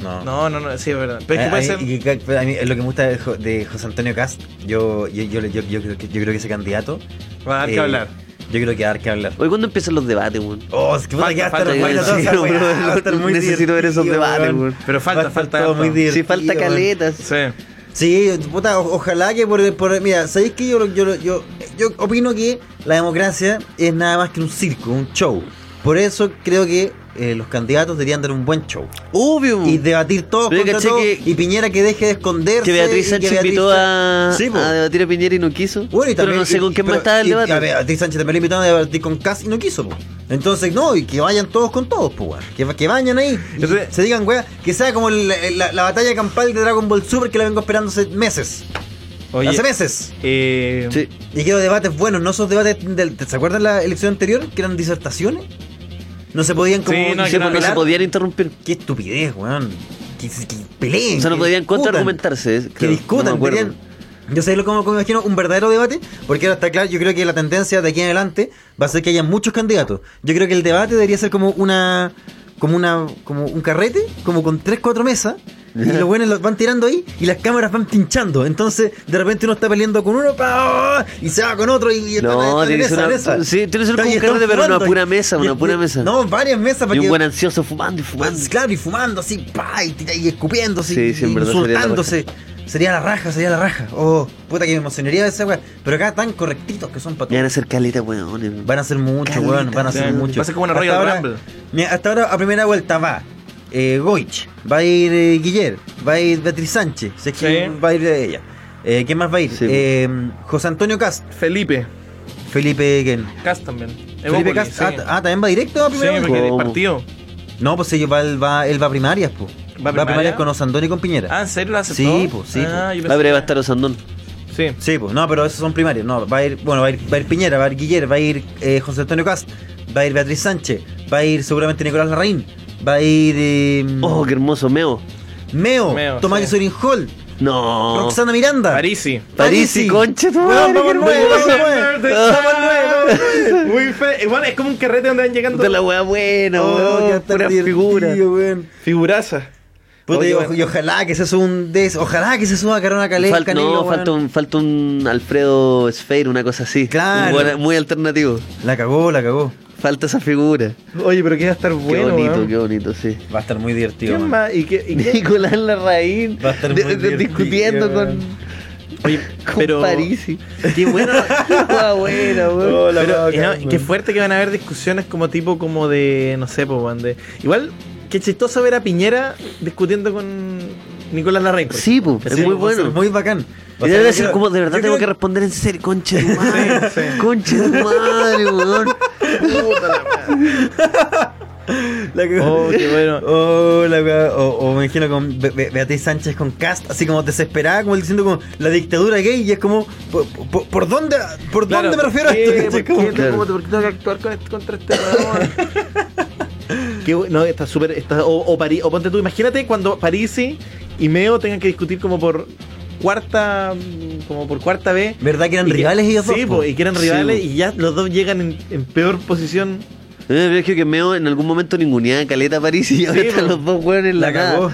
Speaker 4: No.
Speaker 3: no, no, sí, es verdad. Pero es
Speaker 4: A-
Speaker 3: que puede
Speaker 4: a-
Speaker 3: ser.
Speaker 4: y que- que- a mí lo que me gusta de, Jo- de José Antonio Cast, yo, yo, yo, yo- yo creo que, yo creo que ese candidato
Speaker 3: Va a dar que
Speaker 4: Eh,
Speaker 3: hablar.
Speaker 4: Yo creo que dar que hablar.
Speaker 5: Hoy cuando empiezan los debates, weón.
Speaker 4: Oh, es que puta, que va a estar
Speaker 5: Falta-
Speaker 4: buena
Speaker 5: falta-
Speaker 4: toda esa
Speaker 5: sí,
Speaker 4: weá,
Speaker 5: weón.
Speaker 4: va a estar muy
Speaker 5: Necesito ver esos
Speaker 4: divertido,
Speaker 5: debates,
Speaker 4: weón.
Speaker 5: weón.
Speaker 3: Pero
Speaker 4: Va a
Speaker 3: falta,
Speaker 4: estar
Speaker 3: falta.
Speaker 4: todo
Speaker 3: harto.
Speaker 4: muy divertido,
Speaker 5: Sí, falta
Speaker 4: weón.
Speaker 5: caletas.
Speaker 3: Sí.
Speaker 4: Sí, puta, o- ojalá que por, por- mira, ¿sabéis que yo, yo, yo, yo opino que la democracia es nada más que un circo, un show? Por eso creo que eh, los candidatos deberían dar un buen show.
Speaker 5: Obvio.
Speaker 4: Y debatir todos
Speaker 5: Pero
Speaker 4: contra
Speaker 5: Mm. caché
Speaker 4: todos,
Speaker 5: que-
Speaker 4: y Piñera que deje de esconderse.
Speaker 5: Que Beatriz
Speaker 4: y que
Speaker 5: Sánchez
Speaker 4: Beatriz
Speaker 5: invitó a,
Speaker 4: Sa- Sí, po.
Speaker 5: a debatir a Piñera y no quiso.
Speaker 4: Bueno, y
Speaker 5: pero
Speaker 4: también-
Speaker 5: no sé
Speaker 4: y-
Speaker 5: con quién más
Speaker 4: pero-
Speaker 5: estaba el
Speaker 4: y- y a
Speaker 5: debate.
Speaker 4: Beatriz Sánchez también le invitaron a debatir con Cass y no quiso, po. Entonces, no, y que vayan todos con todos, po, weón. Que, que vayan ahí, y
Speaker 3: Entonces-
Speaker 4: se digan, weón, que sea como la, la- la batalla campal de Dragon Ball Super que la vengo esperando hace meses.
Speaker 3: Oye,
Speaker 4: Hace meses.
Speaker 3: eh,
Speaker 5: Sí.
Speaker 4: Y quiero debates buenos, no esos debates del. ¿Se acuerdan la elección anterior? Que eran disertaciones. No se podían como.
Speaker 3: Sí, no,
Speaker 5: Sí,
Speaker 3: que
Speaker 5: pues no se
Speaker 3: Claro.
Speaker 5: podían interrumpir.
Speaker 4: Qué estupidez, weón. Que, que peleen.
Speaker 5: O sea, no
Speaker 4: que
Speaker 5: podían
Speaker 4: discutan,
Speaker 5: contraargumentarse.
Speaker 4: Que discutan, deberían- Yo sé lo como me imagino un verdadero debate, porque ahora está claro, yo creo que la tendencia de aquí en adelante va a ser que haya muchos candidatos. Yo creo que el debate debería ser como una como una como un carrete, como con tres, cuatro mesas, y los buenos los van tirando ahí y las cámaras van pinchando. Entonces, de repente uno está peleando con uno pa, y se va con otro y, y
Speaker 5: No, tiene que ser una- sí, tiene que ser como un carrete, pero una pura mesa, una pura mesa.
Speaker 4: No, varias mesas para
Speaker 5: Y un
Speaker 4: que
Speaker 5: buen ansioso fumando y fumando.
Speaker 4: pues, claro, y fumando así, pa, y, tira- y escupiéndose,
Speaker 5: Sí,
Speaker 4: y-
Speaker 5: sí,
Speaker 4: y
Speaker 5: en verdad sería la
Speaker 4: insultándose. Sería la raja, sería la raja. Oh, puta que me emocionaría de esa weá. Pero acá tan correctitos que son para
Speaker 5: Me van a hacer caleta, weón.
Speaker 4: Van a ser mucho,
Speaker 5: Caleta,
Speaker 4: weón, van a ser
Speaker 3: sí.
Speaker 4: mucho.
Speaker 3: Va a ser como una
Speaker 4: Hasta
Speaker 3: Royal
Speaker 4: ahora-
Speaker 3: Rumble.
Speaker 4: Mira, hasta ahora, a primera vuelta va eh, Goich, va a ir eh, Guiller, va a ir Beatriz Sánchez, si es que
Speaker 3: Sí.
Speaker 4: va a ir ella. Eh, ¿Quién más va a ir?
Speaker 5: Sí.
Speaker 4: Eh, José Antonio Cast,
Speaker 3: Felipe.
Speaker 4: Felipe ¿quién?
Speaker 3: Cast también.
Speaker 4: Felipe
Speaker 3: Evópolis,
Speaker 4: Cast,
Speaker 3: sí.
Speaker 4: ah, t- ah, también va directo a
Speaker 3: Sí,
Speaker 4: primera vuelta.
Speaker 3: porque
Speaker 5: ¿Cómo?
Speaker 3: el partido.
Speaker 4: No, pues ellos va, él va, él va a primarias, pues. Va
Speaker 3: ¿Va
Speaker 4: a
Speaker 3: a
Speaker 4: primarias
Speaker 3: primaria?
Speaker 4: con Osandón y con Piñera.
Speaker 3: Ah, ¿en serio lo aceptó?
Speaker 4: Sí, pues, sí,
Speaker 3: Ah, yo
Speaker 5: La
Speaker 3: pensé-
Speaker 5: breve va a estar Osandón.
Speaker 3: Sí.
Speaker 4: Sí, pues, no, pero esos son primarios. No, va a ir, bueno, va a ir, va a ir Piñera, va a ir Guiller, va a ir eh, José Antonio Cast, va a ir Beatriz Sánchez, va a ir seguramente Nicolás Larraín, va a ir eh,
Speaker 5: Oh, qué hermoso, Meo.
Speaker 4: Meo,
Speaker 3: Meo,
Speaker 4: Tomás
Speaker 3: sí.
Speaker 4: Yusorin Hall,
Speaker 5: No.
Speaker 4: Roxana Miranda.
Speaker 3: Parisi.
Speaker 5: Parisi, Oh. concha tu
Speaker 4: Weón,
Speaker 5: madre,
Speaker 4: vamos
Speaker 5: qué
Speaker 4: nueve,
Speaker 5: Ah. hermoso.
Speaker 4: vamos nueve.
Speaker 3: Muy fe- Igual es como un carrete donde van llegando
Speaker 5: Puta la weá buena,
Speaker 4: Oh,
Speaker 5: weón.
Speaker 4: qué tan
Speaker 5: Pura
Speaker 4: divertido,
Speaker 5: figura.
Speaker 4: weón.
Speaker 3: figurazas.
Speaker 4: Puta,
Speaker 3: Oye,
Speaker 4: y,
Speaker 3: bueno.
Speaker 4: y ojalá que se suba un des, ojalá que se suba Carona Calés,
Speaker 5: Fal-
Speaker 4: Canelo,
Speaker 5: no,
Speaker 4: weón.
Speaker 5: falta un, falta un Alfredo Sfeir, una cosa así.
Speaker 4: Claro.
Speaker 5: Un weón muy alternativo.
Speaker 4: La cagó, la cagó.
Speaker 5: Falta esa figura.
Speaker 3: Oye, pero que va a estar bueno.
Speaker 5: qué bonito,
Speaker 3: weón.
Speaker 5: qué bonito, sí.
Speaker 4: Va a estar muy divertido.
Speaker 3: ¿Quién
Speaker 4: man.
Speaker 3: más? ¿Y qué, y qué-
Speaker 5: Nicolás Larraín
Speaker 4: Va a estar
Speaker 5: de-
Speaker 4: muy
Speaker 5: de-
Speaker 4: divertido,
Speaker 5: discutiendo con,
Speaker 3: Oye,
Speaker 5: con
Speaker 3: pero.
Speaker 5: Parisi. Qué buena, qué buena, weón.
Speaker 4: Oh,
Speaker 3: Pero,
Speaker 4: eh,
Speaker 3: y no, qué fuerte que van a haber discusiones como tipo como de, no sé, pues, weón, de- igual, qué chistoso ver a Piñera discutiendo con Nicolás Larraín. pues.
Speaker 5: Sí, pues, es
Speaker 4: Sí,
Speaker 5: muy
Speaker 4: va a ser
Speaker 5: bueno.
Speaker 4: Muy bacán.
Speaker 5: Y debe
Speaker 4: Yo
Speaker 5: decir
Speaker 4: creo-
Speaker 5: como de verdad
Speaker 4: yo
Speaker 5: tengo
Speaker 4: creo-
Speaker 5: que responder en serio, concha de tu madre.
Speaker 3: Sí, sí.
Speaker 5: Concha de tu madre, weón.
Speaker 4: La que-
Speaker 3: Oh, qué bueno.
Speaker 4: Oh, la wea- o, o me imagino con Be- Be- Beatriz Sánchez con Cast, así como desesperada, como diciendo como la dictadura gay, y es como, ¿por, por- por dónde, por
Speaker 3: Claro,
Speaker 4: dónde me refiero a
Speaker 3: ¿qué?
Speaker 4: esto?
Speaker 3: ¿Por
Speaker 4: ¿Cachai?
Speaker 3: qué?
Speaker 4: Como-
Speaker 5: Claro.
Speaker 3: ¿Cómo te- por qué tengo que actuar con este- contra este weón? Qué bu- No, está súper. Está, o, o, Pari- o ponte tú, imagínate cuando Parisi y Meo tengan que discutir como por cuarta. Como por cuarta vez.
Speaker 4: ¿Verdad que eran
Speaker 3: Y que-
Speaker 4: rivales ellos dos?
Speaker 3: Sí,
Speaker 4: po?
Speaker 3: po, y que eran
Speaker 5: Sí,
Speaker 3: rivales
Speaker 5: po.
Speaker 3: y ya los dos llegan en, en peor posición.
Speaker 5: Eh, pero es que Meo en algún momento ninguneaba a Caleta a París y ahora
Speaker 3: Sí,
Speaker 5: están
Speaker 3: pues.
Speaker 5: los dos weones en la,
Speaker 4: La
Speaker 5: nada.
Speaker 4: cagó.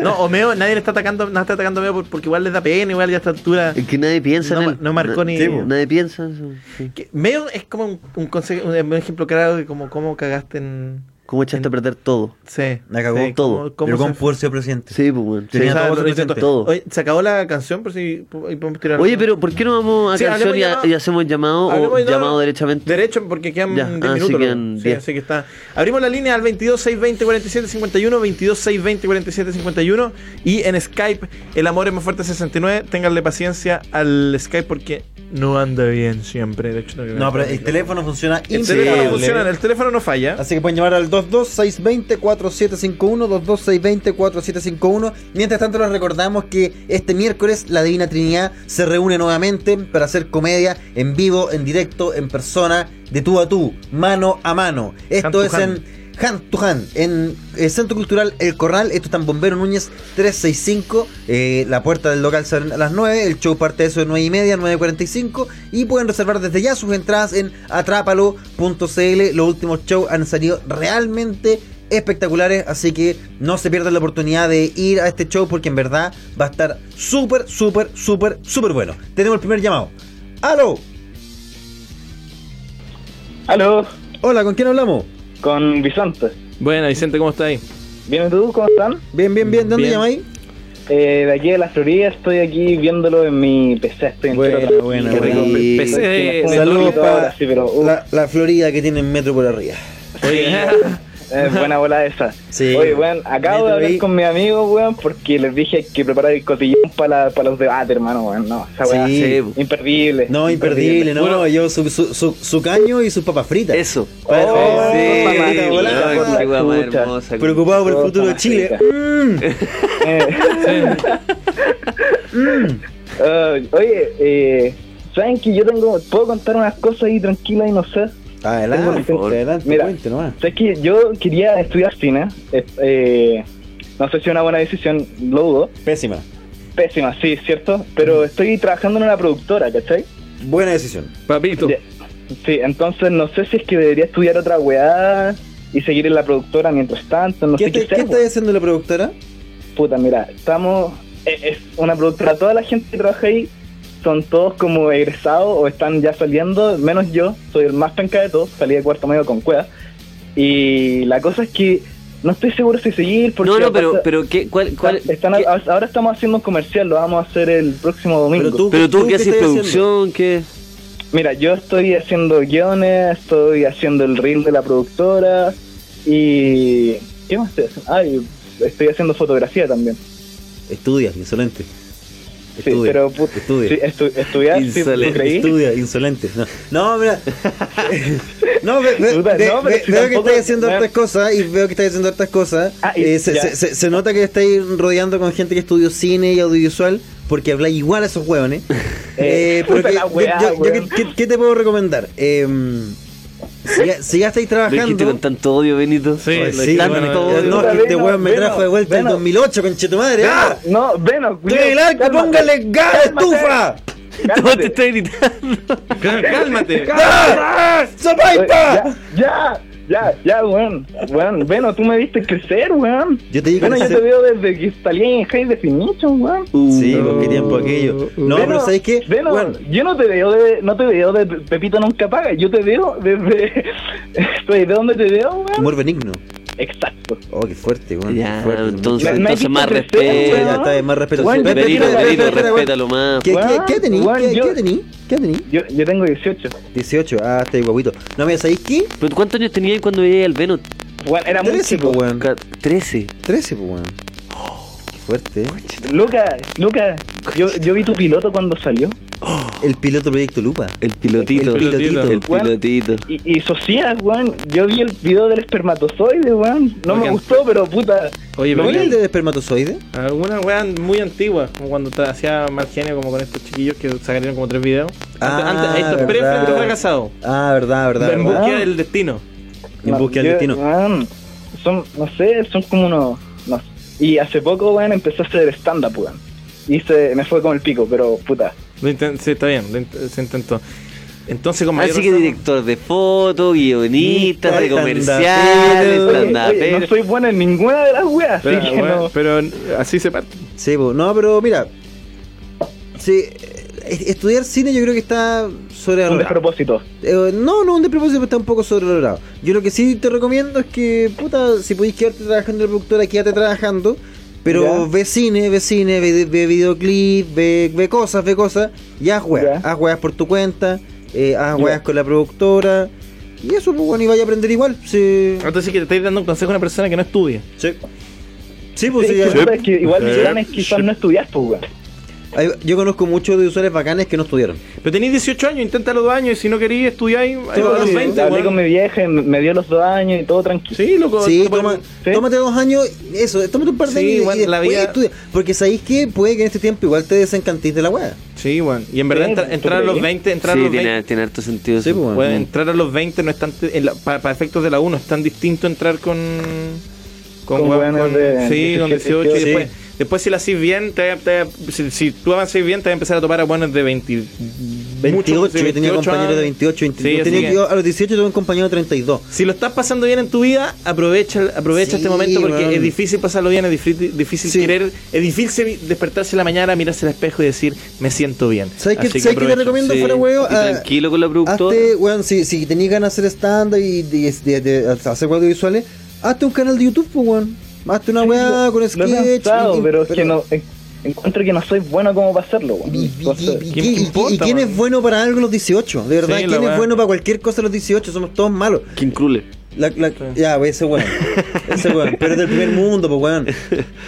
Speaker 3: No, o Meo, nadie le está atacando, nadie está atacando a Meo por- porque igual les da pena, igual ya a esta altura.
Speaker 5: Es que nadie piensa en
Speaker 3: No
Speaker 5: él.
Speaker 3: ma- no marcó ni-
Speaker 5: Sí, pues. Nadie piensa. en eso, sí.
Speaker 3: Que Meo es como un, un, conse- un ejemplo claro de como cómo cagaste en.
Speaker 5: ¿Cómo echaste a perder todo?
Speaker 3: Sí.
Speaker 4: La cagó
Speaker 3: sí,
Speaker 5: todo.
Speaker 3: cómo- cómo
Speaker 4: Pero con
Speaker 3: se-
Speaker 4: poder ser presidente.
Speaker 5: Sí, pues, weón.
Speaker 4: Tenía
Speaker 5: Sí,
Speaker 4: todo
Speaker 5: o sea,
Speaker 4: su
Speaker 5: lo hizo
Speaker 4: presente.
Speaker 5: todo.
Speaker 3: Oye, se acabó la canción, por si po- ahí podemos tirar.
Speaker 5: Oye, pero ¿por qué no vamos a
Speaker 3: Sí,
Speaker 5: canción
Speaker 3: hablemos
Speaker 5: y, a-
Speaker 3: llamado.
Speaker 5: y hacemos llamado o
Speaker 3: Hablemos de-
Speaker 5: llamado derechamente?
Speaker 3: Derecho, porque quedan
Speaker 5: Ya,
Speaker 3: 10
Speaker 5: ah, sí,
Speaker 3: minutos.
Speaker 5: quedan
Speaker 3: luego. Sí,
Speaker 5: 10.
Speaker 3: así que está. Abrimos la línea al 22 620 47 51, 22 620 47 51 y en Skype el amor es más fuerte 69. Ténganle paciencia al Skype porque no anda bien siempre. De hecho, no,
Speaker 4: No, pero el teléfono funciona
Speaker 3: El teléfono
Speaker 4: impecable.
Speaker 3: funciona, el teléfono no falla.
Speaker 4: Así que pueden llamar al 22620-4751, 22620-4751. Mientras tanto, les recordamos que este miércoles la Divina Trinidad se reúne nuevamente para hacer comedia en vivo, en directo, en persona, de tú a tú, mano a mano. Esto
Speaker 3: Hand
Speaker 4: es
Speaker 3: to hand.
Speaker 4: en Hand to Hand, en el Centro Cultural El Corral. Esto está en Bombero Núñez 365. Eh, la puerta del local se abre a las 9. El show parte de eso de 9 y media, 9.45. Y pueden reservar desde ya sus entradas en atrápalo.cl. Los últimos shows han salido realmente espectaculares, así que no se pierdan la oportunidad de ir a este show porque en verdad va a estar súper, súper, súper, súper bueno. Tenemos el primer llamado. ¡Aló!
Speaker 6: Aló.
Speaker 4: Hola, ¿con quién hablamos?
Speaker 6: Con Vicente.
Speaker 3: Bueno, Vicente, ¿cómo estás ahí?
Speaker 6: Bien, ¿y tú? ¿Cómo están?
Speaker 4: Bien, bien, bien.
Speaker 6: Bien.
Speaker 4: ahí?
Speaker 6: Eh, de aquí de la Florida estoy aquí viéndolo en mi PC. Estoy en
Speaker 4: Bueno,
Speaker 6: Chile.
Speaker 4: bueno,
Speaker 6: Qué rico.
Speaker 4: bueno.
Speaker 6: Estoy
Speaker 4: PC
Speaker 6: en
Speaker 4: de
Speaker 6: una
Speaker 4: Saludos
Speaker 6: computadora,
Speaker 4: para
Speaker 6: sí, pero, uh,
Speaker 4: la, la Florida que tiene metro por arriba.
Speaker 6: eh, buena bola esa.
Speaker 4: Sí.
Speaker 6: Oye, weón, acabo de
Speaker 4: Metro
Speaker 6: hablar
Speaker 4: ahí.
Speaker 6: con mis amigos, weón, porque les dije que preparar el cotillón para, para los debates, hermano, weón. No, esa
Speaker 9: Ah,
Speaker 6: weá,
Speaker 4: Sí.
Speaker 6: imperdible.
Speaker 4: No, imperdible, no. Yo su, su, su, su caño y sus papas fritas.
Speaker 5: Eso.
Speaker 4: Para,
Speaker 5: Oh, sí,
Speaker 4: papas fritas,
Speaker 5: weón,
Speaker 4: volá,
Speaker 5: qué
Speaker 4: weón.
Speaker 5: weá más
Speaker 4: Pucha.
Speaker 5: hermosa.
Speaker 4: Preocupado por el
Speaker 5: Papas
Speaker 4: futuro de Chile. Mm.
Speaker 6: Eh, Ah, oye, eh, ¿saben que yo tengo... ¿Puedo contar unas cosas ahí tranquilas y no sé? Tengo-
Speaker 4: Adelante,
Speaker 6: tengo-
Speaker 4: adelante,
Speaker 6: Mira,
Speaker 4: cuente nomás.
Speaker 6: ¿Sabes que yo quería estudiar cine? eh, eh, no sé si es una buena decisión, lo dudo.
Speaker 4: Pésima. Mm.
Speaker 6: Pésima, sí, cierto. Pero estoy trabajando en una productora, ¿cachai?
Speaker 4: Buena decisión.
Speaker 3: Papito.
Speaker 6: Sí, entonces no sé si es que debería estudiar otra weá y seguir en la productora mientras tanto. No
Speaker 4: ¿Qué,
Speaker 6: sé
Speaker 4: te-
Speaker 6: hacer,
Speaker 4: qué estás haciendo la productora?
Speaker 6: Puta, mira, estamos. Es, es una productora. Toda la gente que trabaja ahí son todos como egresados o están ya saliendo, menos yo. Soy el más penca de todos. Salí de cuarto medio con cueva. Y la cosa es que no estoy seguro si seguir. Porque
Speaker 5: No, no, pero,
Speaker 6: aparte-
Speaker 5: pero ¿qué, cuál, cuál,
Speaker 6: están- están- ahora estamos haciendo un comercial, lo vamos a hacer el próximo domingo.
Speaker 5: Pero tú- Pero tú, ¿tú ¿qué qué haces, estás producción? ¿Qué?
Speaker 6: Mira, yo estoy haciendo guiones, estoy haciendo el reel de la productora y... ¿Qué más estoy haciendo? Ah, y estoy haciendo fotografía también.
Speaker 4: Estudias, insolente.
Speaker 6: Sí, pero puta,
Speaker 4: estudia.
Speaker 6: sí, estu- estudiar, sí, ¿tú creí?
Speaker 4: estudia, insolente. No, no mira. no, ve- ve-
Speaker 6: Puta,
Speaker 4: ve-
Speaker 6: no, pero
Speaker 4: ve-
Speaker 6: si
Speaker 4: veo que
Speaker 6: tampoco-
Speaker 4: estás haciendo
Speaker 6: no.
Speaker 4: hartas cosas y veo que estás haciendo hartas cosas.
Speaker 6: y-
Speaker 4: Eh, se,
Speaker 6: ya.
Speaker 4: se- se- se nota que estáis rodeando con gente que estudió cine y audiovisual porque habláis igual a esos huevones. Eh, pero
Speaker 6: puta
Speaker 4: que-
Speaker 6: la
Speaker 4: yo-
Speaker 6: weá,
Speaker 4: yo- yo
Speaker 6: weón.
Speaker 4: que- que- ¿qué te puedo recomendar? Em, si, ya, si ya estáis
Speaker 5: Lo dijiste
Speaker 4: trabajando.
Speaker 5: con tanto odio, Benito. Sí,
Speaker 4: Pues sí, bueno, no, que este weón me trajo de vuelta en 2008, conchetumadre. ¡Ah!
Speaker 6: No, venos,
Speaker 4: ¡Tire el arco, póngale gas, estufa!
Speaker 5: Todo te está gritando.
Speaker 3: Cálmate.
Speaker 6: ¡Ah!
Speaker 4: ¡Sopaipa!
Speaker 6: Ya, ya, ya, weón. Weón, bueno, tú me viste crecer, weón.
Speaker 4: Yo te digo
Speaker 6: Bueno, yo
Speaker 4: crecer.
Speaker 6: te veo desde que salí en High Definition, weón.
Speaker 4: Sí,
Speaker 5: pues,
Speaker 4: con qué tiempo aquello. No, pero ¿sabes qué?
Speaker 6: Uh, Veno, yo no te veo de, no te veo de Pepito Nunca Paga, yo te veo desde... ¿De dónde te veo, weón?
Speaker 4: Humor benigno.
Speaker 6: Exacto.
Speaker 4: Oh, qué fuerte, weón.
Speaker 5: Ya,
Speaker 4: qué fuerte. Me-
Speaker 5: entonces-
Speaker 4: me
Speaker 5: entonces eh,
Speaker 4: dijiste
Speaker 5: más
Speaker 4: crecer,
Speaker 5: respeto.
Speaker 4: Ya está, es más respeto.
Speaker 5: Weón,
Speaker 4: Espera,
Speaker 5: Benito,
Speaker 4: espera,
Speaker 5: Benito,
Speaker 4: espera, espera,
Speaker 5: respétalo
Speaker 4: weón.
Speaker 5: más.
Speaker 4: ¿Qué- ¿Qué
Speaker 5: Weón,
Speaker 4: qué tenís?
Speaker 5: weón,
Speaker 4: ¿Qué-
Speaker 5: yo-
Speaker 4: ¿Qué tenís? ¿Qué tenís?
Speaker 6: Yo, yo tengo 18.
Speaker 4: 18, ah, está guaguito. No, mira, ¿sabéis qué?
Speaker 5: ¿Pero Pues, cuántos años tenías cuando veías al Venot?
Speaker 6: Bueno, era muy
Speaker 4: 13,
Speaker 6: chico.
Speaker 4: pues, weón.
Speaker 5: 13.
Speaker 4: 13, pues, weón. Qué fuerte.
Speaker 6: Luca, Luca, yo, yo vi tu piloto cuando salió.
Speaker 4: El piloto Proyecto Lupa.
Speaker 5: El pilotito.
Speaker 4: El pilotito.
Speaker 5: El
Speaker 6: Weón.
Speaker 5: pilotito.
Speaker 6: Y, y Socias, weón. Yo vi el video del espermatozoide, weón. No me
Speaker 3: Oigan.
Speaker 6: gustó, pero puta.
Speaker 3: Oye,
Speaker 4: ¿No
Speaker 3: pero
Speaker 4: es el de espermatozoide?
Speaker 3: Alguna weá muy antigua, como cuando te hacía mal genio, como con estos chiquillos que sacaron como tres videos.
Speaker 4: Ah,
Speaker 3: antes, antes, esto es
Speaker 4: verdad.
Speaker 3: pre-frente fracasado.
Speaker 4: Ah, verdad, verdad.
Speaker 3: En
Speaker 4: verdad.
Speaker 3: búsqueda del destino.
Speaker 4: En búsqueda del
Speaker 6: yo-
Speaker 4: destino.
Speaker 6: weón, son, no sé, son como unos. no sé. Y hace poco, weón, empecé a hacer stand-up, weón. Y se, me fue con el pico, pero puta.
Speaker 3: Lo inten- sí, está bien, lo int- se intentó. Entonces,
Speaker 6: Ah,
Speaker 3: como
Speaker 5: Así que director de foto, guionista, de
Speaker 3: Stand-upero.
Speaker 5: comerciales,
Speaker 3: Oye,
Speaker 6: Oye, oye, no
Speaker 5: stand-upero.
Speaker 6: soy bueno en ninguna de las weas, así
Speaker 3: Pero,
Speaker 6: Ah, que
Speaker 3: bueno,
Speaker 6: no.
Speaker 3: pero así se parte.
Speaker 4: Sí, po. no, pero mira. Sí, eh, estudiar cine yo creo que está
Speaker 6: Un
Speaker 4: sobrevalorado.
Speaker 6: despropósito.
Speaker 4: Eh, no, no, un despropósito pero está un poco sobrevalorado. Yo lo que sí te recomiendo es que, puta, si podéis quedarte trabajando en la productora, quédate trabajando. Pero
Speaker 6: Ya.
Speaker 4: ve cine, ve cine, ve, ve videoclip, ve, ve cosas, ve cosas. Y haz weas. Haz weas por tu cuenta, eh, haz
Speaker 3: Ya.
Speaker 4: weas con la productora. Y eso, pues bueno, y vaya a aprender igual. Sí,
Speaker 3: Entonces, que te estáis dando un consejo a una persona que no estudia.
Speaker 4: sí. Sí,
Speaker 6: Sí,
Speaker 4: pues sí,
Speaker 6: es que,
Speaker 4: ya-
Speaker 6: puta, es que igual
Speaker 3: Sí.
Speaker 6: mi plan es quizás no estudiar, pues, weón.
Speaker 4: Hay- Yo conozco muchos de usuarios bacanes que no estudiaron.
Speaker 3: Pero tenéis 18 años, inténtalo dos años y si no queréis estudiar, ahí ahí va a los
Speaker 4: sí,
Speaker 3: 20.
Speaker 6: Hablé
Speaker 3: weón.
Speaker 6: con mi vieja, y me- me dio los dos años y todo tranquilo.
Speaker 3: Sí, loco.
Speaker 4: Sí,
Speaker 3: te podemos-
Speaker 4: toma- tómate dos años, eso, tómate un par de
Speaker 3: Sí,
Speaker 4: años y-
Speaker 3: igual
Speaker 4: y
Speaker 3: la
Speaker 4: después
Speaker 3: vida-
Speaker 4: estudia. Porque sabéis que puede que en este tiempo igual te desencantís de la weá.
Speaker 3: Sí, weón. Y en verdad,
Speaker 4: Sí,
Speaker 3: entra-
Speaker 4: ¿tú
Speaker 3: entrar a los
Speaker 4: creí?
Speaker 3: 20, entrar a
Speaker 5: Sí,
Speaker 3: los 20.
Speaker 5: tiene, tiene harto sentido.
Speaker 4: Sí,
Speaker 5: eso.
Speaker 4: pues,
Speaker 3: Pueden
Speaker 4: bueno.
Speaker 3: entrar a los 20 no es tan, en la- para, para efectos de la 1 es tan distinto entrar con
Speaker 6: Con
Speaker 3: hue-
Speaker 6: hueones de
Speaker 3: sí, con 18
Speaker 6: 18,
Speaker 3: y después,
Speaker 4: sí.
Speaker 3: después si la haces bien, te, te- si, si tú avanzas bien te vas a empezar a topar a buenos de 20
Speaker 4: 28,
Speaker 3: mucho, sí,
Speaker 4: yo tenía
Speaker 3: 28
Speaker 4: compañeros de
Speaker 3: años.
Speaker 4: 28, 29.
Speaker 3: Sí,
Speaker 4: Yo
Speaker 3: así
Speaker 4: tenía
Speaker 3: que-
Speaker 4: yo a los 18 tuve un compañero de 32.
Speaker 3: Si lo estás pasando bien en tu vida, aprovecha, aprovecha
Speaker 4: Sí,
Speaker 3: este momento porque
Speaker 4: weón.
Speaker 3: es difícil pasarlo bien, es difícil, difícil querer, es difícil despertarse en la mañana, mirarse al espejo y decir, me siento bien.
Speaker 4: ¿Sabes qué
Speaker 3: Así
Speaker 4: sabes qué te
Speaker 3: aprovecha.
Speaker 4: recomiendo
Speaker 3: Sí.
Speaker 4: fuera, huevo? Ah,
Speaker 5: con la
Speaker 4: Hazte, weón, si, si tenías ganas de hacer stand y de, de- de hacer audiovisuales, hazte un canal de YouTube, pues, weón. Hazte una weá con sketch.
Speaker 12: Lo he pensado,
Speaker 4: y- y-
Speaker 12: pero es que no, en- encuentro que no soy bueno como para hacerlo, weón. Entonces-
Speaker 4: ¿Y, y- y quién es bueno para algo a los 18? De verdad,
Speaker 12: Sí, la
Speaker 4: ¿quién
Speaker 12: weá.
Speaker 4: es bueno para cualquier cosa a los 18? Somos todos malos.
Speaker 5: King Crule.
Speaker 4: La, la- ya, wey, ese weón. Ese weón. Pero es del primer mundo, pues, weón.
Speaker 3: Yo,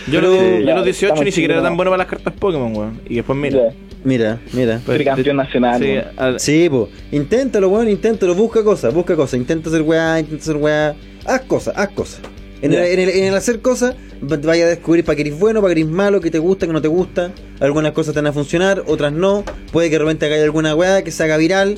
Speaker 4: Pero-
Speaker 3: lo- yo a los 18 ni siquiera era tan bueno para las cartas Pokémon, weón. Y después mira.
Speaker 4: Mira, mira.
Speaker 3: Tricampeón
Speaker 4: nacional.
Speaker 3: sí, weón.
Speaker 4: Sí,
Speaker 3: al-
Speaker 4: po. Inténtalo, weón, inténtalo. Busca cosas, busca cosas. Intenta hacer weá, intenta hacer weá. Haz cosas, haz cosas. En el,
Speaker 3: Ya.
Speaker 4: en el- en el hacer cosas, va- vaya a descubrir para que eres bueno, para que eres malo, que te gusta, que no te gusta. Algunas cosas te van a funcionar, otras no. Puede que de repente haga alguna weá que se haga viral,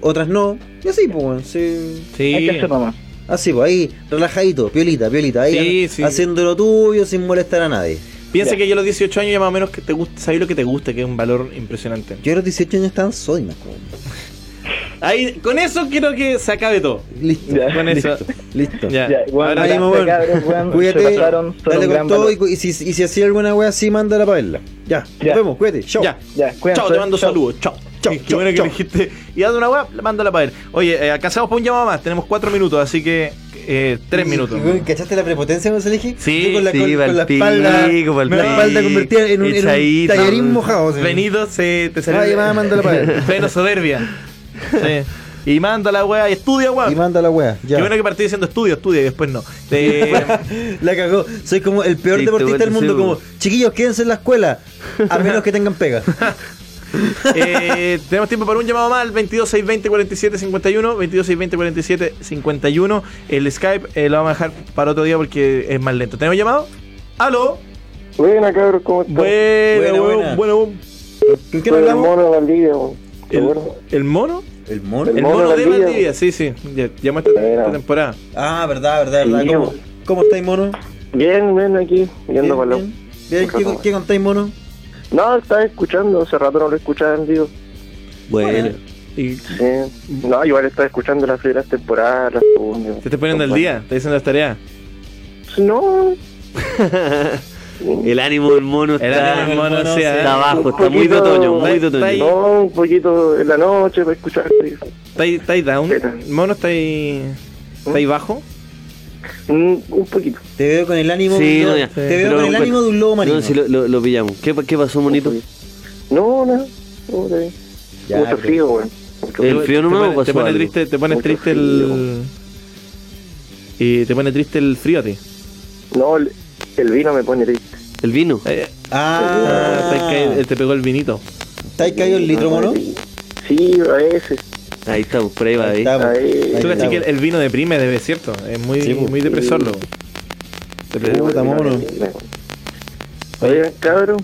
Speaker 4: otras no. Y así, pues, weón. Sí.
Speaker 3: Sí. Hay que hacer nomás.
Speaker 4: Así, pues, ahí, relajadito, piolita, piolita. Ahí,
Speaker 3: Sí, sí.
Speaker 4: haciendo lo tuyo sin molestar a nadie.
Speaker 3: Piensa
Speaker 4: Ya.
Speaker 3: que yo a los 18 años ya más o menos que te gusta, sabes lo que te gusta, que es un valor impresionante.
Speaker 4: Yo a los 18 años estaba en Sodima, weón.
Speaker 3: Ahí, con eso quiero que se acabe todo.
Speaker 4: Listo.
Speaker 3: Con eso.
Speaker 4: Listo.
Speaker 3: Ya.
Speaker 12: Ya, weón,
Speaker 3: Ahora
Speaker 12: gracias,
Speaker 3: sí, weón.
Speaker 12: cabros, weón. Se
Speaker 4: Cuídate,
Speaker 12: pasaron, son
Speaker 4: dale
Speaker 12: un
Speaker 4: con
Speaker 12: gran
Speaker 4: todo
Speaker 12: valor.
Speaker 4: y, cu- y si, y si hacía alguna wea así, mándala para verla. Ya, nos vemos, cuídate, chao.
Speaker 3: Ya, Chao, te mando saludos. Chao. Chao. Qué bueno que me dijiste. Y haz una web, mándala para él. Oye, eh, alcanzamos para un llamado más. Tenemos cuatro minutos, así que eh, tres minutos.
Speaker 4: Y, güey, ¿Cachaste la prepotencia cuando se elige?
Speaker 3: Sí,
Speaker 4: Yo con la,
Speaker 3: sí,
Speaker 4: con, con la
Speaker 3: palpico,
Speaker 4: espalda, con la
Speaker 3: palpico.
Speaker 4: espalda convertida en un, en un
Speaker 3: Echaíta.
Speaker 4: tallarín mojado. así.
Speaker 3: Venido, se te salió.
Speaker 4: Ay, va, mándala para él.
Speaker 3: Pleno soberbia. Sí. Y manda la wea, y estudia wea.
Speaker 4: Y manda la wea.
Speaker 3: Qué
Speaker 4: Ya.
Speaker 3: bueno que partí diciendo estudia, estudia y después no. Eh,
Speaker 4: La cagó. Soy como el peor
Speaker 3: Sí,
Speaker 4: deportista
Speaker 3: te
Speaker 4: del mundo.
Speaker 3: vuelvo-
Speaker 4: Como, chiquillos, quédense en la escuela. A menos que tengan pega.
Speaker 3: Eh, tenemos tiempo para un llamado más al 22 620 47 51 22 620 47 51 el Skype eh, lo vamos a dejar para otro día porque es más lento ¿tenemos llamado? ¡Aló!
Speaker 13: Buena, cabrón, ¿cómo estás?
Speaker 3: Buena, Buena, buena. buena, ¿con quién
Speaker 13: Soy
Speaker 3: hablamos?
Speaker 13: El mono de Valdivia, weón. ¿Te
Speaker 3: ¿El,
Speaker 13: acuerdas?
Speaker 3: el mono?
Speaker 4: ¿El mono?
Speaker 3: El mono, de Valdivia, sí, sí ya, llamó esta, esta temporada
Speaker 4: Ah, verdad, verdad, verdad.
Speaker 3: Sí,
Speaker 4: ¿Cómo, cómo estáis, mono?
Speaker 13: Bien, bien, aquí, yendo
Speaker 4: Bien,
Speaker 13: para
Speaker 4: bien. Bien, ¿qué, qué contáis, mono?
Speaker 13: No, estaba escuchando, hace rato no lo escuchaba en vivo.
Speaker 5: Bueno.
Speaker 3: Y
Speaker 13: Sí. No, igual estaba escuchando las primeras temporadas, las segundas.
Speaker 3: te estoy poniendo al día te dicen las tareas
Speaker 13: No.
Speaker 5: El ánimo del mono está,
Speaker 3: ánimo del mono,
Speaker 5: está
Speaker 3: sí, ¿eh?
Speaker 5: abajo,
Speaker 13: Un
Speaker 5: está muy de
Speaker 13: poquito-
Speaker 5: otoño, muy de
Speaker 3: Está ahí.
Speaker 5: otoño.
Speaker 13: No, un poquito en la noche para escuchar. sí.
Speaker 3: ¿está ahí, está ahí down? ¿mono está ahí, está ahí bajo?
Speaker 13: un poquito
Speaker 4: Te veo con el ánimo de
Speaker 5: Sí,
Speaker 4: un
Speaker 5: no,
Speaker 4: lobo-
Speaker 5: ya.
Speaker 4: Te veo con el ánimo de un lobo marino.
Speaker 5: No, sí, lo, lo- lo pillamos. ¿Qué, qué pasó, monito?
Speaker 13: No, no, no, está bien.
Speaker 5: Ya,
Speaker 13: Mucho
Speaker 5: pero-
Speaker 13: frío, weón.
Speaker 5: El frío no me
Speaker 3: te pone, te
Speaker 5: pasó
Speaker 3: pone
Speaker 5: algo.
Speaker 3: triste te pone
Speaker 13: Mucho
Speaker 3: triste el y te pone triste el frío a ti
Speaker 13: No, el, el vino me pone triste.
Speaker 5: ¿El vino?
Speaker 3: Eh, Ah, está ahí que- eh, te pegó el vinito.
Speaker 4: ¿Está ahí caído el litro, mono?
Speaker 13: Sí, a veces.
Speaker 5: Ahí estamos, prueba ahí. eh.
Speaker 4: estamos. Ahí
Speaker 3: Tú cachai
Speaker 4: estamos.
Speaker 3: que el- el vino deprime, debe cierto. Es muy,
Speaker 5: Sí, po.
Speaker 3: muy depresor, loco.
Speaker 4: Puta, mono. ¿Mm?
Speaker 13: Oigan, cabrón.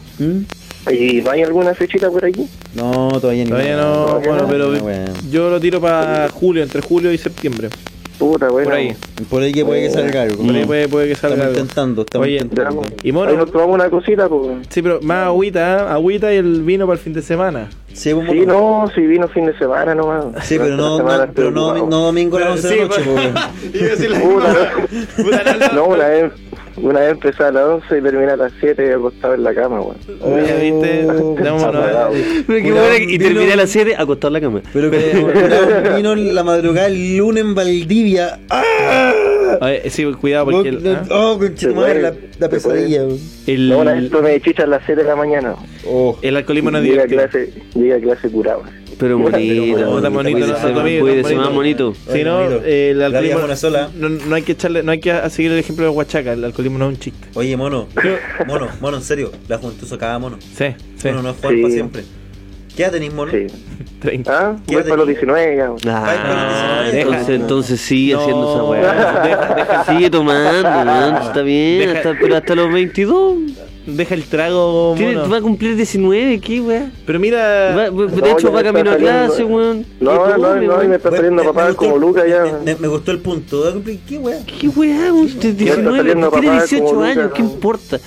Speaker 13: ¿Y no hay alguna fechita por aquí?
Speaker 4: No, todavía ni
Speaker 3: Todavía no, bueno, pero yo lo tiro para julio, entre julio y septiembre.
Speaker 13: Puta, bueno.
Speaker 3: Por ahí.
Speaker 4: Por ahí que puede que salga algo.
Speaker 3: Por ahí
Speaker 5: Mm.
Speaker 3: puede, puede que salga
Speaker 4: Estamos
Speaker 3: algo.
Speaker 4: intentando, estamos
Speaker 3: Oye,
Speaker 4: intentando.
Speaker 3: y mono.
Speaker 13: Ahí nos tomamos una cosita, pues.
Speaker 3: Sí, pero más agüita, ¿eh? agüita y el vino para el fin de semana.
Speaker 4: Sí, pues,
Speaker 13: Sí, no, si vino fin de semana nomás.
Speaker 4: Sí, pero
Speaker 13: Durante
Speaker 4: no,
Speaker 13: la semana
Speaker 4: no,
Speaker 13: estoy
Speaker 4: pero no,
Speaker 13: ocupado. pues.
Speaker 4: no domingo a las 11 de la noche, pues. po, weón.
Speaker 13: Puta, no. No, una vez, una vez empecé a las 11 y terminé a las 7 y acostado en la cama, weón.
Speaker 3: Oye, viste,
Speaker 4: Oh,
Speaker 13: Apagado.
Speaker 5: Pero qué buena- y terminé a las 7 acostado en la cama.
Speaker 4: Pero que vino la madrugada el lunes en Valdivia.
Speaker 3: Oye, sí, cuidado
Speaker 4: Oh,
Speaker 3: porque el, ¿ah?
Speaker 4: oh, conchetumare, la, la pesadilla.
Speaker 3: El-
Speaker 13: No, una vez tomé chicha a las 7 de la mañana.
Speaker 3: el alcoholismo no es
Speaker 13: Llegué a
Speaker 3: divertido.
Speaker 13: clase, llegué a clase curado.
Speaker 5: Pero
Speaker 3: Pero
Speaker 5: bonito.
Speaker 3: tan bonito,
Speaker 5: Cuídese,
Speaker 3: tan bonito,
Speaker 5: Cuídese
Speaker 3: tan
Speaker 5: más bonito.
Speaker 3: Si no, eh, el
Speaker 4: vida
Speaker 3: alcoholismo.
Speaker 4: es una sola.
Speaker 3: No, no hay que echarle, no hay que seguir el ejemplo de Huachaca. El alcoholismo no es un chiste.
Speaker 4: Oye, mono, mono, mono, en serio, la juventud sacaba mono.
Speaker 3: Sí, sí.
Speaker 4: Mono no es jugar
Speaker 13: Sí.
Speaker 4: para siempre. ¿Qué edad tenéis, mono?
Speaker 13: ¿Ah?
Speaker 4: ¿Qué
Speaker 13: Voy
Speaker 4: edad
Speaker 13: para los 19 ya. weón.
Speaker 5: Ah, entonces,
Speaker 3: deja.
Speaker 5: entonces sigue
Speaker 3: No,
Speaker 5: haciendo esa weá. Sigue tomando, weón, está bien,
Speaker 3: Deja-
Speaker 5: hasta, pero hasta los 22.
Speaker 3: Deja el trago.
Speaker 5: Tiene-
Speaker 3: mono.
Speaker 5: va a cumplir 19, ¿qué weá?
Speaker 3: Pero mira.
Speaker 5: Va- va- de
Speaker 13: No,
Speaker 5: hecho,
Speaker 13: ya
Speaker 5: va
Speaker 13: me está
Speaker 5: camino a
Speaker 13: saliendo,
Speaker 5: clase,
Speaker 13: eh.
Speaker 5: weón.
Speaker 13: No,
Speaker 5: ¿Qué
Speaker 13: no,
Speaker 5: come,
Speaker 13: no,
Speaker 5: weón?
Speaker 13: me está saliendo
Speaker 4: me
Speaker 13: papá
Speaker 4: gustó
Speaker 13: como
Speaker 4: el-
Speaker 13: Luca ya.
Speaker 4: Me, me gustó el punto. ¿Qué weá?
Speaker 5: ¿Qué weá? weón? Usted es
Speaker 13: Ya está
Speaker 5: 19,
Speaker 13: saliendo
Speaker 5: tiene
Speaker 13: papá
Speaker 5: 18
Speaker 13: como Lucas,
Speaker 5: años, ¿qué
Speaker 13: ¿no?
Speaker 5: importa?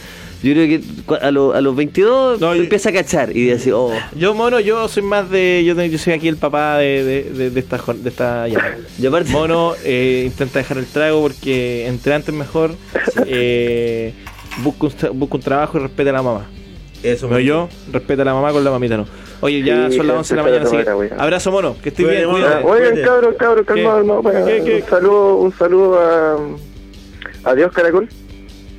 Speaker 5: Yo creo que cu- a, lo- a los 22 empieza a cachar y dice, oh,
Speaker 3: Yo, mono, yo soy más de. Yo, yo soy aquí el papá de, de, de- de esta. jor- De esta llamada. Mono eh, intenta dejar el trago porque entre antes mejor. eh, busca, un, tra- busca un trabajo y respeta a la mamá.
Speaker 14: Eso,
Speaker 3: No, yo, respeta a la mamá con la mamita, no. Oye, ya
Speaker 13: Sí,
Speaker 3: son las
Speaker 13: ya
Speaker 3: 11 de
Speaker 13: empezó
Speaker 3: la mañana,
Speaker 13: la
Speaker 3: así que
Speaker 13: tomar agüita.
Speaker 3: abrazo, mono, que estés bien.
Speaker 13: Ah,
Speaker 3: cuídate.
Speaker 13: Oigan, cabros, cabros, calmado, hermano. pues, para-
Speaker 3: ¿Qué, qué?
Speaker 13: Un saludo, un saludo a. Adiós, Caracol.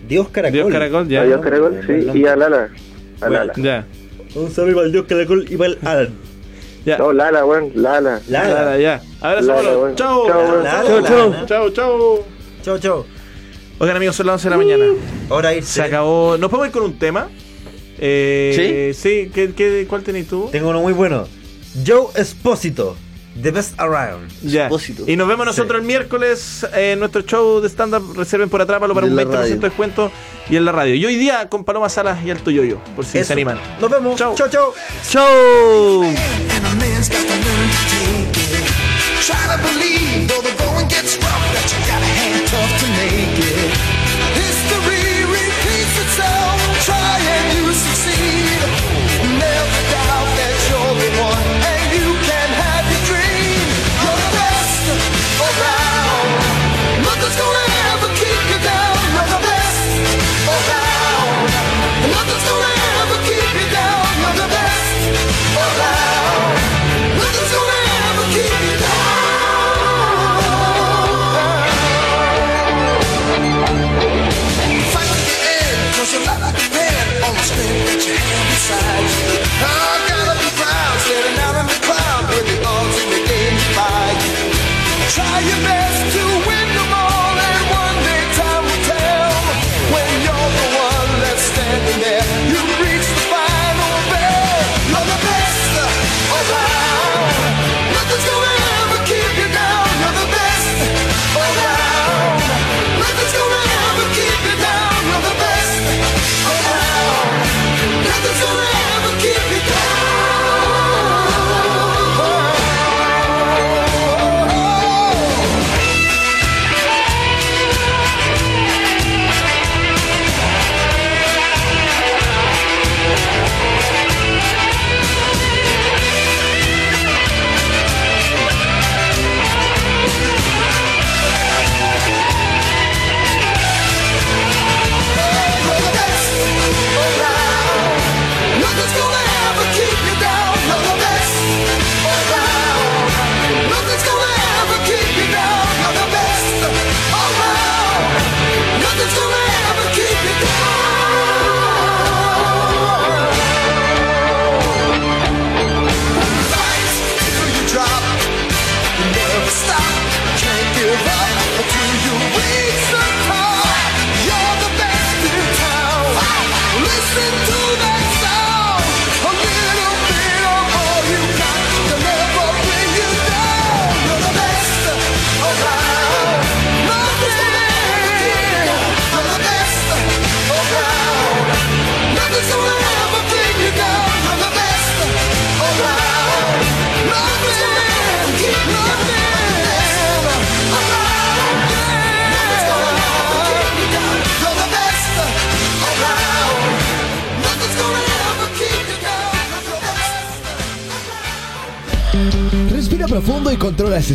Speaker 14: Dios Caracol.
Speaker 3: Dios Caracol, ya.
Speaker 13: Adiós, Caracol, sí. Y a Lala. A
Speaker 14: Bueno,
Speaker 13: Lala.
Speaker 3: Ya.
Speaker 14: Un saludo para el Dios Caracol y para el Alan.
Speaker 13: No, Lala, weón, Lala.
Speaker 14: Lala. Lala,
Speaker 3: ya. Abrazo,
Speaker 13: Lala,
Speaker 3: mono.
Speaker 13: weón.
Speaker 3: Chao.
Speaker 13: Chao, weón.
Speaker 3: Lala,
Speaker 13: Chao,
Speaker 3: Lala.
Speaker 13: chao.
Speaker 3: Chao, chao.
Speaker 14: Chao, chao.
Speaker 3: Oigan, amigos, son las 11 de la mañana.
Speaker 14: Ahora irse.
Speaker 3: Se acabó. ¿Nos podemos ir con un tema? Eh, ¿Sí? ¿qué, qué, cuál tenés tú?
Speaker 14: Tengo uno muy bueno. Joe Espósito. The best around.
Speaker 3: Ya. Y nos vemos nosotros el miércoles eh, en nuestro show de stand-up. Reserven por Atrápalo para
Speaker 14: Y en
Speaker 3: un
Speaker 14: la
Speaker 3: 20% de
Speaker 14: radio.
Speaker 3: descuento y en la radio. Y hoy día con Paloma Salas y Alto Yoyo, por si se animan.
Speaker 14: Nos vemos. Chao, chao. Chao.
Speaker 9: And a man's got to learn to take it. Try to believe, though the going gets rough, that you gotta hang tough to make it. History repeats itself. Try and you succeed. Never doubt that you're the one, and you can have your dream. You're the best around. Nothing's gonna ever keep you down. You're the best around. Nothing's gonna ever keep you down. You're the best around. Nothing's gonna ever keep you down. Fight to the end, 'cause you lie like a man on the strength that you have inside you. I gotta be proud, standing out in the cloud with the odds in the game you fight. Try your best to win them all, and one day time will tell. When you're the one that's standing there, you reach the final bell. You're the best around. Nothing's gonna ever keep you down. You're the best around. Nothing's gonna ever keep you down. You're the best around. Nothing's gonna ever keep you down. Nothing's gonna ever keep you down. You're the best around. Nothing's gonna ever keep you down. You're the best around. Nothing's gonna ever keep you down. Fight till you drop. You never stop. Can't give up until you reach the top. You're the best in town. Listen to that sound. A little bit of all you got can never bring you down. You're the best around. Nothing. You're the best around. Nothing's gonna ever bring you down. You're the best around. Nothing. Nothing. You're the best around. Nothing's gonna ever keep you down. You're the best.
Speaker 1: Respira profundo y controla ese